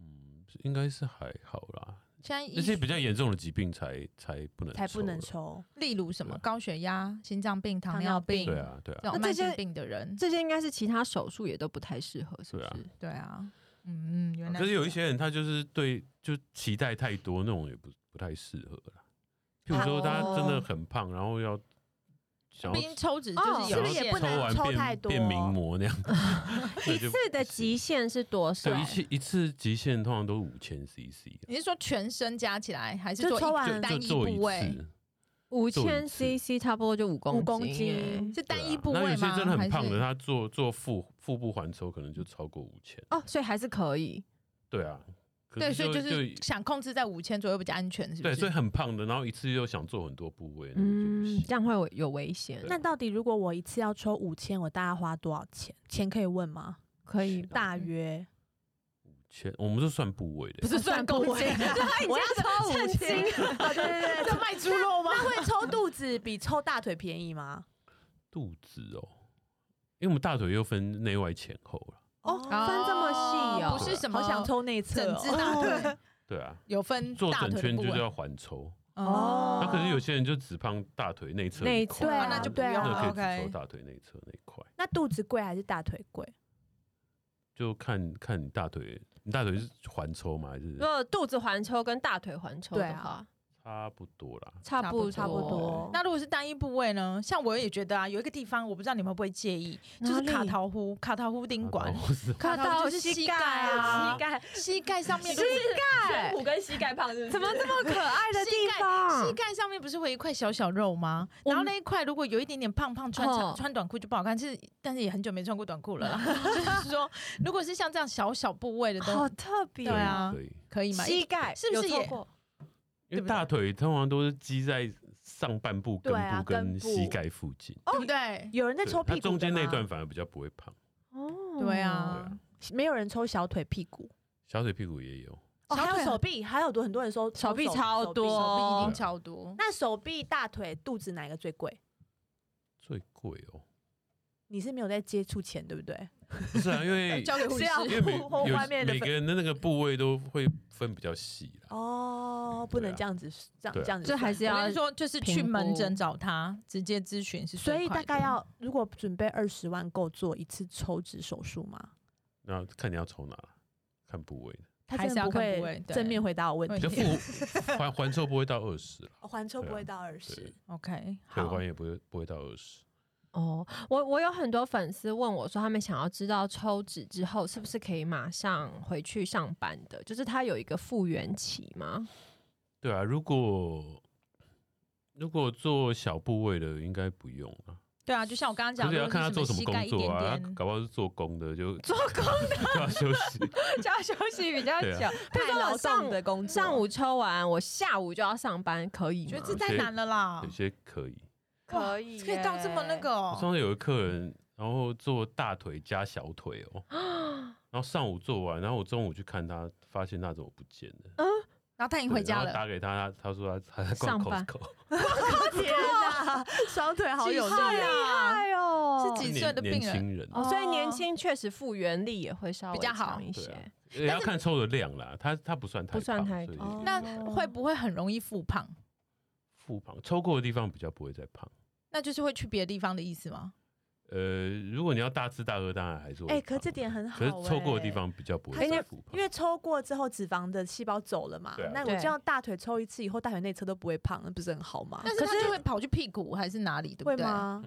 [SPEAKER 3] 嗯，应该是还好啦。
[SPEAKER 2] 现在
[SPEAKER 3] 那
[SPEAKER 2] 一
[SPEAKER 3] 些比较严重的疾病才才不能
[SPEAKER 1] 才不能
[SPEAKER 3] 了
[SPEAKER 1] 抽。
[SPEAKER 2] 例如什么
[SPEAKER 3] 对啊
[SPEAKER 2] 高血压、心脏病、糖
[SPEAKER 1] 糖
[SPEAKER 2] 尿
[SPEAKER 1] 尿
[SPEAKER 2] 病，
[SPEAKER 1] 病
[SPEAKER 3] 对啊，对啊，
[SPEAKER 2] 这
[SPEAKER 4] 那
[SPEAKER 2] 种
[SPEAKER 4] 这
[SPEAKER 2] 慢
[SPEAKER 4] 些
[SPEAKER 2] 性病的人，
[SPEAKER 4] 这些应该是其他手术也都不太适合，是不
[SPEAKER 3] 对啊
[SPEAKER 4] 是？
[SPEAKER 2] 对啊，嗯嗯，原来
[SPEAKER 3] 可是有一
[SPEAKER 2] 这
[SPEAKER 3] 些
[SPEAKER 2] 样
[SPEAKER 3] 人他就是对就期待太多，
[SPEAKER 4] 哦
[SPEAKER 3] 那种也不不太适合啦。譬如说他真的很胖，然后要想
[SPEAKER 2] 毕
[SPEAKER 3] 要
[SPEAKER 2] 竟抽脂就是
[SPEAKER 1] 是
[SPEAKER 2] 有
[SPEAKER 1] 不
[SPEAKER 3] 想
[SPEAKER 1] 是
[SPEAKER 2] 一
[SPEAKER 1] 也
[SPEAKER 2] 些
[SPEAKER 1] 不
[SPEAKER 3] 抽
[SPEAKER 1] 能
[SPEAKER 3] 完
[SPEAKER 1] 抽
[SPEAKER 3] 变
[SPEAKER 1] 太多
[SPEAKER 3] 变名模那样，
[SPEAKER 4] 一
[SPEAKER 3] 对就
[SPEAKER 4] 次的极限是多少
[SPEAKER 3] 对？一次一次极限通常都五千 CC，
[SPEAKER 2] 你是说全身加起来，还是
[SPEAKER 1] 就
[SPEAKER 2] 说
[SPEAKER 1] 抽
[SPEAKER 2] 一
[SPEAKER 1] 完
[SPEAKER 3] 就
[SPEAKER 2] 单
[SPEAKER 3] 就
[SPEAKER 2] 一
[SPEAKER 3] 做
[SPEAKER 2] 部
[SPEAKER 3] 一
[SPEAKER 2] 位？
[SPEAKER 3] 次，啊
[SPEAKER 4] 五
[SPEAKER 3] 做
[SPEAKER 4] 千
[SPEAKER 3] 一次
[SPEAKER 4] CC 差不多就五公
[SPEAKER 1] 五公
[SPEAKER 4] 耶
[SPEAKER 1] 斤，
[SPEAKER 3] 对
[SPEAKER 2] 是单
[SPEAKER 3] 啊
[SPEAKER 2] 一部
[SPEAKER 3] 那
[SPEAKER 2] 位
[SPEAKER 3] 有
[SPEAKER 2] 吗？
[SPEAKER 3] 些真的很胖
[SPEAKER 2] 还
[SPEAKER 3] 的，
[SPEAKER 2] 是
[SPEAKER 3] 他做做腹腹部环抽可能就超过五千，
[SPEAKER 4] 哦，所以还是可以。
[SPEAKER 3] 对啊，可
[SPEAKER 2] 对，所以
[SPEAKER 3] 就
[SPEAKER 2] 就是想控制在五千左右比较安全，是不
[SPEAKER 3] 对，
[SPEAKER 2] 是？
[SPEAKER 3] 所以很胖的，然后一次又想做很多部位，那个就不
[SPEAKER 4] 嗯
[SPEAKER 3] 行，
[SPEAKER 4] 这样会有有危险，
[SPEAKER 1] 那到底如果我一次要抽五千，我大概花多少钱？钱可以问吗？
[SPEAKER 4] 可以吧
[SPEAKER 1] 大约
[SPEAKER 3] 切我们是算部位的，
[SPEAKER 2] 不是算公 斤，
[SPEAKER 1] 我要抽五千，哦对对对，
[SPEAKER 2] 在卖猪肉吗？
[SPEAKER 1] 那会抽肚子比抽大腿便宜吗？
[SPEAKER 3] 肚子哦，因为我们大腿又分内外前后了，
[SPEAKER 1] 哦，
[SPEAKER 4] 哦分这么细哦
[SPEAKER 2] 不是什么
[SPEAKER 1] 好想抽内侧
[SPEAKER 2] 整
[SPEAKER 1] 哦，
[SPEAKER 2] 只大 腿，
[SPEAKER 3] 对啊，
[SPEAKER 2] 有分
[SPEAKER 3] 做
[SPEAKER 2] 大
[SPEAKER 3] 整
[SPEAKER 2] 腿
[SPEAKER 3] 圈
[SPEAKER 2] 的部
[SPEAKER 3] 就是
[SPEAKER 2] 位
[SPEAKER 3] 要环抽，
[SPEAKER 1] 哦
[SPEAKER 3] 那可是有些人就只胖大腿内侧
[SPEAKER 4] 内
[SPEAKER 3] 一
[SPEAKER 4] 侧
[SPEAKER 3] 块，
[SPEAKER 1] 对
[SPEAKER 2] 啊
[SPEAKER 1] 啊，
[SPEAKER 2] 那就不
[SPEAKER 1] 对啊
[SPEAKER 2] 用
[SPEAKER 3] 那
[SPEAKER 2] 了
[SPEAKER 3] 可以只抽
[SPEAKER 2] ，OK。
[SPEAKER 3] 大腿内侧那一块，
[SPEAKER 1] 那肚子贵还是大腿贵？
[SPEAKER 3] 就看看你大腿，你大腿是环抽吗？还是
[SPEAKER 4] 如
[SPEAKER 2] 哦
[SPEAKER 4] 果肚子环抽跟大腿环抽
[SPEAKER 1] 对
[SPEAKER 4] 的
[SPEAKER 1] 啊
[SPEAKER 4] 话，
[SPEAKER 3] 差不多啦？
[SPEAKER 4] 差
[SPEAKER 2] 差不
[SPEAKER 4] 不
[SPEAKER 2] 多
[SPEAKER 1] 差不多。
[SPEAKER 2] 那如果是单一部位呢？像我也觉得啊，有一个地方我不知道你们会不会介意，就
[SPEAKER 4] 哪
[SPEAKER 2] 是
[SPEAKER 4] 里
[SPEAKER 2] 卡桃核、卡桃核钉管
[SPEAKER 3] 然，后是
[SPEAKER 4] 看
[SPEAKER 2] 到
[SPEAKER 4] 到
[SPEAKER 2] 就是膝
[SPEAKER 4] 膝
[SPEAKER 2] 盖
[SPEAKER 4] 盖
[SPEAKER 2] 啊
[SPEAKER 4] 啊，盖，
[SPEAKER 2] 膝盖上面
[SPEAKER 4] 膝盖，
[SPEAKER 2] 股跟膝盖胖是不是
[SPEAKER 4] 怎么这么可爱的
[SPEAKER 2] 膝
[SPEAKER 4] 地
[SPEAKER 2] 盖
[SPEAKER 4] 方
[SPEAKER 2] 膝？盖上面不是会有一块小小肉吗？
[SPEAKER 4] 啊我
[SPEAKER 2] 然后那一块如果有一点点胖胖，穿长
[SPEAKER 4] 哦
[SPEAKER 2] 穿短裤就不好看。是，但是也很久没穿过短裤了 啦。 就是说，如果是像这样小小部位的
[SPEAKER 4] 好
[SPEAKER 2] 东西，
[SPEAKER 4] 特别
[SPEAKER 3] 可以
[SPEAKER 2] 对啊
[SPEAKER 3] 可以，
[SPEAKER 2] 可以吗？
[SPEAKER 4] 膝盖
[SPEAKER 2] 是不是
[SPEAKER 4] 有抽
[SPEAKER 2] 也
[SPEAKER 4] 过
[SPEAKER 3] 因
[SPEAKER 2] 对
[SPEAKER 3] 为
[SPEAKER 2] 不对
[SPEAKER 3] 大腿通常都是积在上半部、
[SPEAKER 1] 对啊
[SPEAKER 3] 根部跟
[SPEAKER 1] 根部
[SPEAKER 3] 膝盖附近，
[SPEAKER 2] 对不对？
[SPEAKER 1] 有人在
[SPEAKER 3] 对
[SPEAKER 1] 抽
[SPEAKER 3] 它
[SPEAKER 1] 屁股，
[SPEAKER 3] 中间那段，反而比较不会胖，
[SPEAKER 4] 哦
[SPEAKER 2] 对
[SPEAKER 3] 对
[SPEAKER 2] 啊
[SPEAKER 3] 啊，
[SPEAKER 1] 没有人抽小腿屁股，
[SPEAKER 3] 小腿屁股也有，
[SPEAKER 1] 哦，
[SPEAKER 2] 小腿
[SPEAKER 1] 还有手臂，还有多很多人说抽
[SPEAKER 4] 手臂超
[SPEAKER 1] 手
[SPEAKER 4] 多
[SPEAKER 1] 手臂
[SPEAKER 2] 手臂一
[SPEAKER 4] 哦
[SPEAKER 2] 定超多。
[SPEAKER 1] 那手臂、大腿、肚子哪一个最贵？
[SPEAKER 3] 最贵 哦，
[SPEAKER 1] 你是没有在接触钱，对不对？
[SPEAKER 3] 不是啊，因为
[SPEAKER 2] 交给护
[SPEAKER 1] 是
[SPEAKER 2] 士，
[SPEAKER 1] 要
[SPEAKER 3] 因为每
[SPEAKER 1] 护后外面
[SPEAKER 3] 有
[SPEAKER 1] 的
[SPEAKER 3] 每个
[SPEAKER 1] 分
[SPEAKER 3] 人的那个部位都会分比较细啦。
[SPEAKER 1] 哦，不能这样子，这样
[SPEAKER 3] 对啊
[SPEAKER 1] 这样子
[SPEAKER 4] 就
[SPEAKER 1] 算，
[SPEAKER 4] 还是
[SPEAKER 2] 我
[SPEAKER 4] 要
[SPEAKER 2] 跟你说，就是去
[SPEAKER 4] 评估
[SPEAKER 2] 门诊找他直接咨询是
[SPEAKER 1] 所
[SPEAKER 2] 最
[SPEAKER 1] 以大
[SPEAKER 2] 快的
[SPEAKER 1] 概要如果准备二十万够做一次抽脂手术吗？
[SPEAKER 3] 那看你要抽哪啦，看部位的。
[SPEAKER 1] 他
[SPEAKER 2] 还
[SPEAKER 1] 真
[SPEAKER 2] 是
[SPEAKER 1] 的
[SPEAKER 2] 要
[SPEAKER 1] 不
[SPEAKER 2] 看部位
[SPEAKER 1] 会
[SPEAKER 2] 对
[SPEAKER 1] 正面回答我问
[SPEAKER 2] 会
[SPEAKER 1] 题
[SPEAKER 3] 就，腹环环抽不会到二十了，
[SPEAKER 1] 哦环抽
[SPEAKER 3] 对啊
[SPEAKER 1] 不会到二十
[SPEAKER 3] 对，
[SPEAKER 2] OK
[SPEAKER 3] 腿
[SPEAKER 2] 好
[SPEAKER 3] 环。也不会不会到二十。
[SPEAKER 4] 哦，我我有很多粉丝问我说，他们想要知道抽脂之后是不是可以马上回去上班的，就是它有一个复原期吗？
[SPEAKER 3] 对啊，如果如果做小部位的应该不用啊，
[SPEAKER 2] 对啊，就像我刚刚讲
[SPEAKER 3] 可
[SPEAKER 2] 的，
[SPEAKER 3] 是要看他
[SPEAKER 2] 如
[SPEAKER 3] 做
[SPEAKER 2] 果是
[SPEAKER 3] 什么
[SPEAKER 2] 什膝盖
[SPEAKER 3] 工
[SPEAKER 2] 一
[SPEAKER 3] 作
[SPEAKER 2] 点
[SPEAKER 3] 啊，他
[SPEAKER 2] 点，
[SPEAKER 3] 搞不好是做工的就
[SPEAKER 4] 做工
[SPEAKER 3] 就要休息。
[SPEAKER 4] 就要休息比较
[SPEAKER 3] 对
[SPEAKER 4] 久
[SPEAKER 3] 啊，
[SPEAKER 4] 比如
[SPEAKER 1] 太
[SPEAKER 4] 说
[SPEAKER 1] 劳
[SPEAKER 4] 我上
[SPEAKER 1] 动的工作，
[SPEAKER 4] 上午抽完，我下午就要上班，可以
[SPEAKER 2] 我觉
[SPEAKER 4] 吗
[SPEAKER 2] 得？这太难了啦
[SPEAKER 3] 有，些可以，
[SPEAKER 4] 可以耶，
[SPEAKER 2] 可以到这么那个
[SPEAKER 3] 我
[SPEAKER 2] 哦。
[SPEAKER 3] 上次有个客人，然后做大腿加小腿哦，然后上午做完，然后我中午去看他，发现那怎么不见了。
[SPEAKER 2] 然后他已经
[SPEAKER 3] 对
[SPEAKER 2] 回家
[SPEAKER 3] 然后
[SPEAKER 2] 了，
[SPEAKER 3] 打给他，他他说他他 在逛
[SPEAKER 4] 上班
[SPEAKER 3] Costco，
[SPEAKER 1] 天哪，啊双腿好有力
[SPEAKER 2] 几岁
[SPEAKER 1] 啊！
[SPEAKER 2] 啊！
[SPEAKER 4] 哎呦，
[SPEAKER 2] 是几岁
[SPEAKER 3] 年
[SPEAKER 2] 的病
[SPEAKER 3] 年
[SPEAKER 2] 人
[SPEAKER 3] 轻人，
[SPEAKER 4] 哦，所以年轻确实复原力也会稍微
[SPEAKER 2] 比较好
[SPEAKER 4] 强一
[SPEAKER 3] 对啊
[SPEAKER 4] 些。
[SPEAKER 3] 也要看抽的量啦，他他不算太
[SPEAKER 4] 不算
[SPEAKER 3] 胖
[SPEAKER 4] 太
[SPEAKER 3] 所以
[SPEAKER 4] 胖
[SPEAKER 2] 那
[SPEAKER 1] 哦
[SPEAKER 2] 会不会很容易复胖？
[SPEAKER 3] 腹胖，抽过的地方比较不会再胖。
[SPEAKER 2] 那就是会去别的地方的意思吗？
[SPEAKER 3] 呃，如果你要大吃大喝，当然还是会
[SPEAKER 1] 哎，可
[SPEAKER 3] 胖啊
[SPEAKER 1] 这点很好，
[SPEAKER 3] 可是抽过的地。方比较不
[SPEAKER 1] 他
[SPEAKER 3] 会
[SPEAKER 1] 说
[SPEAKER 3] 再复胖
[SPEAKER 1] 因，为抽过之后，脂肪的细胞走了嘛
[SPEAKER 3] 对啊。
[SPEAKER 1] 那我
[SPEAKER 4] 对
[SPEAKER 1] 这样大腿抽一次以后，大腿内侧都不会胖，那不哦是很好吗？
[SPEAKER 2] 但是他就会跑去屁股还是哪里，对不
[SPEAKER 1] 会
[SPEAKER 2] 对？
[SPEAKER 1] 吗？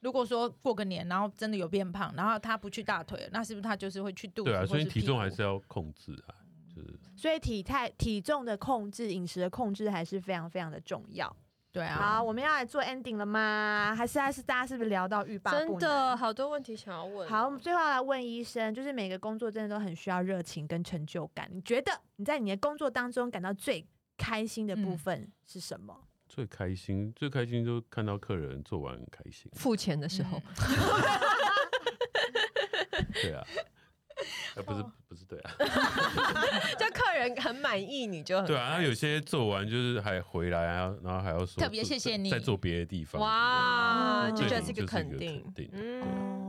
[SPEAKER 2] 如果说过个年，然后真的有变胖，然后他不去大腿，那是不是他就是会去肚子？
[SPEAKER 3] 对啊，所以
[SPEAKER 2] 或
[SPEAKER 3] 你体重还
[SPEAKER 2] 屁股
[SPEAKER 3] 是要控制啊，就是
[SPEAKER 1] 所以体态、体重的控制、饮食的控制还是非常非常的重要。
[SPEAKER 2] 对啊
[SPEAKER 1] 好，。我们要来做 ending 了吗？还是还是大家是不是聊到欲罢不能？
[SPEAKER 4] 真的好多问题想要问。
[SPEAKER 1] 好，我们最后要来问医生，就是每个工作真的都很需要热情跟成就感。你觉得你在你的工作当中感到最开心的部
[SPEAKER 2] 嗯
[SPEAKER 1] 分是什么？
[SPEAKER 3] 最开心，最开心就是看到客人做完很开心，
[SPEAKER 4] 付钱的时
[SPEAKER 1] 嗯
[SPEAKER 4] 候，
[SPEAKER 3] 对啊，呃，不是不是对啊，
[SPEAKER 4] 就客人很满意，你就很
[SPEAKER 3] 对啊，然后有些做完就是还回来啊，然后还要说
[SPEAKER 2] 特别谢谢你
[SPEAKER 3] 在做别的地方，啊
[SPEAKER 4] 哇，
[SPEAKER 1] 嗯
[SPEAKER 4] 就觉得
[SPEAKER 1] 这
[SPEAKER 4] 是
[SPEAKER 3] 种
[SPEAKER 4] 一个
[SPEAKER 3] 就是
[SPEAKER 4] 肯
[SPEAKER 3] 一个
[SPEAKER 4] 定
[SPEAKER 3] 肯定，
[SPEAKER 4] 嗯，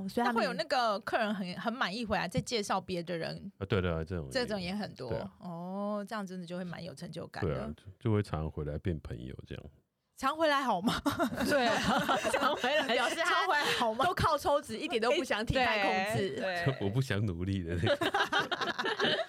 [SPEAKER 1] 哦，所以
[SPEAKER 2] 那
[SPEAKER 1] 他们
[SPEAKER 2] 会有那个客人很很满意回来，再介绍别的人，
[SPEAKER 3] 啊，对对啊，这种
[SPEAKER 2] 这种也很多、
[SPEAKER 3] 对啊
[SPEAKER 2] 哦。这样真的就会蛮有成就感
[SPEAKER 3] 对
[SPEAKER 2] 的。
[SPEAKER 3] 啊，就就会常常回来变朋友这样。
[SPEAKER 2] 常回来好吗？
[SPEAKER 4] 嗯对，啊 常回来
[SPEAKER 1] 表示
[SPEAKER 2] 常
[SPEAKER 1] 他
[SPEAKER 2] 回来好吗？
[SPEAKER 1] 都靠 抽脂，一点都不想体态控制。
[SPEAKER 4] 对
[SPEAKER 3] 我不想努力的那个。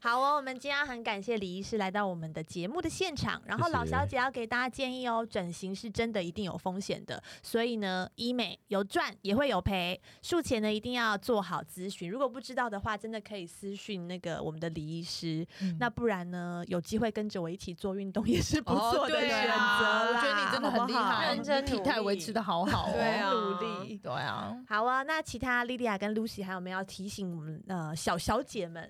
[SPEAKER 1] 好哦，我们今天很感谢李医师来到我们的节目的现场。然后
[SPEAKER 3] 谢谢
[SPEAKER 1] 老小姐要给大家建议哦，整形是真的一定有风险的，所以呢，医美有赚也会有赔，术前呢一定要做好咨询。如果不知道的话，真的可以私讯那个我们的李医师。
[SPEAKER 2] 嗯
[SPEAKER 1] 那不然呢，有机会跟着我一起做运动也是不
[SPEAKER 4] 哦
[SPEAKER 1] 错的选
[SPEAKER 2] 对
[SPEAKER 1] 择
[SPEAKER 2] 啊，
[SPEAKER 1] 啦。
[SPEAKER 2] 我觉得你真的
[SPEAKER 1] 好不
[SPEAKER 2] 很厉害，
[SPEAKER 1] 好
[SPEAKER 4] 认真
[SPEAKER 2] 你体态维持的好好哦。
[SPEAKER 4] 对啊
[SPEAKER 1] 努力。
[SPEAKER 2] 对啊，
[SPEAKER 1] 好啊，那其他莉莉亚跟 Lucy 还有没有要提醒我们呃小小姐们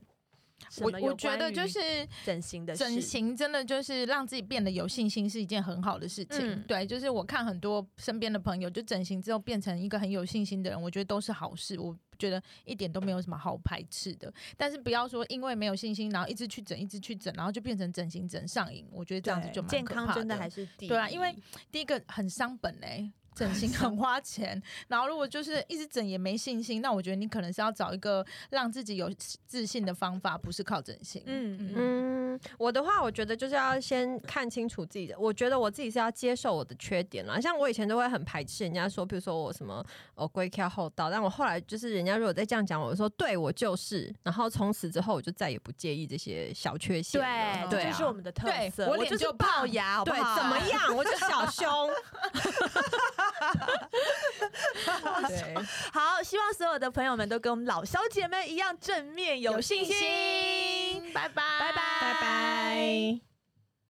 [SPEAKER 1] 什
[SPEAKER 2] 我
[SPEAKER 1] 么有关于？
[SPEAKER 2] 我觉得就是
[SPEAKER 1] 整形的事
[SPEAKER 2] 整形真的就是让自己变得有信心是一件很好的事情。
[SPEAKER 1] 嗯
[SPEAKER 2] 对，就是我看很多身边的朋友，就整形之后变成一个很有信心的人，我觉得都是好事。我觉得一点都没有什么好排斥的。但是不要说因为没有信心，然后一直去整，一直去整，然后就变成整形整上瘾。我觉得这样子
[SPEAKER 1] 对
[SPEAKER 2] 就蛮
[SPEAKER 1] 健
[SPEAKER 2] 可
[SPEAKER 1] 康
[SPEAKER 2] 怕
[SPEAKER 1] 真
[SPEAKER 2] 的
[SPEAKER 1] 的还是第一
[SPEAKER 2] 对啊，因为第一个很伤本嘞、整形很花钱，然后如果就是一直整也没信心，那我觉得你可能是要找一个让自己有自信的方法，不是靠整形。
[SPEAKER 1] 嗯
[SPEAKER 2] 嗯
[SPEAKER 4] 嗯，我的话，我觉得就是要先看清楚自己的。我觉得我自己是要接受我的缺点啦。像我以前都会很排斥人家说，比如说我什么哦龟壳厚道，但我后来就是人家如果再这样讲我，我说对我就是，然后从此之后我就再也不介意这些小确幸了。
[SPEAKER 1] 哦对，
[SPEAKER 4] 对
[SPEAKER 1] 这
[SPEAKER 4] 啊，
[SPEAKER 1] 就是我们的特
[SPEAKER 2] 对
[SPEAKER 1] 色。
[SPEAKER 2] 我脸
[SPEAKER 1] 就是
[SPEAKER 2] 就
[SPEAKER 1] 龅
[SPEAKER 2] 胖
[SPEAKER 1] 牙，好不
[SPEAKER 4] 对
[SPEAKER 1] 好？
[SPEAKER 4] 怎么？样，我就小胸。
[SPEAKER 2] 对。
[SPEAKER 1] 好，希望所有的朋友们都跟我们老小姐们一样正面有
[SPEAKER 2] 有
[SPEAKER 1] 信
[SPEAKER 2] 信
[SPEAKER 1] 心。
[SPEAKER 2] 拜拜，
[SPEAKER 1] 拜拜
[SPEAKER 4] 拜拜。